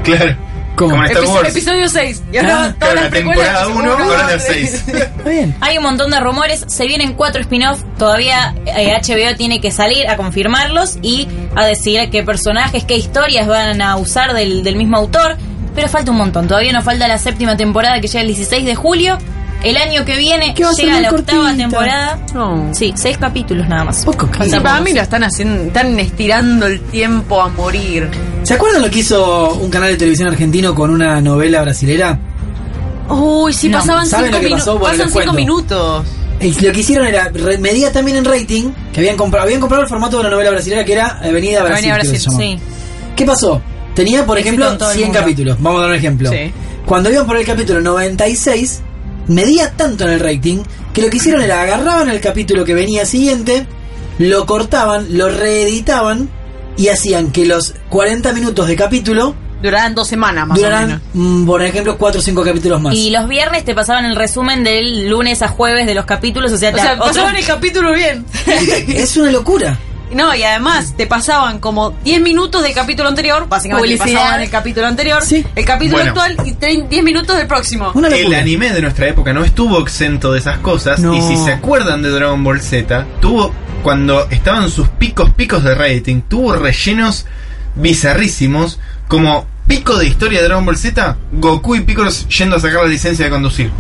Claro. Como en Star Episo- Wars. Episodio 6. Y ahora Ah. todas Claro, las la precuelas, temporada uno, uno, ahora la tres. *laughs* seis. *laughs* Hay un montón de rumores, se vienen cuatro spin-off, todavía eh, HBO tiene que salir a confirmarlos y a decir qué personajes, qué historias van a usar del, del mismo autor, pero falta un montón, todavía nos falta la séptima temporada que llega el 16 de julio, el año que viene Que va a ser llega muy la octava cortita. temporada, sí, seis capítulos nada más. Sí, para mí lo están haciendo, están estirando el tiempo a morir. ¿Se acuerdan lo que hizo un canal de televisión argentino con una novela brasilera? Uy, sí, No, pasaban ¿saben cinco, lo que minu- pasó? Bueno, pasan les cinco cuento. minutos. Y lo que hicieron era, re- medía también en rating, que habían comprado, habían comprado el formato de la novela brasilera que era Avenida Brasil. Avenida creo que Brasil, se llamaba. ¿Qué pasó? Tenía, por Éxito ejemplo, en todo el 100 mundo. capítulos. Vamos a dar un ejemplo. Sí. Cuando iban por el capítulo 96, medía tanto en el rating que lo que hicieron era agarraban el capítulo que venía siguiente, lo cortaban, lo reeditaban y hacían que los 40 minutos de capítulo Duraban dos semanas más o menos. duraran, mm, por ejemplo, 4 o 5 capítulos más. Y los viernes te pasaban el resumen del lunes a jueves de los capítulos, o sea, O te- sea, otro- pasaban el capítulo bien. *laughs* es una locura. No, y además te pasaban como 10 minutos del capítulo anterior, básicamente te Publicidad. pasaban el capítulo anterior, el capítulo Bueno. actual y trein- 10 minutos del próximo. El anime de nuestra época no estuvo exento de esas cosas. No. Y si se acuerdan de Dragon Ball Z, tuvo, cuando estaban sus picos, picos de rating, tuvo rellenos bizarrísimos. Como pico de historia de Dragon Ball Z, Goku y Piccolo yendo a sacar la licencia *laughs* de conducir.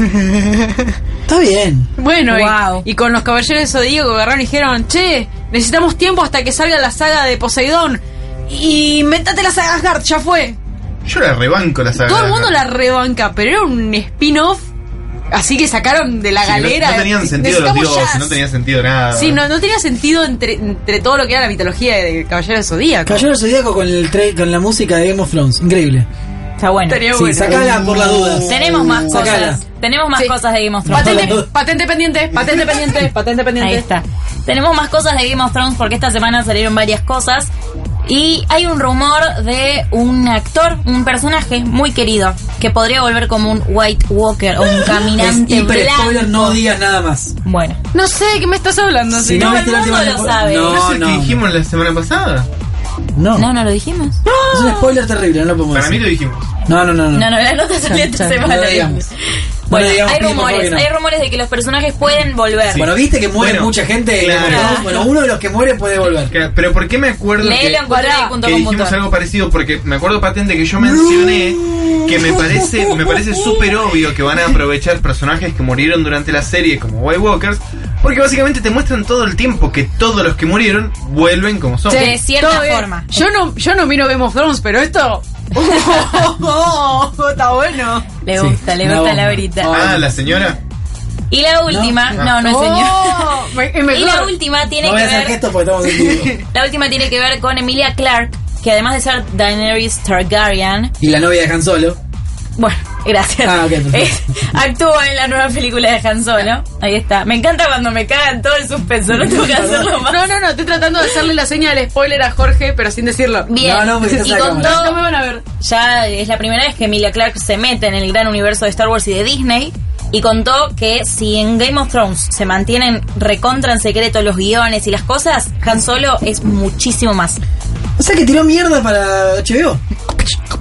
Está bien. Bueno, y- y, con los caballeros de Zodíaco agarraron y dijeron, che, necesitamos tiempo hasta que salga la saga de Poseidón. Y métate la saga Asgard, ya fue. Yo la rebanco la saga. Todo el mundo la rebanca, pero era un spin-off. Así que sacaron de la Sí, no- galera. eh, no, tenían sentido los Necesitamos dioses, ya- no tenía sentido nada. Sí, no, no tenía sentido entre, entre todo lo que era la mitología de Caballero de Zodíaco. Cayó el zodíaco con, el tra- con la música de Game of Thrones. Increíble. Está bueno. Estaría Sí, sacala por las dudas. Tenemos más Sacala. cosas. Tenemos más cosas de Game of Thrones. Patente, patente pendiente, patente pendiente, *laughs* patente pendiente. Ahí está. Tenemos más cosas de Game of Thrones porque esta semana salieron varias cosas. Y hay un rumor de un actor, un personaje muy querido, que podría volver como un White Walker o un *gasps* caminante Es hiper blanco. spoiler, no digas nada más. Bueno. No sé de qué me estás hablando. Si señor. no viste la última temporada- ¿No, es el No, que no. dijimos la semana pasada? No. No, no lo dijimos. Es un spoiler terrible, no lo podemos Para mí decir. lo dijimos. No, no, no. No, No, no, la nota salió esta No lo semana. digamos. No Bueno, lo digamos, hay Pili, por favor, que rumores, no. hay rumores de que los personajes pueden volver. Bueno, viste que muere Bueno, mucha gente. claro. Bueno, Bueno, uno de los que muere puede volver. Que- Pero ¿por qué me acuerdo Léelo en que, cultura.com.ar. que dijimos algo parecido? Porque me acuerdo patente que yo mencioné que me parece me parece súper obvio que van a aprovechar personajes que murieron durante la serie como White Walkers, porque básicamente te muestran todo el tiempo que todos los que murieron vuelven como son. Sí. De cierta Todo bien. forma. Yo no, yo no miro Game of Thrones, pero *laughs* esto. *laughs* Oh, está bueno. Le gusta, le gusta la horita. Ah, la señora. Y la última, No. no, no, Oh, señor. me- me- y la última tiene No voy que a hacer ver gestos porque estamos en vivo. La última tiene que ver con Emilia Clark, que además de ser Daenerys Targaryen, Y la novia de Han Solo. bueno, *laughs* Gracias. Es- actúa en la nueva película de Han Solo. Ahí está. Me encanta cuando me cagan todo el suspenso. No tengo que hacerlo más. No, no, no, estoy tratando de hacerle la seña del spoiler a Jorge, pero sin decirlo. Bien. y con todo, me van a ver. Ya es la primera vez que Emilia Clarke se mete en el gran universo de Star Wars y de Disney. Y contó que si en Game of Thrones se mantienen recontra en secreto los guiones y las cosas, Han Solo es muchísimo más. O sea que tiró mierda para HBO.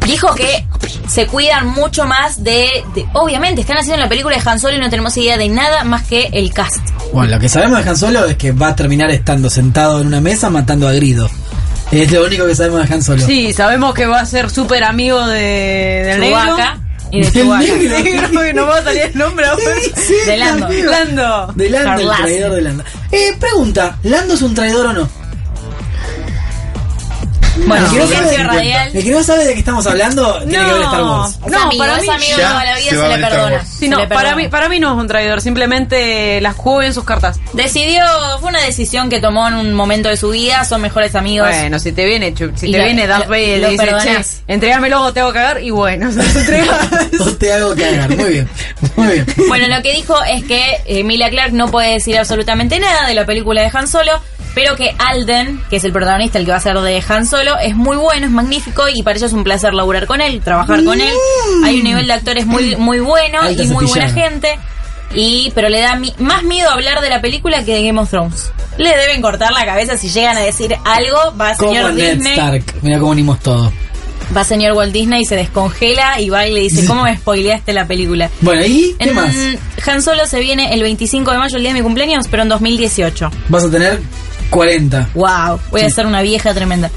Dijo que se cuidan mucho más de, de- Obviamente, están haciendo la película de Han Solo y no tenemos idea de nada más que el cast. Bueno, lo que sabemos de Han Solo es que va a terminar estando sentado en una mesa matando a Grido. Es lo único que sabemos de Han Solo. Sí, sabemos que va a ser súper amigo de, del negro. Chewbacca y de Del Chewbacca. *laughs* *laughs* negro, que no va a salir el nombre ahora. De Lando. también. Lando. De Lando, Carlassi. el traidor de Lando. Eh, pregunta, ¿Lando es un traidor o no? Bueno, el que no silencio sabe de- radial. El que no sabe de qué estamos hablando tiene que ver Star Wars. Es amigo, es amigo de toda la vida, se le perdona. Sí, Se no, le para perdona. mí, para mí no es un traidor, simplemente las jugó bien sus cartas. Decidió, fue una decisión que tomó en un momento de su vida, son mejores amigos. Bueno, si te viene, Chu- si Y te lo- viene Darth lo- Vader lo y dice, perdonás. che, entregámelo o te hago cagar, y bueno, *laughs* se lo entrega. O te hago cagar. Muy bien. Muy bien. Bueno, lo que dijo es que eh, Emilia Clark no puede decir absolutamente nada de la película de Han Solo, pero que Alden, que es el protagonista, el que va a ser de Han Solo, es muy bueno, es magnífico y para ella es un placer laburar con él, trabajar con él. Hay un nivel de actores muy, muy bueno Alta y muy buena cepillada. gente. Y, pero le da mi- más miedo hablar de la película que de Game of Thrones. Le deben cortar la cabeza si llegan a decir algo, va Como señor Ned Disney. Stark. Mira cómo unimos todo. Va señor Walt Disney y se descongela y va y le dice, ¿cómo me spoileaste la película? Bueno, ¿y qué En- más? Han Solo se viene el 25 de mayo, el día de mi cumpleaños, pero en 2018. Vas a tener 40. ¡Wow! Voy a ser una vieja tremenda.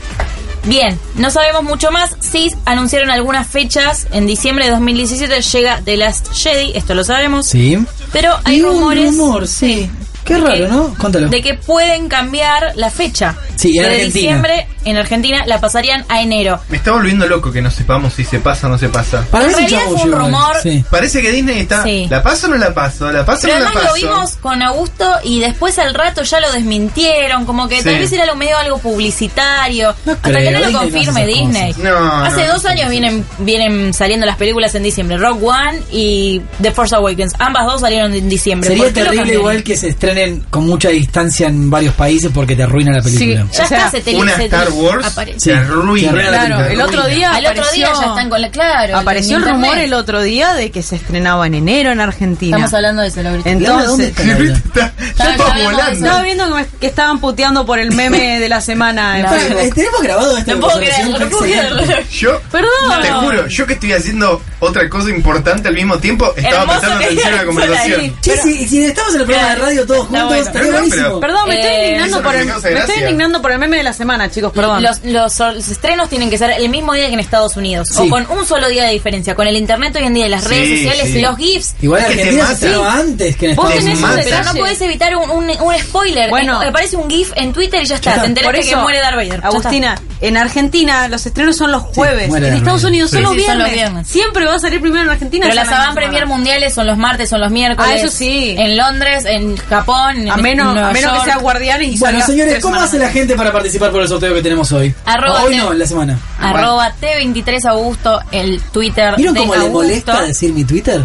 Bien, no sabemos mucho más. Sí, anunciaron algunas fechas. En diciembre de 2017 llega The Last Jedi, esto lo sabemos. Sí. Pero hay Y un rumores Eh, rumor, sí. Qué raro, ¿no? Contalo. de que pueden cambiar la fecha. Sí, en de Argentina. diciembre en Argentina la pasarían a enero. Me está volviendo loco que no sepamos si se pasa o no se pasa. Para En mí es un realidad es un chamullo, rumor. sí. Parece que Disney está. Sí. ¿La paso o no la paso? ¿La paso o Pero no la además paso? lo vimos con Augusto y después al rato ya lo desmintieron, como que Sí. tal vez era algo medio algo publicitario. Hasta creo, que no lo Disney no hace confirme esas Disney. cosas. No, Hace no, dos no años vienen, vienen saliendo las películas en diciembre, Rock One y The Force Awakens. Ambas dos salieron en diciembre. Sería ¿Por qué lo terrible cambiaron? igual que se estrenen con mucha distancia en varios países porque te arruina la película. ya está, se te una se te- Star Wars aparece. Sí, se arruina. se arruina la Claro, película. el otro día Al otro día apareció- ya están con la. Claro. Apareció en el rumor internet. el otro día de que se estrenaba en enero en Argentina. Estamos hablando de eso, Laurita. Entonces, Estaba- estaba viendo eso. Estaba viendo que, me- que estaban puteando por el meme de la semana. en No, Facebook. eh, tenemos grabado esta No puedo conversación, creerlo, no puedo excelente. creerlo. Yo, Perdón. te juro, yo que estoy haciendo otra cosa importante al mismo tiempo, estaba Hermoso prestando que atención a la era ahí. conversación. Che, si, si estamos en el programa de radio todos juntos, bueno. estaría buenísimo. Perdón, me estoy Eh, indignando eso por me el, causa me gracia. estoy indignando por el meme de la semana, chicos, perdón. Los, los- los estrenos tienen que ser el mismo día que en Estados Unidos. Sí. O con un solo día de diferencia. Con el internet hoy en día, las Sí, redes sociales, sí. los GIFs. Igual Es que Argentina te se estrenó mata. antes que en Vos Estados tenés Unidos. esos detalles, no podés evitar un, un- un spoiler. Bueno. Eh, aparece un GIF en Twitter y ya está. Te Por enteraste eso, que muere Darth Vader. Ya Agustina, en Argentina los estrenos son los jueves. muere en Darth Estados Vader. Unidos son, Sí. los Sí, son los viernes. viernes. Siempre va a salir primero en está. Argentina. Pero la las semana avant premier mundiales son los martes, son los miércoles. Ah, eso sí. En Londres, en Japón. en A menos- Nueva a menos que York. sea guardianes y Bueno, señores, ¿cómo hace la gente para participar por el sorteo que tenemos hoy? Arroba No, hoy te- no, en la semana. Arroba T23 Augusto, el Twitter ¿Vieron de cómo le Augusto. molesta decir mi Twitter?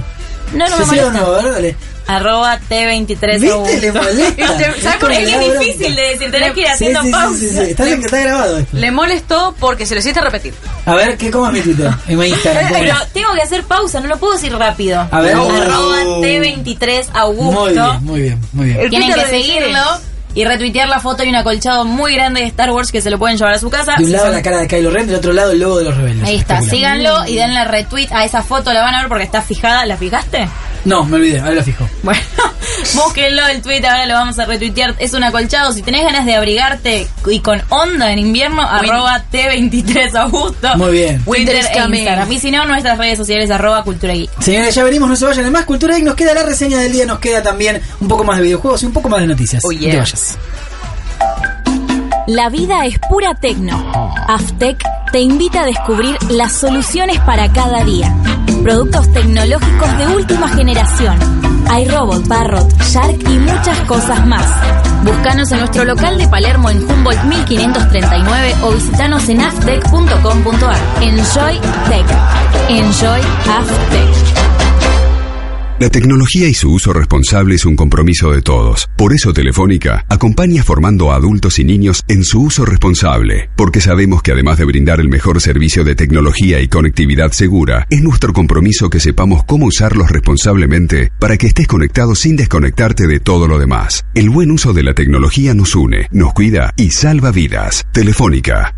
No, no me ¿Se hicieron molesta. una verdad? Le- Arroba T23 ¿Viste? Augusto. Le *laughs* molesta. ¿Sabes Es por como qué? le Es da que es bronca. difícil de decir, tenés que ir Sí, haciendo sí, sí, pausa. sí, sí, Está, bien que está grabado esto. Le molestó porque se lo hiciste repetir. A ver, ¿qué cómo es mi *laughs* Twitter? En mi Instagram. ¿cómo es? Pero tengo que hacer pausa, no lo puedo decir rápido. A ver. Arroba Oh. Muy T23 bien, Augusto. muy bien, muy bien. Tienen que Twitter de seguirlo y retuitear la foto y un acolchado muy grande de Star Wars que se lo pueden llevar a su casa. De un lado la cara de Kylo Ren, del otro lado el logo de los rebeldes. Ahí está, Espectacular. síganlo y denle retweet a esa foto, la van a ver porque está fijada. ¿La fijaste? No, me olvidé, ahora lo fijo. Bueno, *laughs* búsquenlo el tweet, ahora lo vamos a retuitear. Es un acolchado. Si tenés ganas de abrigarte y con onda en invierno, arroba T23 Augusto. Muy bien. Twitter Winter's e coming. Instagram. Y si no, nuestras redes sociales, arroba Cultura Geek. Señores, ya venimos, no se vayan. Además, Cultura y nos queda la reseña del día, nos queda también un poco más de videojuegos y un poco más de noticias. Oh, No te yeah. vayas. La vida es pura tecno. Aftec te invita a descubrir las soluciones para cada día. Productos tecnológicos de última generación. Hay robot, Parrot, Shark y muchas cosas más. Búscanos en nuestro local de Palermo en Humboldt 1539 o visitanos en aftec.com.ar. Enjoy Tech. Enjoy Aftec. La tecnología y su uso responsable es un compromiso de todos. Por eso Telefónica acompaña formando a adultos y niños en su uso responsable, porque sabemos que además de brindar el mejor servicio de tecnología y conectividad segura, es nuestro compromiso que sepamos cómo usarlos responsablemente para que estés conectado sin desconectarte de todo lo demás. El buen uso de la tecnología nos une, nos cuida y salva vidas. Telefónica.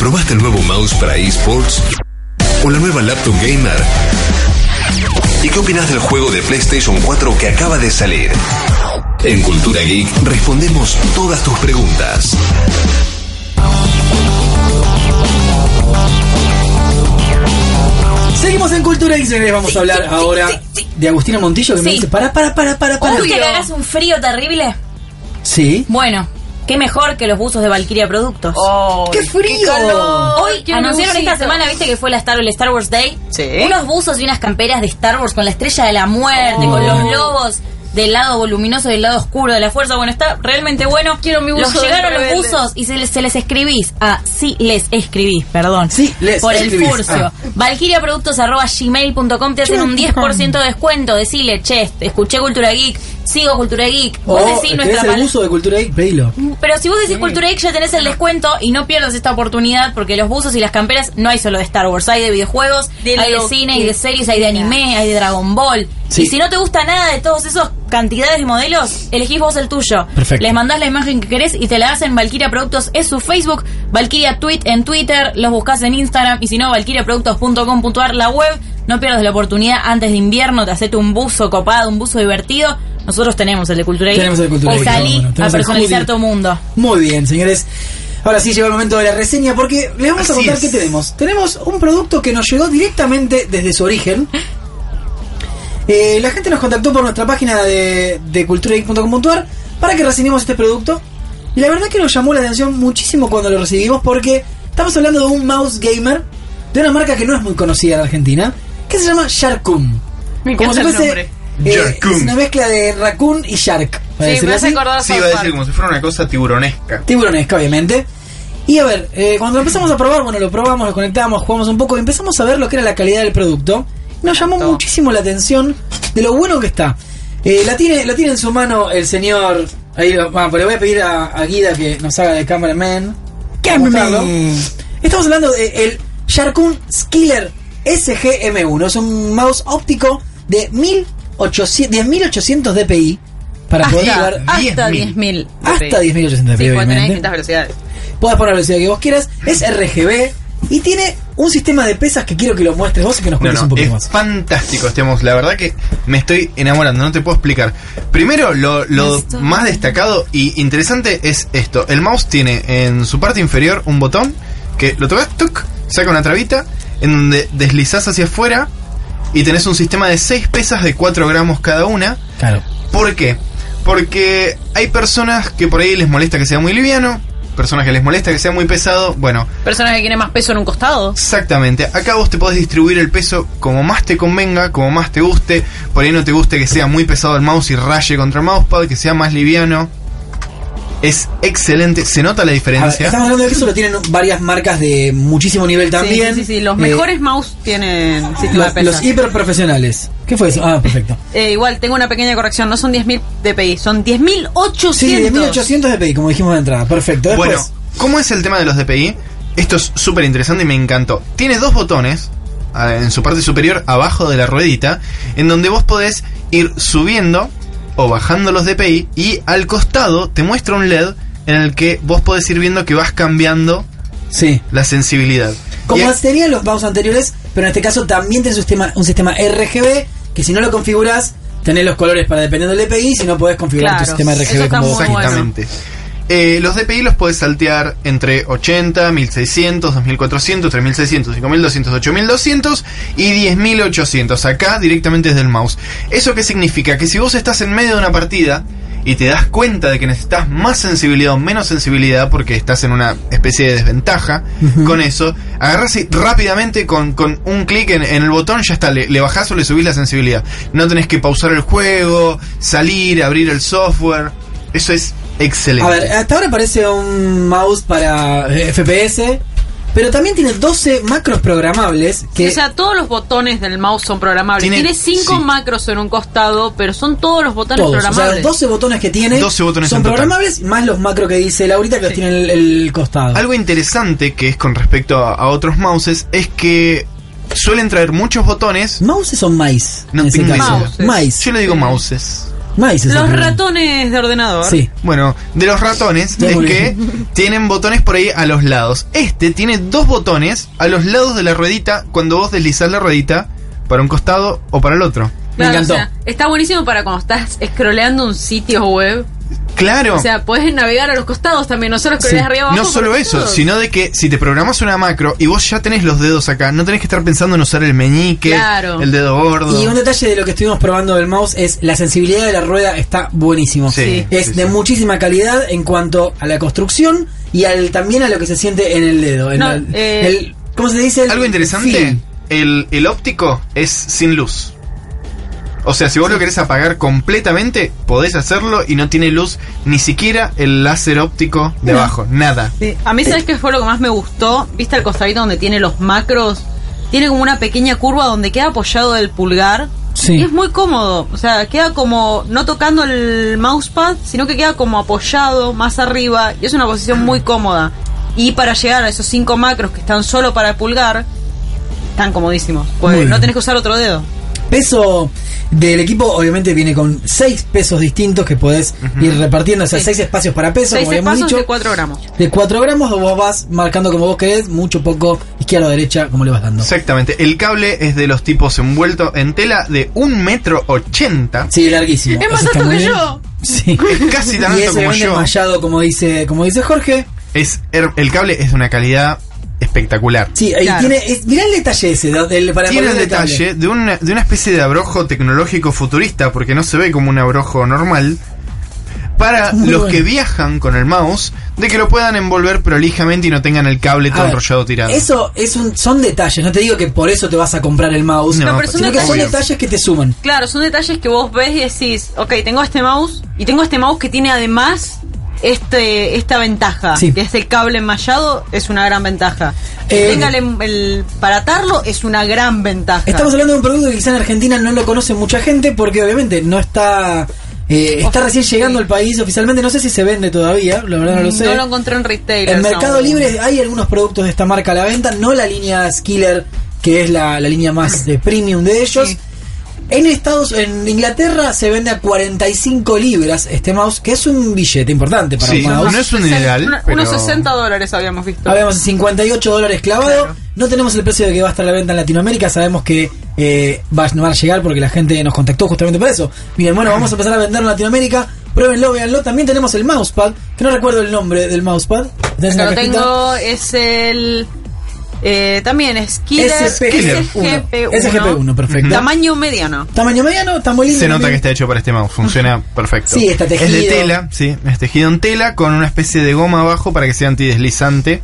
¿Probaste el nuevo mouse para eSports? ¿O la nueva laptop gamer? ¿Y qué opinas del juego de PlayStation 4 que acaba de salir? En Cultura Geek respondemos todas tus preguntas. Seguimos en Cultura y señores, vamos a hablar ahora de Agustina Montillo que me Sí. dice, para, para, para, para, para. ¿Viste que hagas un frío terrible? Sí. Bueno, qué mejor que los buzos de Valkyria Productos. Oh, ¡Qué frío! Hoy Qué anunciaron busito. esta semana, viste que fue la Star, el Star Wars Day. Unos buzos y unas camperas de Star Wars con la estrella de la muerte, Oh. con los lobos del lado voluminoso y del lado oscuro de la fuerza. Bueno, está realmente bueno. Quiero mi buzo Los del llegaron los rebelde. buzos y se les, se les escribís a sí les escribís, perdón. Sí, les por escribís. el furcio. Ah. valkyriaproductos@gmail.com te hacen un 10% de descuento. Decile, che, escuché Cultura Geek, sigo Cultura Geek. Vos Oh, decís ¿Querés nuestra el palabra. uso de Cultura Geek? Pedilo. Pero si vos decís Cultura Geek ya tenés el descuento y no pierdas esta oportunidad porque los buzos y las camperas no hay solo de Star Wars, hay de videojuegos, De hay de lo cine, que hay de series, hay de anime, hay de Dragon Ball. Sí. Y si no te gusta nada de todos esos cantidades de modelos, elegís vos el tuyo. Perfecto. Les mandás la imagen que querés y te la hacen Valkyria Productos es su Facebook, Valkyria Tweet en Twitter, los buscás en Instagram y si no valkyriaproductos.com.ar la web. No pierdas la oportunidad antes de invierno, te hacete un buzo copado, un buzo divertido. Nosotros tenemos el de Cultura Geek. Tenemos el de Cultura Y Geek, salí bueno, tenemos a el personalizar hoodie. tu mundo. Muy bien, señores. Ahora sí llegó el momento de la reseña porque les vamos a Así contar es. qué tenemos. Tenemos un producto que nos llegó directamente desde su origen. Eh, la gente nos contactó por nuestra página de, de culturageek.com.ar para que reseñemos este producto. Y la verdad que nos llamó la atención muchísimo cuando lo recibimos porque estamos hablando de un mouse gamer de una marca que no es muy conocida en Argentina, que se llama Sharkum. Me Como si encanta el fuese, nombre. eh, Sharkum. es una mezcla de raccoon y shark. para Sí, decirlo me hace así. acordar a Sí, iba a decir como si fuera una cosa tiburonesca. Tiburonesca, obviamente. Y a ver, eh, cuando lo empezamos a probar, bueno, lo probamos, lo conectamos, jugamos un poco y empezamos a ver lo que era la calidad del producto. Nos llamó muchísimo la atención de lo bueno que está. Eh, la, tiene, la tiene en su mano el señor. Ahí, lo- bueno, pero le voy a pedir a, a Guida que nos haga de cameraman. para mostrarlo. Estamos hablando del el Sharkun Skiller SGM1. Es un mouse óptico de 1800 10.800 dpi. Para Hasta- poder jugar hasta 10.000 Hasta 10.800 dpi. Ah, Sí, puede tener obviamente. distintas velocidades. Podés poner la velocidad que vos quieras. Es RGB y tiene un sistema de pesas que quiero que lo muestres vos y que nos No, cuentes no, un poquito es más. fantástico este mouse. La verdad que me estoy enamorando, no te puedo explicar. Primero, lo, lo más destacado y interesante es esto. El mouse tiene en su parte inferior un botón que lo tocas, tuc, saca una trabita, en donde deslizás hacia afuera y tenés un sistema de 6 pesas de 4 gramos cada una. Claro. ¿Por qué? Porque hay personas que por ahí les molesta que sea muy liviano, personas que les molesta que sea muy pesado. Bueno, Personas que tienen más peso en un costado. Exactamente. Acá vos te podés distribuir el peso como más te convenga, como más te guste. Por ahí no te guste que sea muy pesado el mouse y raye contra el mousepad, que sea más liviano. Es excelente, se nota la A ver, diferencia. estamos hablando de que eso lo tienen varias marcas de muchísimo nivel también. Sí, sí, sí, Los Eh, mejores mouse tienen sistema los, de peso. los hiperprofesionales. ¿Qué fue eso? Ah, perfecto. Eh, igual, tengo una pequeña corrección. No son 10.000 DPI, son 10.800. Sí, 10.800 dpi, como dijimos de entrada. Perfecto. Después, Bueno, ¿cómo es el tema de los DPI? Esto es súper interesante y me encantó. Tiene dos botones ah, en su parte superior, abajo de la ruedita, en donde vos podés ir subiendo o bajando los DPI y al costado te muestra un LED en el que vos podés ir viendo que vas cambiando la sensibilidad. como serían los mouse anteriores, pero en este caso también tiene un sistema, un sistema RGB que si no lo configurás, tenés los colores para dependiendo del dpi, si no podés configurar tu sistema RGB como vos quieras. Exactamente. Eh, los DPI los puedes saltear entre 80, 1600, 2400, 3600, 5200, 8200 y 10800. Acá directamente desde el mouse. ¿Eso qué significa? Que si vos estás en medio de una partida y te das cuenta de que necesitas más sensibilidad o menos sensibilidad porque estás en una especie de desventaja con eso, agarras y rápidamente con, con un clic en, en el botón ya está, le, le bajás o le subís la sensibilidad. No tenés que pausar el juego, salir, abrir el software. Eso es excelente. A ver, hasta ahora parece un mouse para eh, FPS, Pero también tiene 12 macros programables que O sea, todos los botones del mouse son programables. Tiene- Tiene, cinco sí. macros en un costado, pero son todos los botones todos, o sea, programables. los 12 botones que tiene 12 botones son en total. programables, más los macros que dice Laurita que los tiene en el, el costado. eh, Algo interesante que es con respecto a, a otros mouses es que suelen traer muchos botones. ¿Mouses o mice? No ese tengo caso? idea. Yo le digo mouses. Mice es el los problema. ratones de ordenador. Bueno, de los ratones Está es muy que tienen botones por ahí a los lados. Este tiene dos botones a los lados de la ruedita cuando vos deslizás la ruedita para un costado o para el otro. Claro, o sea, está buenísimo para cuando estás scrolleando un sitio web. Claro. O sea, puedes navegar a los costados también, no solo Sí. scrolleas arriba abajo. No por solo los eso, costados. sino de que si te programas una macro y vos ya tenés los dedos acá, no tenés que estar pensando en usar el meñique, Claro. el dedo gordo. Y un detalle de lo que estuvimos probando del mouse es la sensibilidad de la rueda está buenísimo. Sí, es sí, de muchísima calidad en cuanto a la construcción y al también a lo que se siente en el dedo. en No, el- eh, el- ¿Cómo se dice? El Algo interesante, feel. el, el óptico es sin luz. O sea, si vos lo querés apagar completamente, podés hacerlo y no tiene luz ni siquiera el láser óptico debajo, nada. Sí. A mí, ¿sabes qué fue lo que más me gustó? ¿Viste el costadito donde tiene los macros? Tiene como una pequeña curva donde queda apoyado el pulgar. Sí. Y es muy cómodo. O sea, queda como no tocando el mousepad, sino que queda como apoyado más arriba. Y es una posición muy cómoda. Y para llegar a esos cinco macros que están solo para el pulgar, están comodísimos. Pues Muy bien. no tenés que usar otro dedo. Peso del equipo obviamente viene con seis pesos distintos que podés ir repartiendo, o sea, Sí. seis espacios para peso, Seis como habíamos espacios dicho. de 4 gramos. De 4 gramos vos vas marcando como vos querés, mucho, poco, izquierda o derecha, como le vas dando. Exactamente, el cable es de los tipos envuelto en tela de un metro ochenta. Sí, larguísimo. Es más Eso está alto muy que bien. yo. Sí. *laughs* Es casi *laughs* tan y alto es como yo. desmayado, como dice, como dice Jorge. Es, her- el cable es de una calidad espectacular. Sí, ahí tiene. es- mirá el detalle ese. do- del- para Tiene el poner cable. detalle de una, de una especie de abrojo tecnológico futurista, porque no se ve como un abrojo normal, para Muy los bueno. que viajan con el mouse, de que lo puedan envolver prolijamente y no tengan el cable A todo ver, enrollado tirado. Eso es un, son detalles. No te digo que por eso te vas a comprar el mouse. No, No, pero sino son que son detalles. detalles que te suman. Claro, son detalles que vos ves y decís, ok, tengo este mouse y tengo este mouse que tiene además este esta ventaja, Sí. que es el cable enmallado, es una gran ventaja. Que Eh, tenga el, em- el- para atarlo es una gran ventaja. Estamos hablando de un producto que quizá en Argentina no lo conoce mucha gente porque obviamente no está. eh, está recién llegando al país oficialmente. No sé si se vende todavía. La verdad no lo sé. Mm, No lo encontré en retail. En Mercado Libre hay algunos productos de esta marca a la venta, no la línea Skiller, que es la, la línea más de premium de ellos. En Estados en Inglaterra se vende a 45 libras este mouse, que es un billete importante para Sí, un mouse. no es un ideal, pero... Unos 60 dólares habíamos visto. Habíamos 58 dólares clavado. No tenemos el precio de que va a estar a la venta en Latinoamérica. Sabemos que eh, va, a- no va a llegar porque la gente nos contactó justamente para eso. Miren, bueno, vamos a empezar a venderlo en Latinoamérica. Pruébenlo, véanlo. También tenemos el mousepad, que no recuerdo el nombre del mousepad. Tenés una Lo cajita. tengo, es el... eh, también es Killer Killer uno. SGP1, perfecto. Tamaño mediano. Tamaño mediano, está muy lindo. Se nota que también. está hecho para este mouse, funciona perfecto. Sí, está Es de tejido. tela, sí, es tejido en tela con una especie de goma abajo para que sea antideslizante.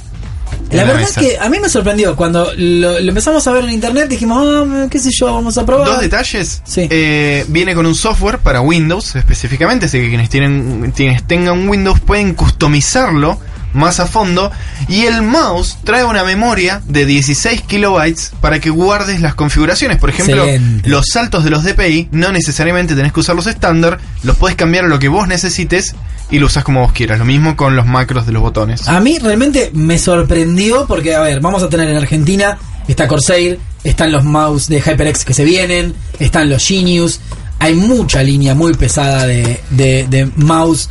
en La verdad es mesa. que a mí me sorprendió. Cuando lo, lo empezamos a ver en internet, dijimos, ah, qué sé yo, vamos a probar. Dos detalles. Eh, viene con un software para Windows específicamente, así que quienes, tienen, quienes tengan Windows pueden customizarlo más a fondo. Y el mouse trae una memoria de 16 kilobytes para que guardes las configuraciones. Por ejemplo, Excelente. los saltos de los DPI no necesariamente tenés que usarlos estándar, los puedes cambiar a lo que vos necesites y lo usás como vos quieras. Lo mismo con los macros de los botones. A mí realmente me sorprendió porque, a ver, vamos a tener en Argentina, está Corsair, están los mouse de HyperX que se vienen, están los Genius, hay mucha línea muy pesada de, de- de mouse.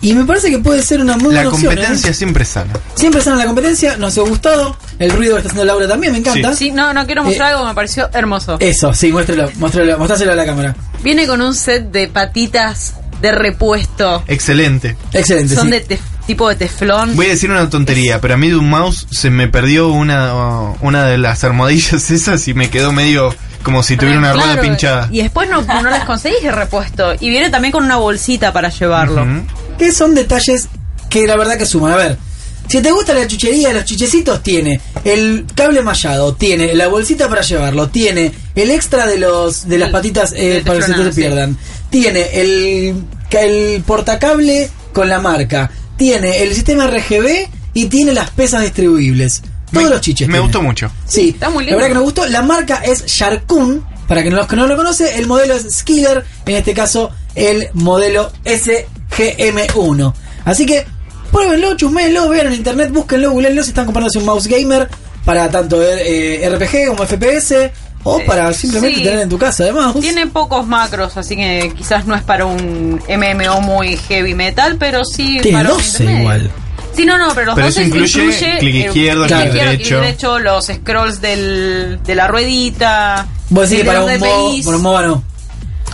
Y me parece que puede ser una muy La buena opción, ¿eh? competencia siempre es sana. Siempre están en la competencia, nos ha gustado. El ruido que está haciendo Laura también, me encanta. Sí, no, no quiero mostrar Eh, algo, me pareció hermoso. Eso, sí, muéstralo, muéstralo, mostráselo a la cámara. Viene con un set de patitas de repuesto. Excelente. Excelente. Son de tef- tipo de teflón. Voy a decir una tontería, pero a mí de un mouse se me perdió una, una de las almohadillas *laughs* esas y me quedó medio como si tuviera una rueda Claro, pinchada. Y después no, no las conseguís de repuesto. Y viene también con una bolsita para llevarlo. que son detalles que la verdad que suman. A ver, si te gusta la chuchería, los chichecitos, tiene el cable mallado, tiene la bolsita para llevarlo, tiene el extra de los de las patitas eh, del para que se te teflonado, sí. pierdan, tiene el, ca- el portacable con la marca, tiene el sistema RGB y tiene las pesas distribuibles. Todos los chiches. Me gustó mucho. Sí, muy la lindo. verdad que nos gustó. La marca es Sharkun. Para que no, los que no lo conoce, el modelo es Skiller. En este caso, el modelo SGM1. Así que pruébenlo, chusmeenlo, vean en internet, búsquenlo, googleenlo si están comprándose un mouse gamer para tanto eh, RPG como FPS o para simplemente Eh, sí. tener en tu casa además. Tiene pocos macros, así que quizás no es para un MMO muy heavy metal, pero sí Tiene para un 12 intermedio. igual. Sí, no, no, pero los eh, Pero dos eso incluye clic izquierdo, clic derecho. los scrolls del, de la ruedita. Vos decís el que para un, dedo de MOBA pelis. para un MOBA no.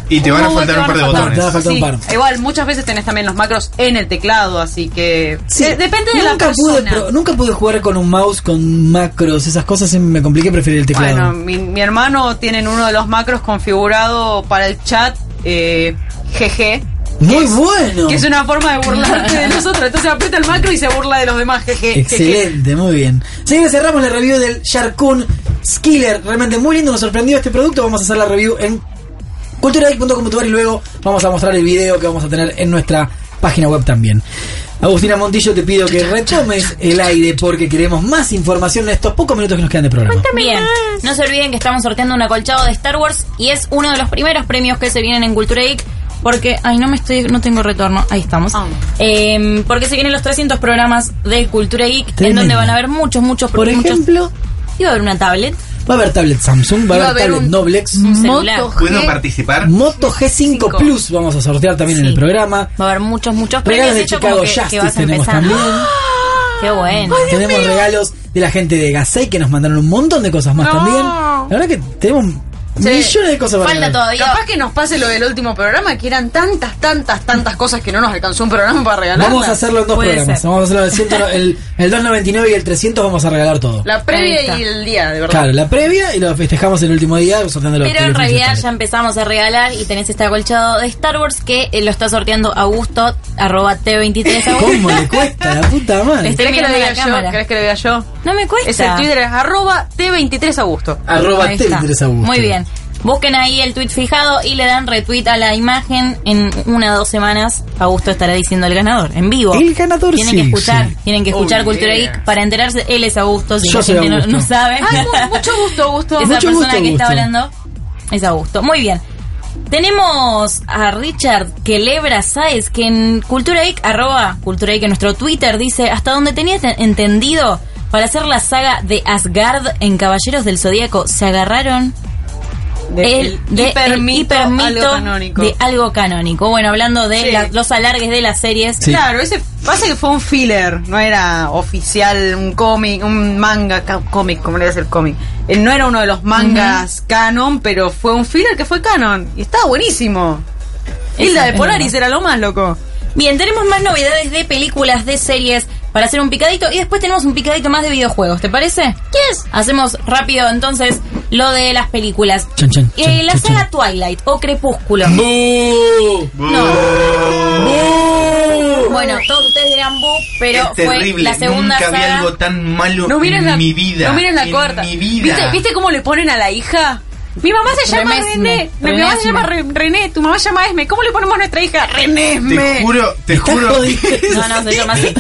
Y te van a No, faltar te un par de van a faltar. botones. Te van a faltar un par. Igual, muchas veces tenés también los macros en el teclado, así que Sí, de- depende de la nunca persona. pude, pro- nunca pude jugar con un mouse con macros, esas cosas siempre me compliqué preferir el teclado. Bueno, mi, mi hermano tiene uno de los macros configurado para el chat eh, GG. Muy bueno. Que es una forma de burlarte de nosotros. Entonces aprieta el macro y se burla de los demás. Jeje. Excelente, muy bien. Señores, cerramos la review del Sharkun Skiller. Realmente muy lindo, nos sorprendió este producto. Vamos a hacer la review en culturadic.com.ar y luego vamos a mostrar el video que vamos a tener en nuestra página web también. Agustina Montillo, te pido que retomes el aire porque queremos más información en estos pocos minutos que nos quedan de programa. Bien, no se olviden que estamos sorteando un acolchado de Star Wars y es uno de los primeros premios que se vienen en Cultura Geek porque, ay, no me estoy, no tengo retorno, ahí estamos. Ah. Em, porque se vienen los 300 programas de Cultura Geek en Tremendo. donde van a haber muchos, muchos, Por muchos- ejemplo, iba a haber una tablet, va a haber tablet Samsung, va a Iba a haber haber tablet un Noblex, un celular. ¿Puedo participar? Moto G5 Plus vamos a sortear también en el programa. Va a haber muchos, muchos Regalos premios. de Esto como Chicago que- que Justice vas a tenemos empezar. ¡Ah! también. Qué bueno. tenemos regalos de la gente de Gasei que nos mandaron un montón de cosas más No. también. La verdad que tenemos millones de cosas para Falta regalar. todavía. Capaz que nos pase lo del último programa, que eran tantas, tantas, tantas cosas que no nos alcanzó un programa para regalar. Vamos a hacerlo en dos programas. Vamos a hacerlo en el, 100, *laughs* el, el 299 y el 300 vamos a regalar todo. La Ahí previa está. y el día, de verdad. Claro, la previa y lo festejamos el último día sorteando los Pero en teléfonos realidad de ya empezamos a regalar y tenés este acolchado de Star Wars que eh, lo está sorteando Augusto, arroba T23 tablet. Augusto. ¿Cómo le cuesta la puta madre? Estoy ¿Querés que lo mirando diga la cámara. yo? ¿Querés que lo diga yo? No me cuesta. Es el Twitter, es arroba T23 *laughs* Augusto. Arroba Ahí está. T23 Augusto. Muy bien. Busquen ahí el tweet fijado y le dan retweet a la imagen. En una o dos semanas, Augusto estará diciendo el ganador en vivo. El ganador, Tienen sí, que escuchar, sí. tienen que escuchar Oh, Cultura yeah. Geek para enterarse. Él es Augusto, si Yo la soy gente no- Augusto. No, sabe. Ay, Ah, mu- mucho gusto, Augusto. Esa Mucho persona gusto, que Augusto. está hablando es Augusto. Muy bien. Tenemos a Richard Quelebra Sáez, que en Cultura Geek, arroba Cultura Geek en nuestro Twitter, dice, hasta donde tenías entendido, para hacer la saga de Asgard en Caballeros del Zodíaco, se agarraron el, de, hipermito, hipermito algo canónico. de algo canónico. Bueno, hablando de Sí. la- los alargues de las series. Claro, ese pasa que fue un filler, no era oficial, un cómic, un manga, ca- cómic, como le digas el cómic. Eh, No era uno de los mangas canon, pero fue un filler que fue canon. Y estaba buenísimo. Eso, Hilda de es Polaris verdad. era lo más loco. Bien, tenemos más novedades de películas, de series para hacer un picadito y después tenemos un picadito más de videojuegos, ¿te parece? Yes. Hacemos rápido entonces lo de las películas. Chan, chan, Eh, chan, la chan, saga Twilight o Crepúsculo. Bueno, todos ustedes dirán bu, pero es fue terrible. la segunda Nunca vi saga. algo tan malo No miren en la, mi vida. No miren la en corta. Mi vida. ¿Viste, viste cómo le ponen a la hija? Mi mamá se llama Remesme, René. Mi mamá se remesme. llama Re- René. Tu mamá se llama Esme. ¿Cómo le ponemos a nuestra hija? Renesme. Te juro, te juro, *laughs* No, no, se llama así.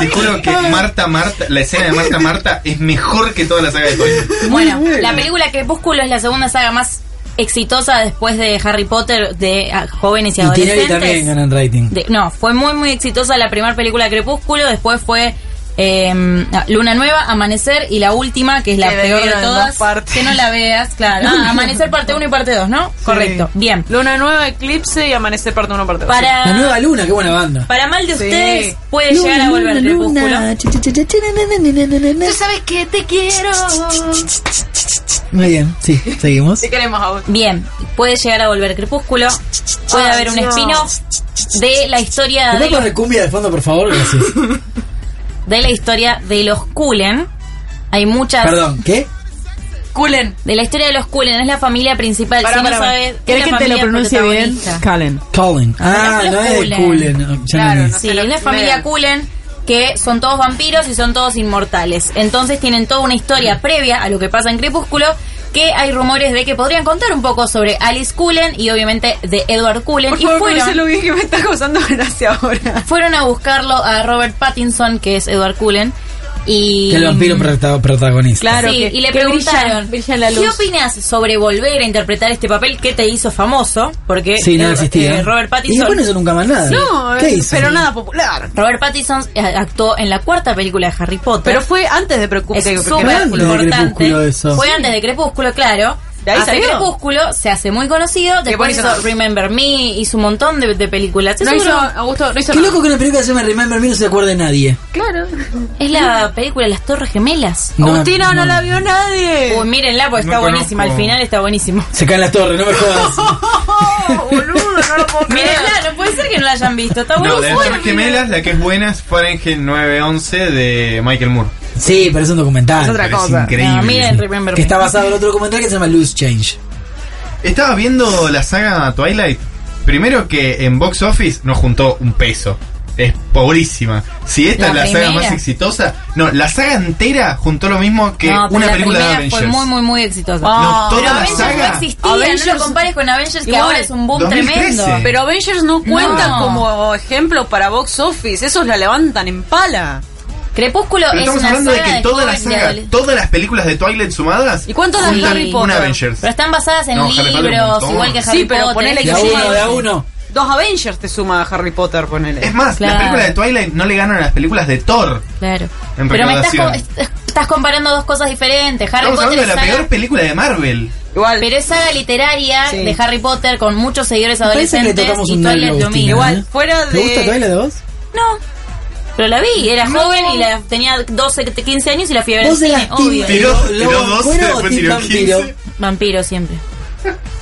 te juro Ah. que Marta Marta, la escena de Marta Marta es mejor que toda la saga de Toy. Bueno, la película Crepúsculo es la segunda saga más exitosa después de Harry Potter de ah, jóvenes y Y Tinelli adolescentes. también ganan rating. De- no, fue muy, muy exitosa la primera película Crepúsculo, después fue eh, Luna Nueva, Amanecer y la última, que es la Que peor de dividieron en todas, dos partes. que no la veas, claro. Ah, Amanecer parte 1 y parte 2, ¿no? Correcto, bien. Luna nueva, eclipse y amanecer parte uno parte dos. Para- La nueva luna, qué buena banda. Para mal de Sí. ustedes, puede Luna, llegar a volver luna, Crepúsculo. luna. Ch, ch, ch, ch, na, na, na, na, na, na. Tú sabes que te quiero. Muy bien, sí, *laughs* seguimos. Te queremos a vos. Bien, puede llegar a volver Crepúsculo, puede Ay, haber un no. spin-off de la historia ¿Te de los poner cumbia de fondo, por favor? Gracias. de la historia de los Cullen. Hay muchas. Perdón, ¿qué? Cullen. De la historia de los Cullen, es la familia principal. Pará, si pará, no pará. sabes. ¿Querés que te lo pronuncie bien? Cullen. Colin. Ah, Los no es de Cullen. Cullen. ah, ya Claro, entendí. sí, es la familia Cullen que son todos vampiros y son todos inmortales. Entonces tienen toda una historia previa a lo que pasa en Crepúsculo que hay rumores de que podrían contar un poco sobre Alice Cullen y obviamente de Edward Cullen. Por y favor, fueron, lo bien que me está causando gracia ahora. fueron a buscarlo a Robert Pattinson, que es Edward Cullen, Y, Que el vampiro prota- protagonista. Sí, y le preguntaron, ¿qué opinas sobre volver a interpretar este papel que te hizo famoso? Porque Sí, no eh, existía. eh, Robert Pattinson... Y después no eh, hizo nunca más nada. No, ¿Qué hizo? pero nada popular. Robert Pattinson eh, actuó en la cuarta película de Harry Potter. Pero fue antes de Precu- Eh, Es de- de súper Crepúsculo. importante. Antes de Crepúsculo eso. Fue Sí. antes de Crepúsculo, claro. De ahí Hace salió. Crepúsculo, se hace muy conocido, después hizo hizo nada. Remember Me, hizo un montón de, de películas. No Seguro- hizo- Augusto, no hizo Qué loco que una película que se llama Remember Me no se acuerde nadie. Claro. Es la película de las Torres Gemelas. No, Agustina, no, la vio nadie. Uy, mírenla porque No está buenísima. Al conozco. final está buenísimo. Se caen las torres, no me jodas. *laughs* Oh, mírenla, no puede ser que no la hayan visto. Está No, de buenísima. las Torres gemelas, la que es buena es Fahrenheit 911 de Michael Moore. Sí, pero es un documental. Es otra Pero es cosa. increíble. No, miren Remember Que Me. está basado en otro documental que se llama Loose Change. Estaba viendo la saga Twilight. Primero que en box office no juntó un peso. Es pobrísima. Si esta La es la saga primera. más exitosa. No, la saga entera juntó lo mismo que No, pero una la película de primera Avengers. fue muy, muy, muy exitosa. No, Oh, toda pero la Avengers saga. no existía. No Avengers- lo compares con Avengers, que Igual, ahora es un boom 2013. tremendo. Pero Avengers no cuenta No. como ejemplo para box office. Esos la levantan en pala. Crepúsculo Pero estamos hablando de que toda la joven, de saga, adolescente. todas las películas de Twilight sumadas. ¿Y cuántos de juntan Harry Un Potter? Avengers. Pero están basadas en No, Harry Potter un libros, montón. igual que Harry sí, pero Potter. ponele que que suma- llegan- Dos Avengers te suma a Harry Potter, ponele. Es más, las películas de Twilight no le ganan a las películas de Thor. Claro. En Pero me estás, recaudación. co- est- estás comparando dos cosas diferentes. Harry Estamos Potter hablando de es la saga, peor película de Marvel. pero es saga literaria Sí. de Harry Potter con muchos seguidores Parece que le adolescentes tocamos y un nervio, Twilight lo Agustina, mismo. ¿eh? fuera ¿Te gusta Twilight de vos? Pero la vi, era joven y la tenía 12, 15 años y la fui a ver Vos en de cine, las team obvio. Tiró- lo- tiró lo 12, bueno o después team tiró vampiro? vampiro? 15. Vampiro siempre.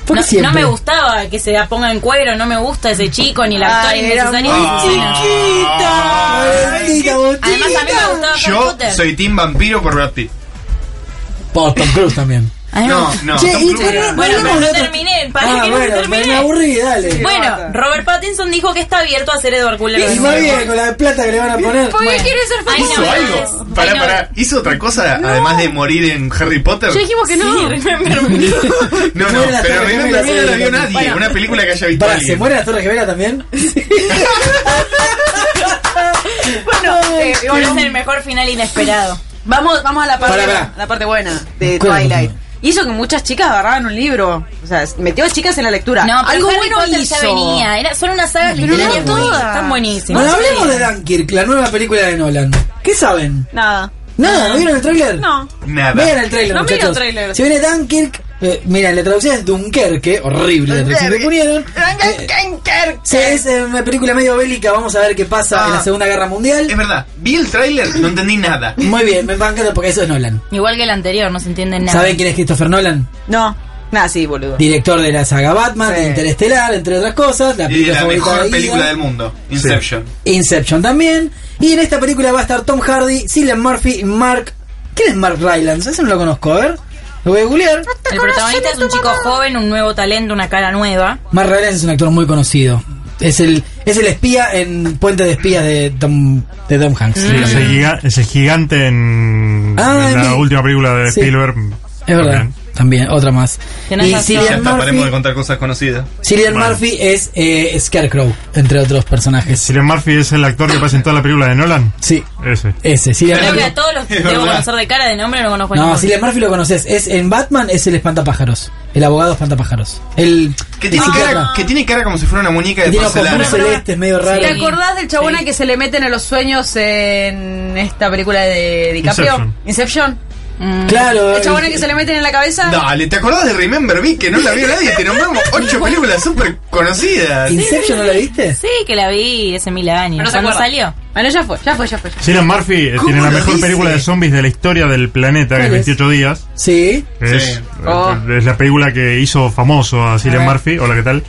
¿Por qué No, siempre? no me gustaba que se la ponga en cuero, no me gusta ese chico ni la actor Ay, era innecesaria. muy No. Además a mí me gustaba Harry Yo Potter. soy Team Vampiro por Brad Pitt. Por Tom Cruise también. No, no. Che, Tom y Cruise pero era- no Bueno, pero hablamos no de otro- terminé, pará Ah, que no bueno, terminé. me aburrí, dale. Bueno, Robert Pattinson dijo que está abierto a ser Edward Cullen. Y va bien con la plata que le van a poner. ¿Por qué quiere ser famoso? ¿Hizo Ay, no, algo? Pará, Ay, no. pará. ¿Hizo otra cosa además de morir en Harry Potter? Ya dijimos que no. Sí, remember No, no, Muere la pero Torre Gemela, Remember Me no la sí, vio nadie. bueno. Una película que haya visto Pará, ¿se alguien. muere la Torre Gemela también? Bueno, eh, Igual bueno, es el mejor final inesperado. vamos, vamos a la parte, Pará, pará. la parte buena de ¿Cuál es la Twilight. Hizo que muchas chicas agarraran un libro. O sea, metió a chicas en la lectura. No, pero Algo Harry bueno Potter hizo. ya venía. Era, son unas sagas Pero no literarias muy- todas. están buenísimas. Bueno, hablemos de Dunkirk, la nueva película de Nolan. ¿Qué saben? Nada. Nada, ¿no vieron el tráiler? No. Nada. Vean el tráiler, No miro muchachos. tráiler. Se viene Dunkirk. eh, mira, la traducción es Dunkerque, horrible la traducción que pusieron. Eh, Sí, es eh, una película medio bélica, vamos a ver qué pasa Ah. en la Segunda Guerra Mundial. Es verdad, vi el tráiler, no entendí nada. Muy bien, me encanta porque eso es Nolan. Igual que el anterior, no se entiende nada. ¿Saben quién es Christopher Nolan? No, nada, sí, boludo. Director de la saga Batman, de Interestelar, entre otras cosas. La Y película la favorita mejor de película Ida. del mundo, Inception. Inception también. Y en esta película va a estar Tom Hardy, Cillian Murphy y Mark. ¿Quién es Mark Rylance? Ese no lo conozco, a ver. Lo voy a googlear. El protagonista es un chico joven, un nuevo talento, una cara nueva. Mark Rylance es un actor muy conocido. Es el, es el espía en Puente de Espías de Tom, de Tom Hanks. Sí, ese, giga- ese gigante en, Ah, en la mi- última película de sí. Spielberg. Es verdad. También, otra más. Y Ya Cillian está, paremos de Murphy, contar cosas conocidas. Cillian Murphy es eh, Scarecrow, entre otros personajes. Cillian Murphy es el actor que aparece en toda la película de Nolan. Sí. Ese. Ese, Cillian Creo que Murphy. a todos los Es debo verdad. conocer de cara, de nombre no conozco a No, ninguno. Cillian Murphy lo conoces. Es, en Batman es el espantapájaros. El abogado espantapájaros. El. Que el tiene, cara, psiquiatra. que tiene cara como si fuera una muñeca de Que tiene ojos porcelana. muy celestes, este, medio raro. ¿Te acordás del chabón al que se le meten a los sueños en esta película de DiCaprio? Inception. Inception. Mm. Claro, El chabón al el- que se le meten en la cabeza. Dale, ¿te acordás de Remember Me? Que no la vio nadie, te nombramos ocho películas súper conocidas. ¿Inception no la viste? Sí, que la vi hace mil años. Pero no se ¿Cuándo acuerda. salió? Bueno, ya fue, ya fue, ya fue. Cillian Murphy eh, ¿Cómo tiene la lo mejor dice? película de zombies de la historia del planeta, que es ¿Cuál es? 28 días. Sí. Es, Sí. eh, Oh. es la película que hizo famoso a Cillian A ver. Murphy. Hola, ¿qué tal?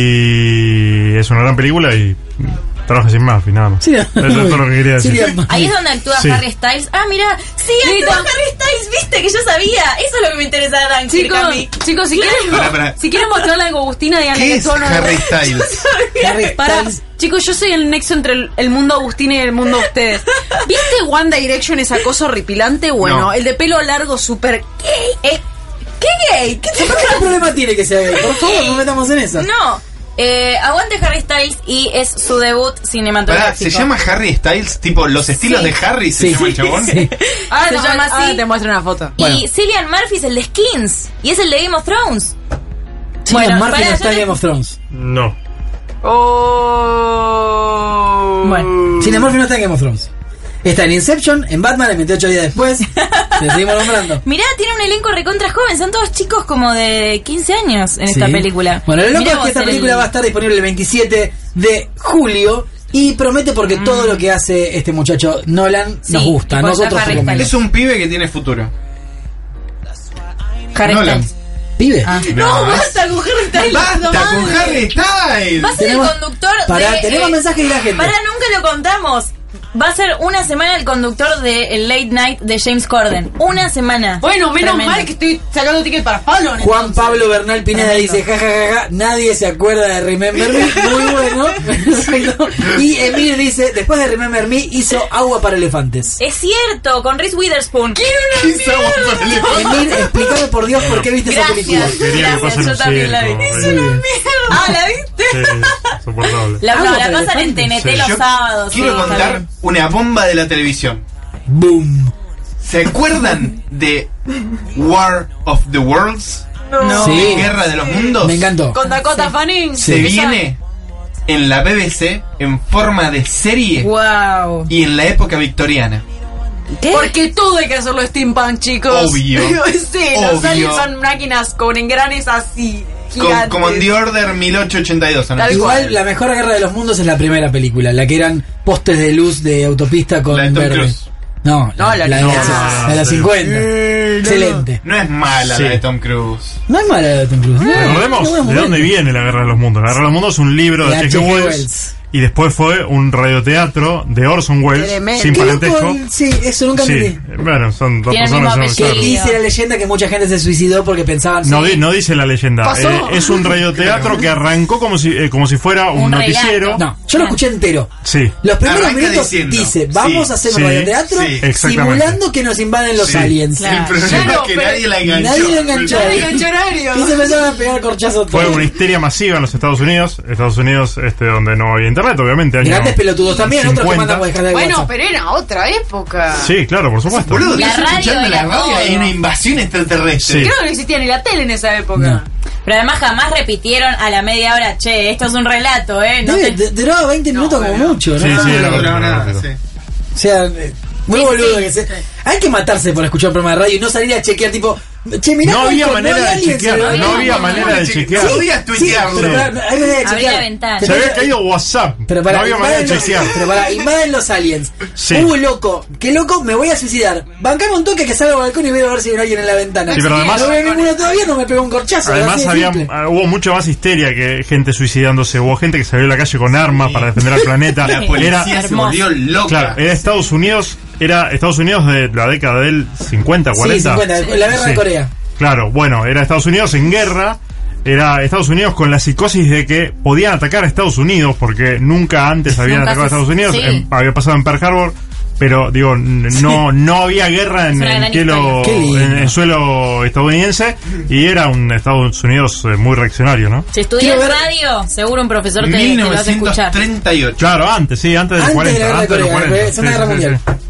Y es una gran película y mm, trabaja sin Murphy, nada más. Cillian- Eso es todo lo que quería decir. Ahí es donde actúa Sí. Harry Styles. Ah, mira, sí, actúa Harry Styles, viste que yo sabía. Eso es lo que me interesaba de Dunkirk Chicos, a mí. chicos, si quieren, Pará, pará. si quieren mostrarle algo a Agustina, díganle ¿Qué que es todo no- Harry Styles? Harry *laughs* Pará, chicos, yo soy el nexo entre el, el mundo Agustina y el mundo de ustedes. ¿Viste One Direction esa cosa horripilante? Bueno, No. el de pelo largo super gay. Eh, ¿Qué gay? ¿Qué ¿Qué problema tiene que sea gay? Por favor, no metamos en eso. No, Eh, aguante Harry Styles y es su debut Pará, cinematográfico. ¿se llama Harry Styles? Tipo, los estilos de Harry se Sí. llama el chabón. *laughs* Ah, te se llama muestro- así. ah, te muestro una foto. Y Cillian Murphy es el de Skins y es el de Game of Thrones. Sí, Martin pará, yo está en te- Game of Thrones. No. Oh. Bueno, Cillian Murphy no está en Game of Thrones. Está en Inception, en Batman, en 28 días Pues, después. Te seguimos nombrando. Mirá, tiene un elenco recontra joven, son todos chicos como de 15 años *laughs* en esta Sí. película. Bueno, lo loco Mirá es vos que esta el- película va a estar disponible el 27 de julio y promete porque Mm. todo lo que hace este muchacho Nolan nos gusta. a Nosotros por lo menos. Es un pibe que tiene futuro. Harry Nolan. Styles. Pibe. No, basta con Harry Styles. Basta no con mames. Harry Styles. Va a ser Tenemos- el conductor Pará, de... tenemos mensajes de la gente. Para, nunca lo contamos. Va a ser una semana el conductor de el Late Night de James Corden. Una semana. Bueno, menos Tremendo. mal que estoy sacando ticket para Fallon. Juan Pablo Bernal Pineda dice, jajajaja, nadie se acuerda de Remember Me, *laughs* muy bueno. Perfecto. y Emilio dice, después de Remember Me hizo agua para elefantes. Es cierto, con Reese Witherspoon. Hizo agua para elefantes. Emil, explícame por Dios por qué viste Gracias. esa película. Quería que pasen yo un también la vi. circo, Es eh. una mierda. Ah, ¿la viste? Sí, soportable. La, Agua no, la para pasan en elefantes. TNT los Yo sábados. Quiero sí, contar también. una bomba de la televisión. Boom. ¿Se acuerdan de War of the Worlds? No. Sí. Guerra de los Mundos. Me encantó. Con Dakota Fanning. Se viene en la BBC en forma de serie Wow. y en la época victoriana. Porque todo hay que hacerlo steampunk, chicos. *laughs* Obvio. *laughs* sí, los Obvio. aliens son máquinas con engranes así. Con, Gigantes. como en The Order 1882. ¿no? Igual, la mejor guerra de los mundos es la primera película, la que eran postes de luz de autopista con La de Tom verde. Cruise. No, la, la, de, la de las 50. Excelente. Eh, No es mala Sí. la de Tom Cruise. No es mala la de Tom Cruise. Recordemos de dónde viene la Guerra de los Mundos. La Guerra de los Mundos es un libro de De H.G. H.G. Wells, Wells. y después fue un radioteatro de Orson Welles Tremendo. sin Qué loco, parentesco. sí, eso nunca Sí, entendí. bueno, son dos Tiene el personas. mismo apellido. son- claro. Que dice la leyenda que mucha gente se suicidó porque pensaban No, sí. di- no dice la leyenda. Pasó. Eh, es un radioteatro que arrancó como si, eh, como si fuera un, noticiero. No, yo lo escuché entero. Sí. Los primeros Arranca minutos diciendo, dice, sí, vamos a hacer sí, un radioteatro sí, exactamente. simulando que nos invaden los Sí, aliens. sí, el problema Claro, es que pero- nadie la enganchó. Ah. Nadie la enganchó. Nadie enganchó horario. Y se empezaron a pegar corchazos Fue todos. una histeria masiva en los Estados Unidos. Estados Unidos, este, donde no había internet, obviamente. año Grandes pelotudos también, otros que 50. mandan por descargar de Bueno, WhatsApp. pero era otra época. Sí, claro, por supuesto. Boludo, La estás radio escuchando la era radio todo. hay una invasión extraterrestre. Sí. Creo que no existía ni la tele en esa época. Pero además jamás repitieron a la media hora, che, esto es un relato, ¿eh? No Debe- te- de- Duraba 20 minutos como mucho, ¿no? Sí, sí, era No, no, verdad, no. era verdad. O sea, eh, muy boludo que se... Hay que matarse por escuchar un programa de radio y no salir a chequear, tipo... Che, mirá No Falcon, había manera hay de aliens, chequear, ¿verdad? no había manera de chequear. Sí, Podías sí, tuitearlo. pero pará, hay manera de Abrí chequear. la ventana. Se había caído WhatsApp. *laughs* Pero para, no había manera de invaden los- chequear. Pero para, invaden los aliens. Sí. Uh, loco, qué loco, me voy a suicidar. Bancame un toque que salgo al balcón y veo a ver si viene alguien en la ventana. Sí, pero además- no veo ninguno todavía, no me pegó un corchazo. así Además de había, simple. ah, hubo mucha más histeria que gente suicidándose, hubo gente que salió a la calle con armas para defender *laughs* al planeta. La policía Era- se volvió loca. Claro, eh. era Estados Unidos, era Estados Unidos de la década del 50, Sí, 40. 50, la guerra de Corea. Claro, bueno, era Estados Unidos en guerra, era Estados Unidos con la psicosis de que podían atacar a Estados Unidos porque nunca antes habían Nunca atacado a se- Estados Unidos, sí. en- había pasado en Pearl Harbor. Pero digo, n- no, no había guerra en, Es una en gran cielo- historia. Qué lindo. en el suelo estadounidense y era un Estados Unidos eh, muy reaccionario, ¿no? Si estudias radio, seguro un profesor te, te lo hace escuchar. 1938. Claro, antes, sí, antes del Antes 40. de la guerra antes de del Corea, 40. la Segunda sí, Guerra sí, sí. Mundial.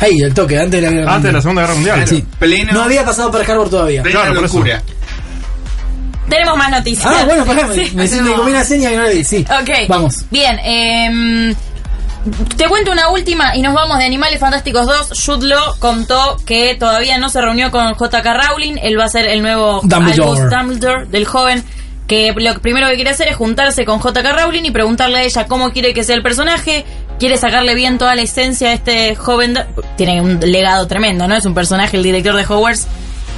Ahí, el toque, antes de la guerra Antes de la Segunda Guerra Mundial. Sí. No había pasado para Harbor todavía. Claro, por eso. Tenemos más noticias. Ah, bueno, pará, me- *laughs* Sí, me hiciste hacemos- como una seña que no la vi, sí. Ok. Vamos. Bien, em, te cuento una última y nos vamos de Animales Fantásticos 2. Jude Law contó que todavía no se reunió con J.K. Rowling. Él va a ser el nuevo Dumbledore. Albus Dumbledore del joven. Que lo primero que quiere hacer es juntarse con J.K. Rowling y preguntarle a ella cómo quiere que sea el personaje. Quiere sacarle bien toda la esencia a este joven. Du- Tiene un legado tremendo, ¿no? Es un personaje, el director de Hogwarts.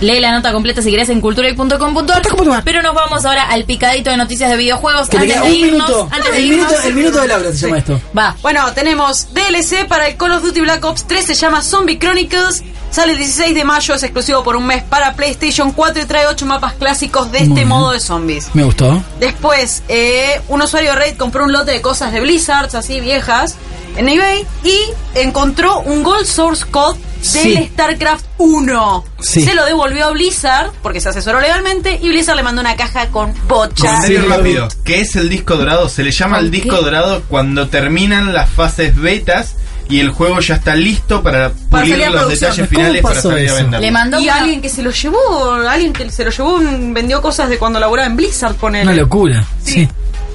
Lee la nota completa si querés en cultura.com.ar. Pero nos vamos ahora al picadito de noticias de videojuegos. Que te queda Antes un de irnos, minuto. antes de El irnos- minuto, el minuto de Laura se llama esto. Va. Bueno, tenemos DLC para el Call of Duty Black Ops 3, se llama Zombie Chronicles. Sale el 16 de mayo, es exclusivo por un mes para PlayStation 4 y trae 8 mapas clásicos de Muy este bien. modo de zombies. Me gustó. Después, eh, un usuario de Raid compró un lote de cosas de Blizzards, así viejas, en eBay y encontró un Gold Source Code del StarCraft 1. Sí. Se lo devolvió a Blizzard porque se asesoró legalmente y Blizzard le mandó una caja con bocha. Comentario rápido. ¿Qué es el disco dorado? Se le llama el disco dorado cuando terminan las fases betas y el juego ya está listo para pulir salir a los producción. detalles ¿Cómo finales para pasó salir a eso? vender. y alguien que se lo llevó, alguien que se lo llevó, mm, vendió cosas de cuando laburaba en Blizzard, con él. Una locura. Sí.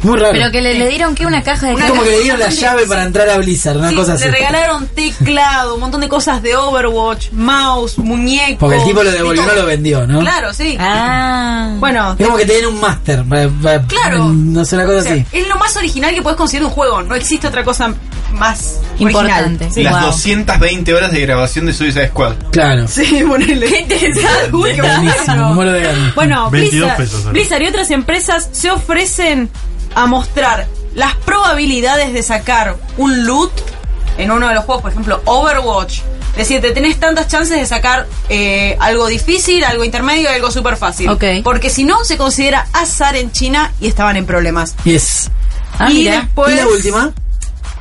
Muy raro. Pero que le, le dieron que una caja de Ah, Es como que le dieron la llave para entrar a Blizzard, una Sí, cosa así. le regalaron teclado, un montón de cosas de Overwatch, mouse, muñecos. Porque el tipo lo devolvió, no lo vendió, ¿no? Claro, sí. Ah. Bueno, Es como que te den un máster. para- para- Claro. Eh, No sé, una cosa o sea, así. es lo más original que puedes conseguir de un juego. No existe otra cosa más Importante. Original. Las 220 horas de grabación de Suicide Squad. Claro. *laughs* Sí, ponele. Qué interesante. Uy, qué bueno. muero de ganas. Bueno, 22 Blizzard, pesos ahora. Blizzard y otras empresas se ofrecen a mostrar las probabilidades de sacar un loot en uno de los juegos, por ejemplo, Overwatch. Es decir, te tenés tantas chances de sacar eh, algo difícil, algo intermedio y algo súper fácil. Ok. Porque si no, se considera azar en China y estaban en problemas. Yes. Ah, y mira. después. ¿Y la última?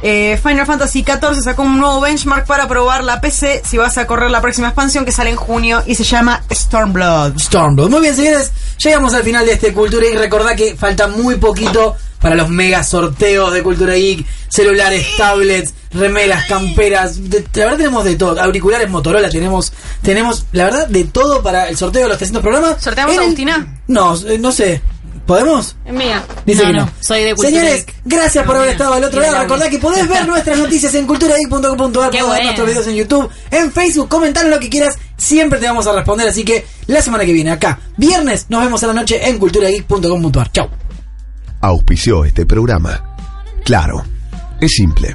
eh, Final Fantasy XIV sacó un nuevo benchmark para probar la PC si vas a correr la próxima expansión que sale en junio y se llama Stormblood. Stormblood. Muy bien, señores. Llegamos al final de este Cultura Geek. Recordá que falta muy poquito para los mega sorteos de Cultura Geek. Celulares, tablets, remeras, camperas. De- la verdad tenemos de todo. Auriculares, Motorola. Tenemos, tenemos la verdad, de todo para el sorteo de los 300 programas. ¿Sorteamos En a el- Agustina? No, eh, no sé. ¿Podemos? Es mía. Dice que no. Soy de Cultura Señores, Geek. gracias por No, haber mira, estado al otro mira lado. la Recordad una. que podés *laughs* ver nuestras noticias en culturageek.com.ar, podés ver bueno. nuestros videos en YouTube, en Facebook, comentar lo que quieras, siempre te vamos a responder. Así que la semana que viene, acá, viernes, nos vemos a la noche en culturageek.com.ar. Chau. Auspició este programa. Claro, es simple.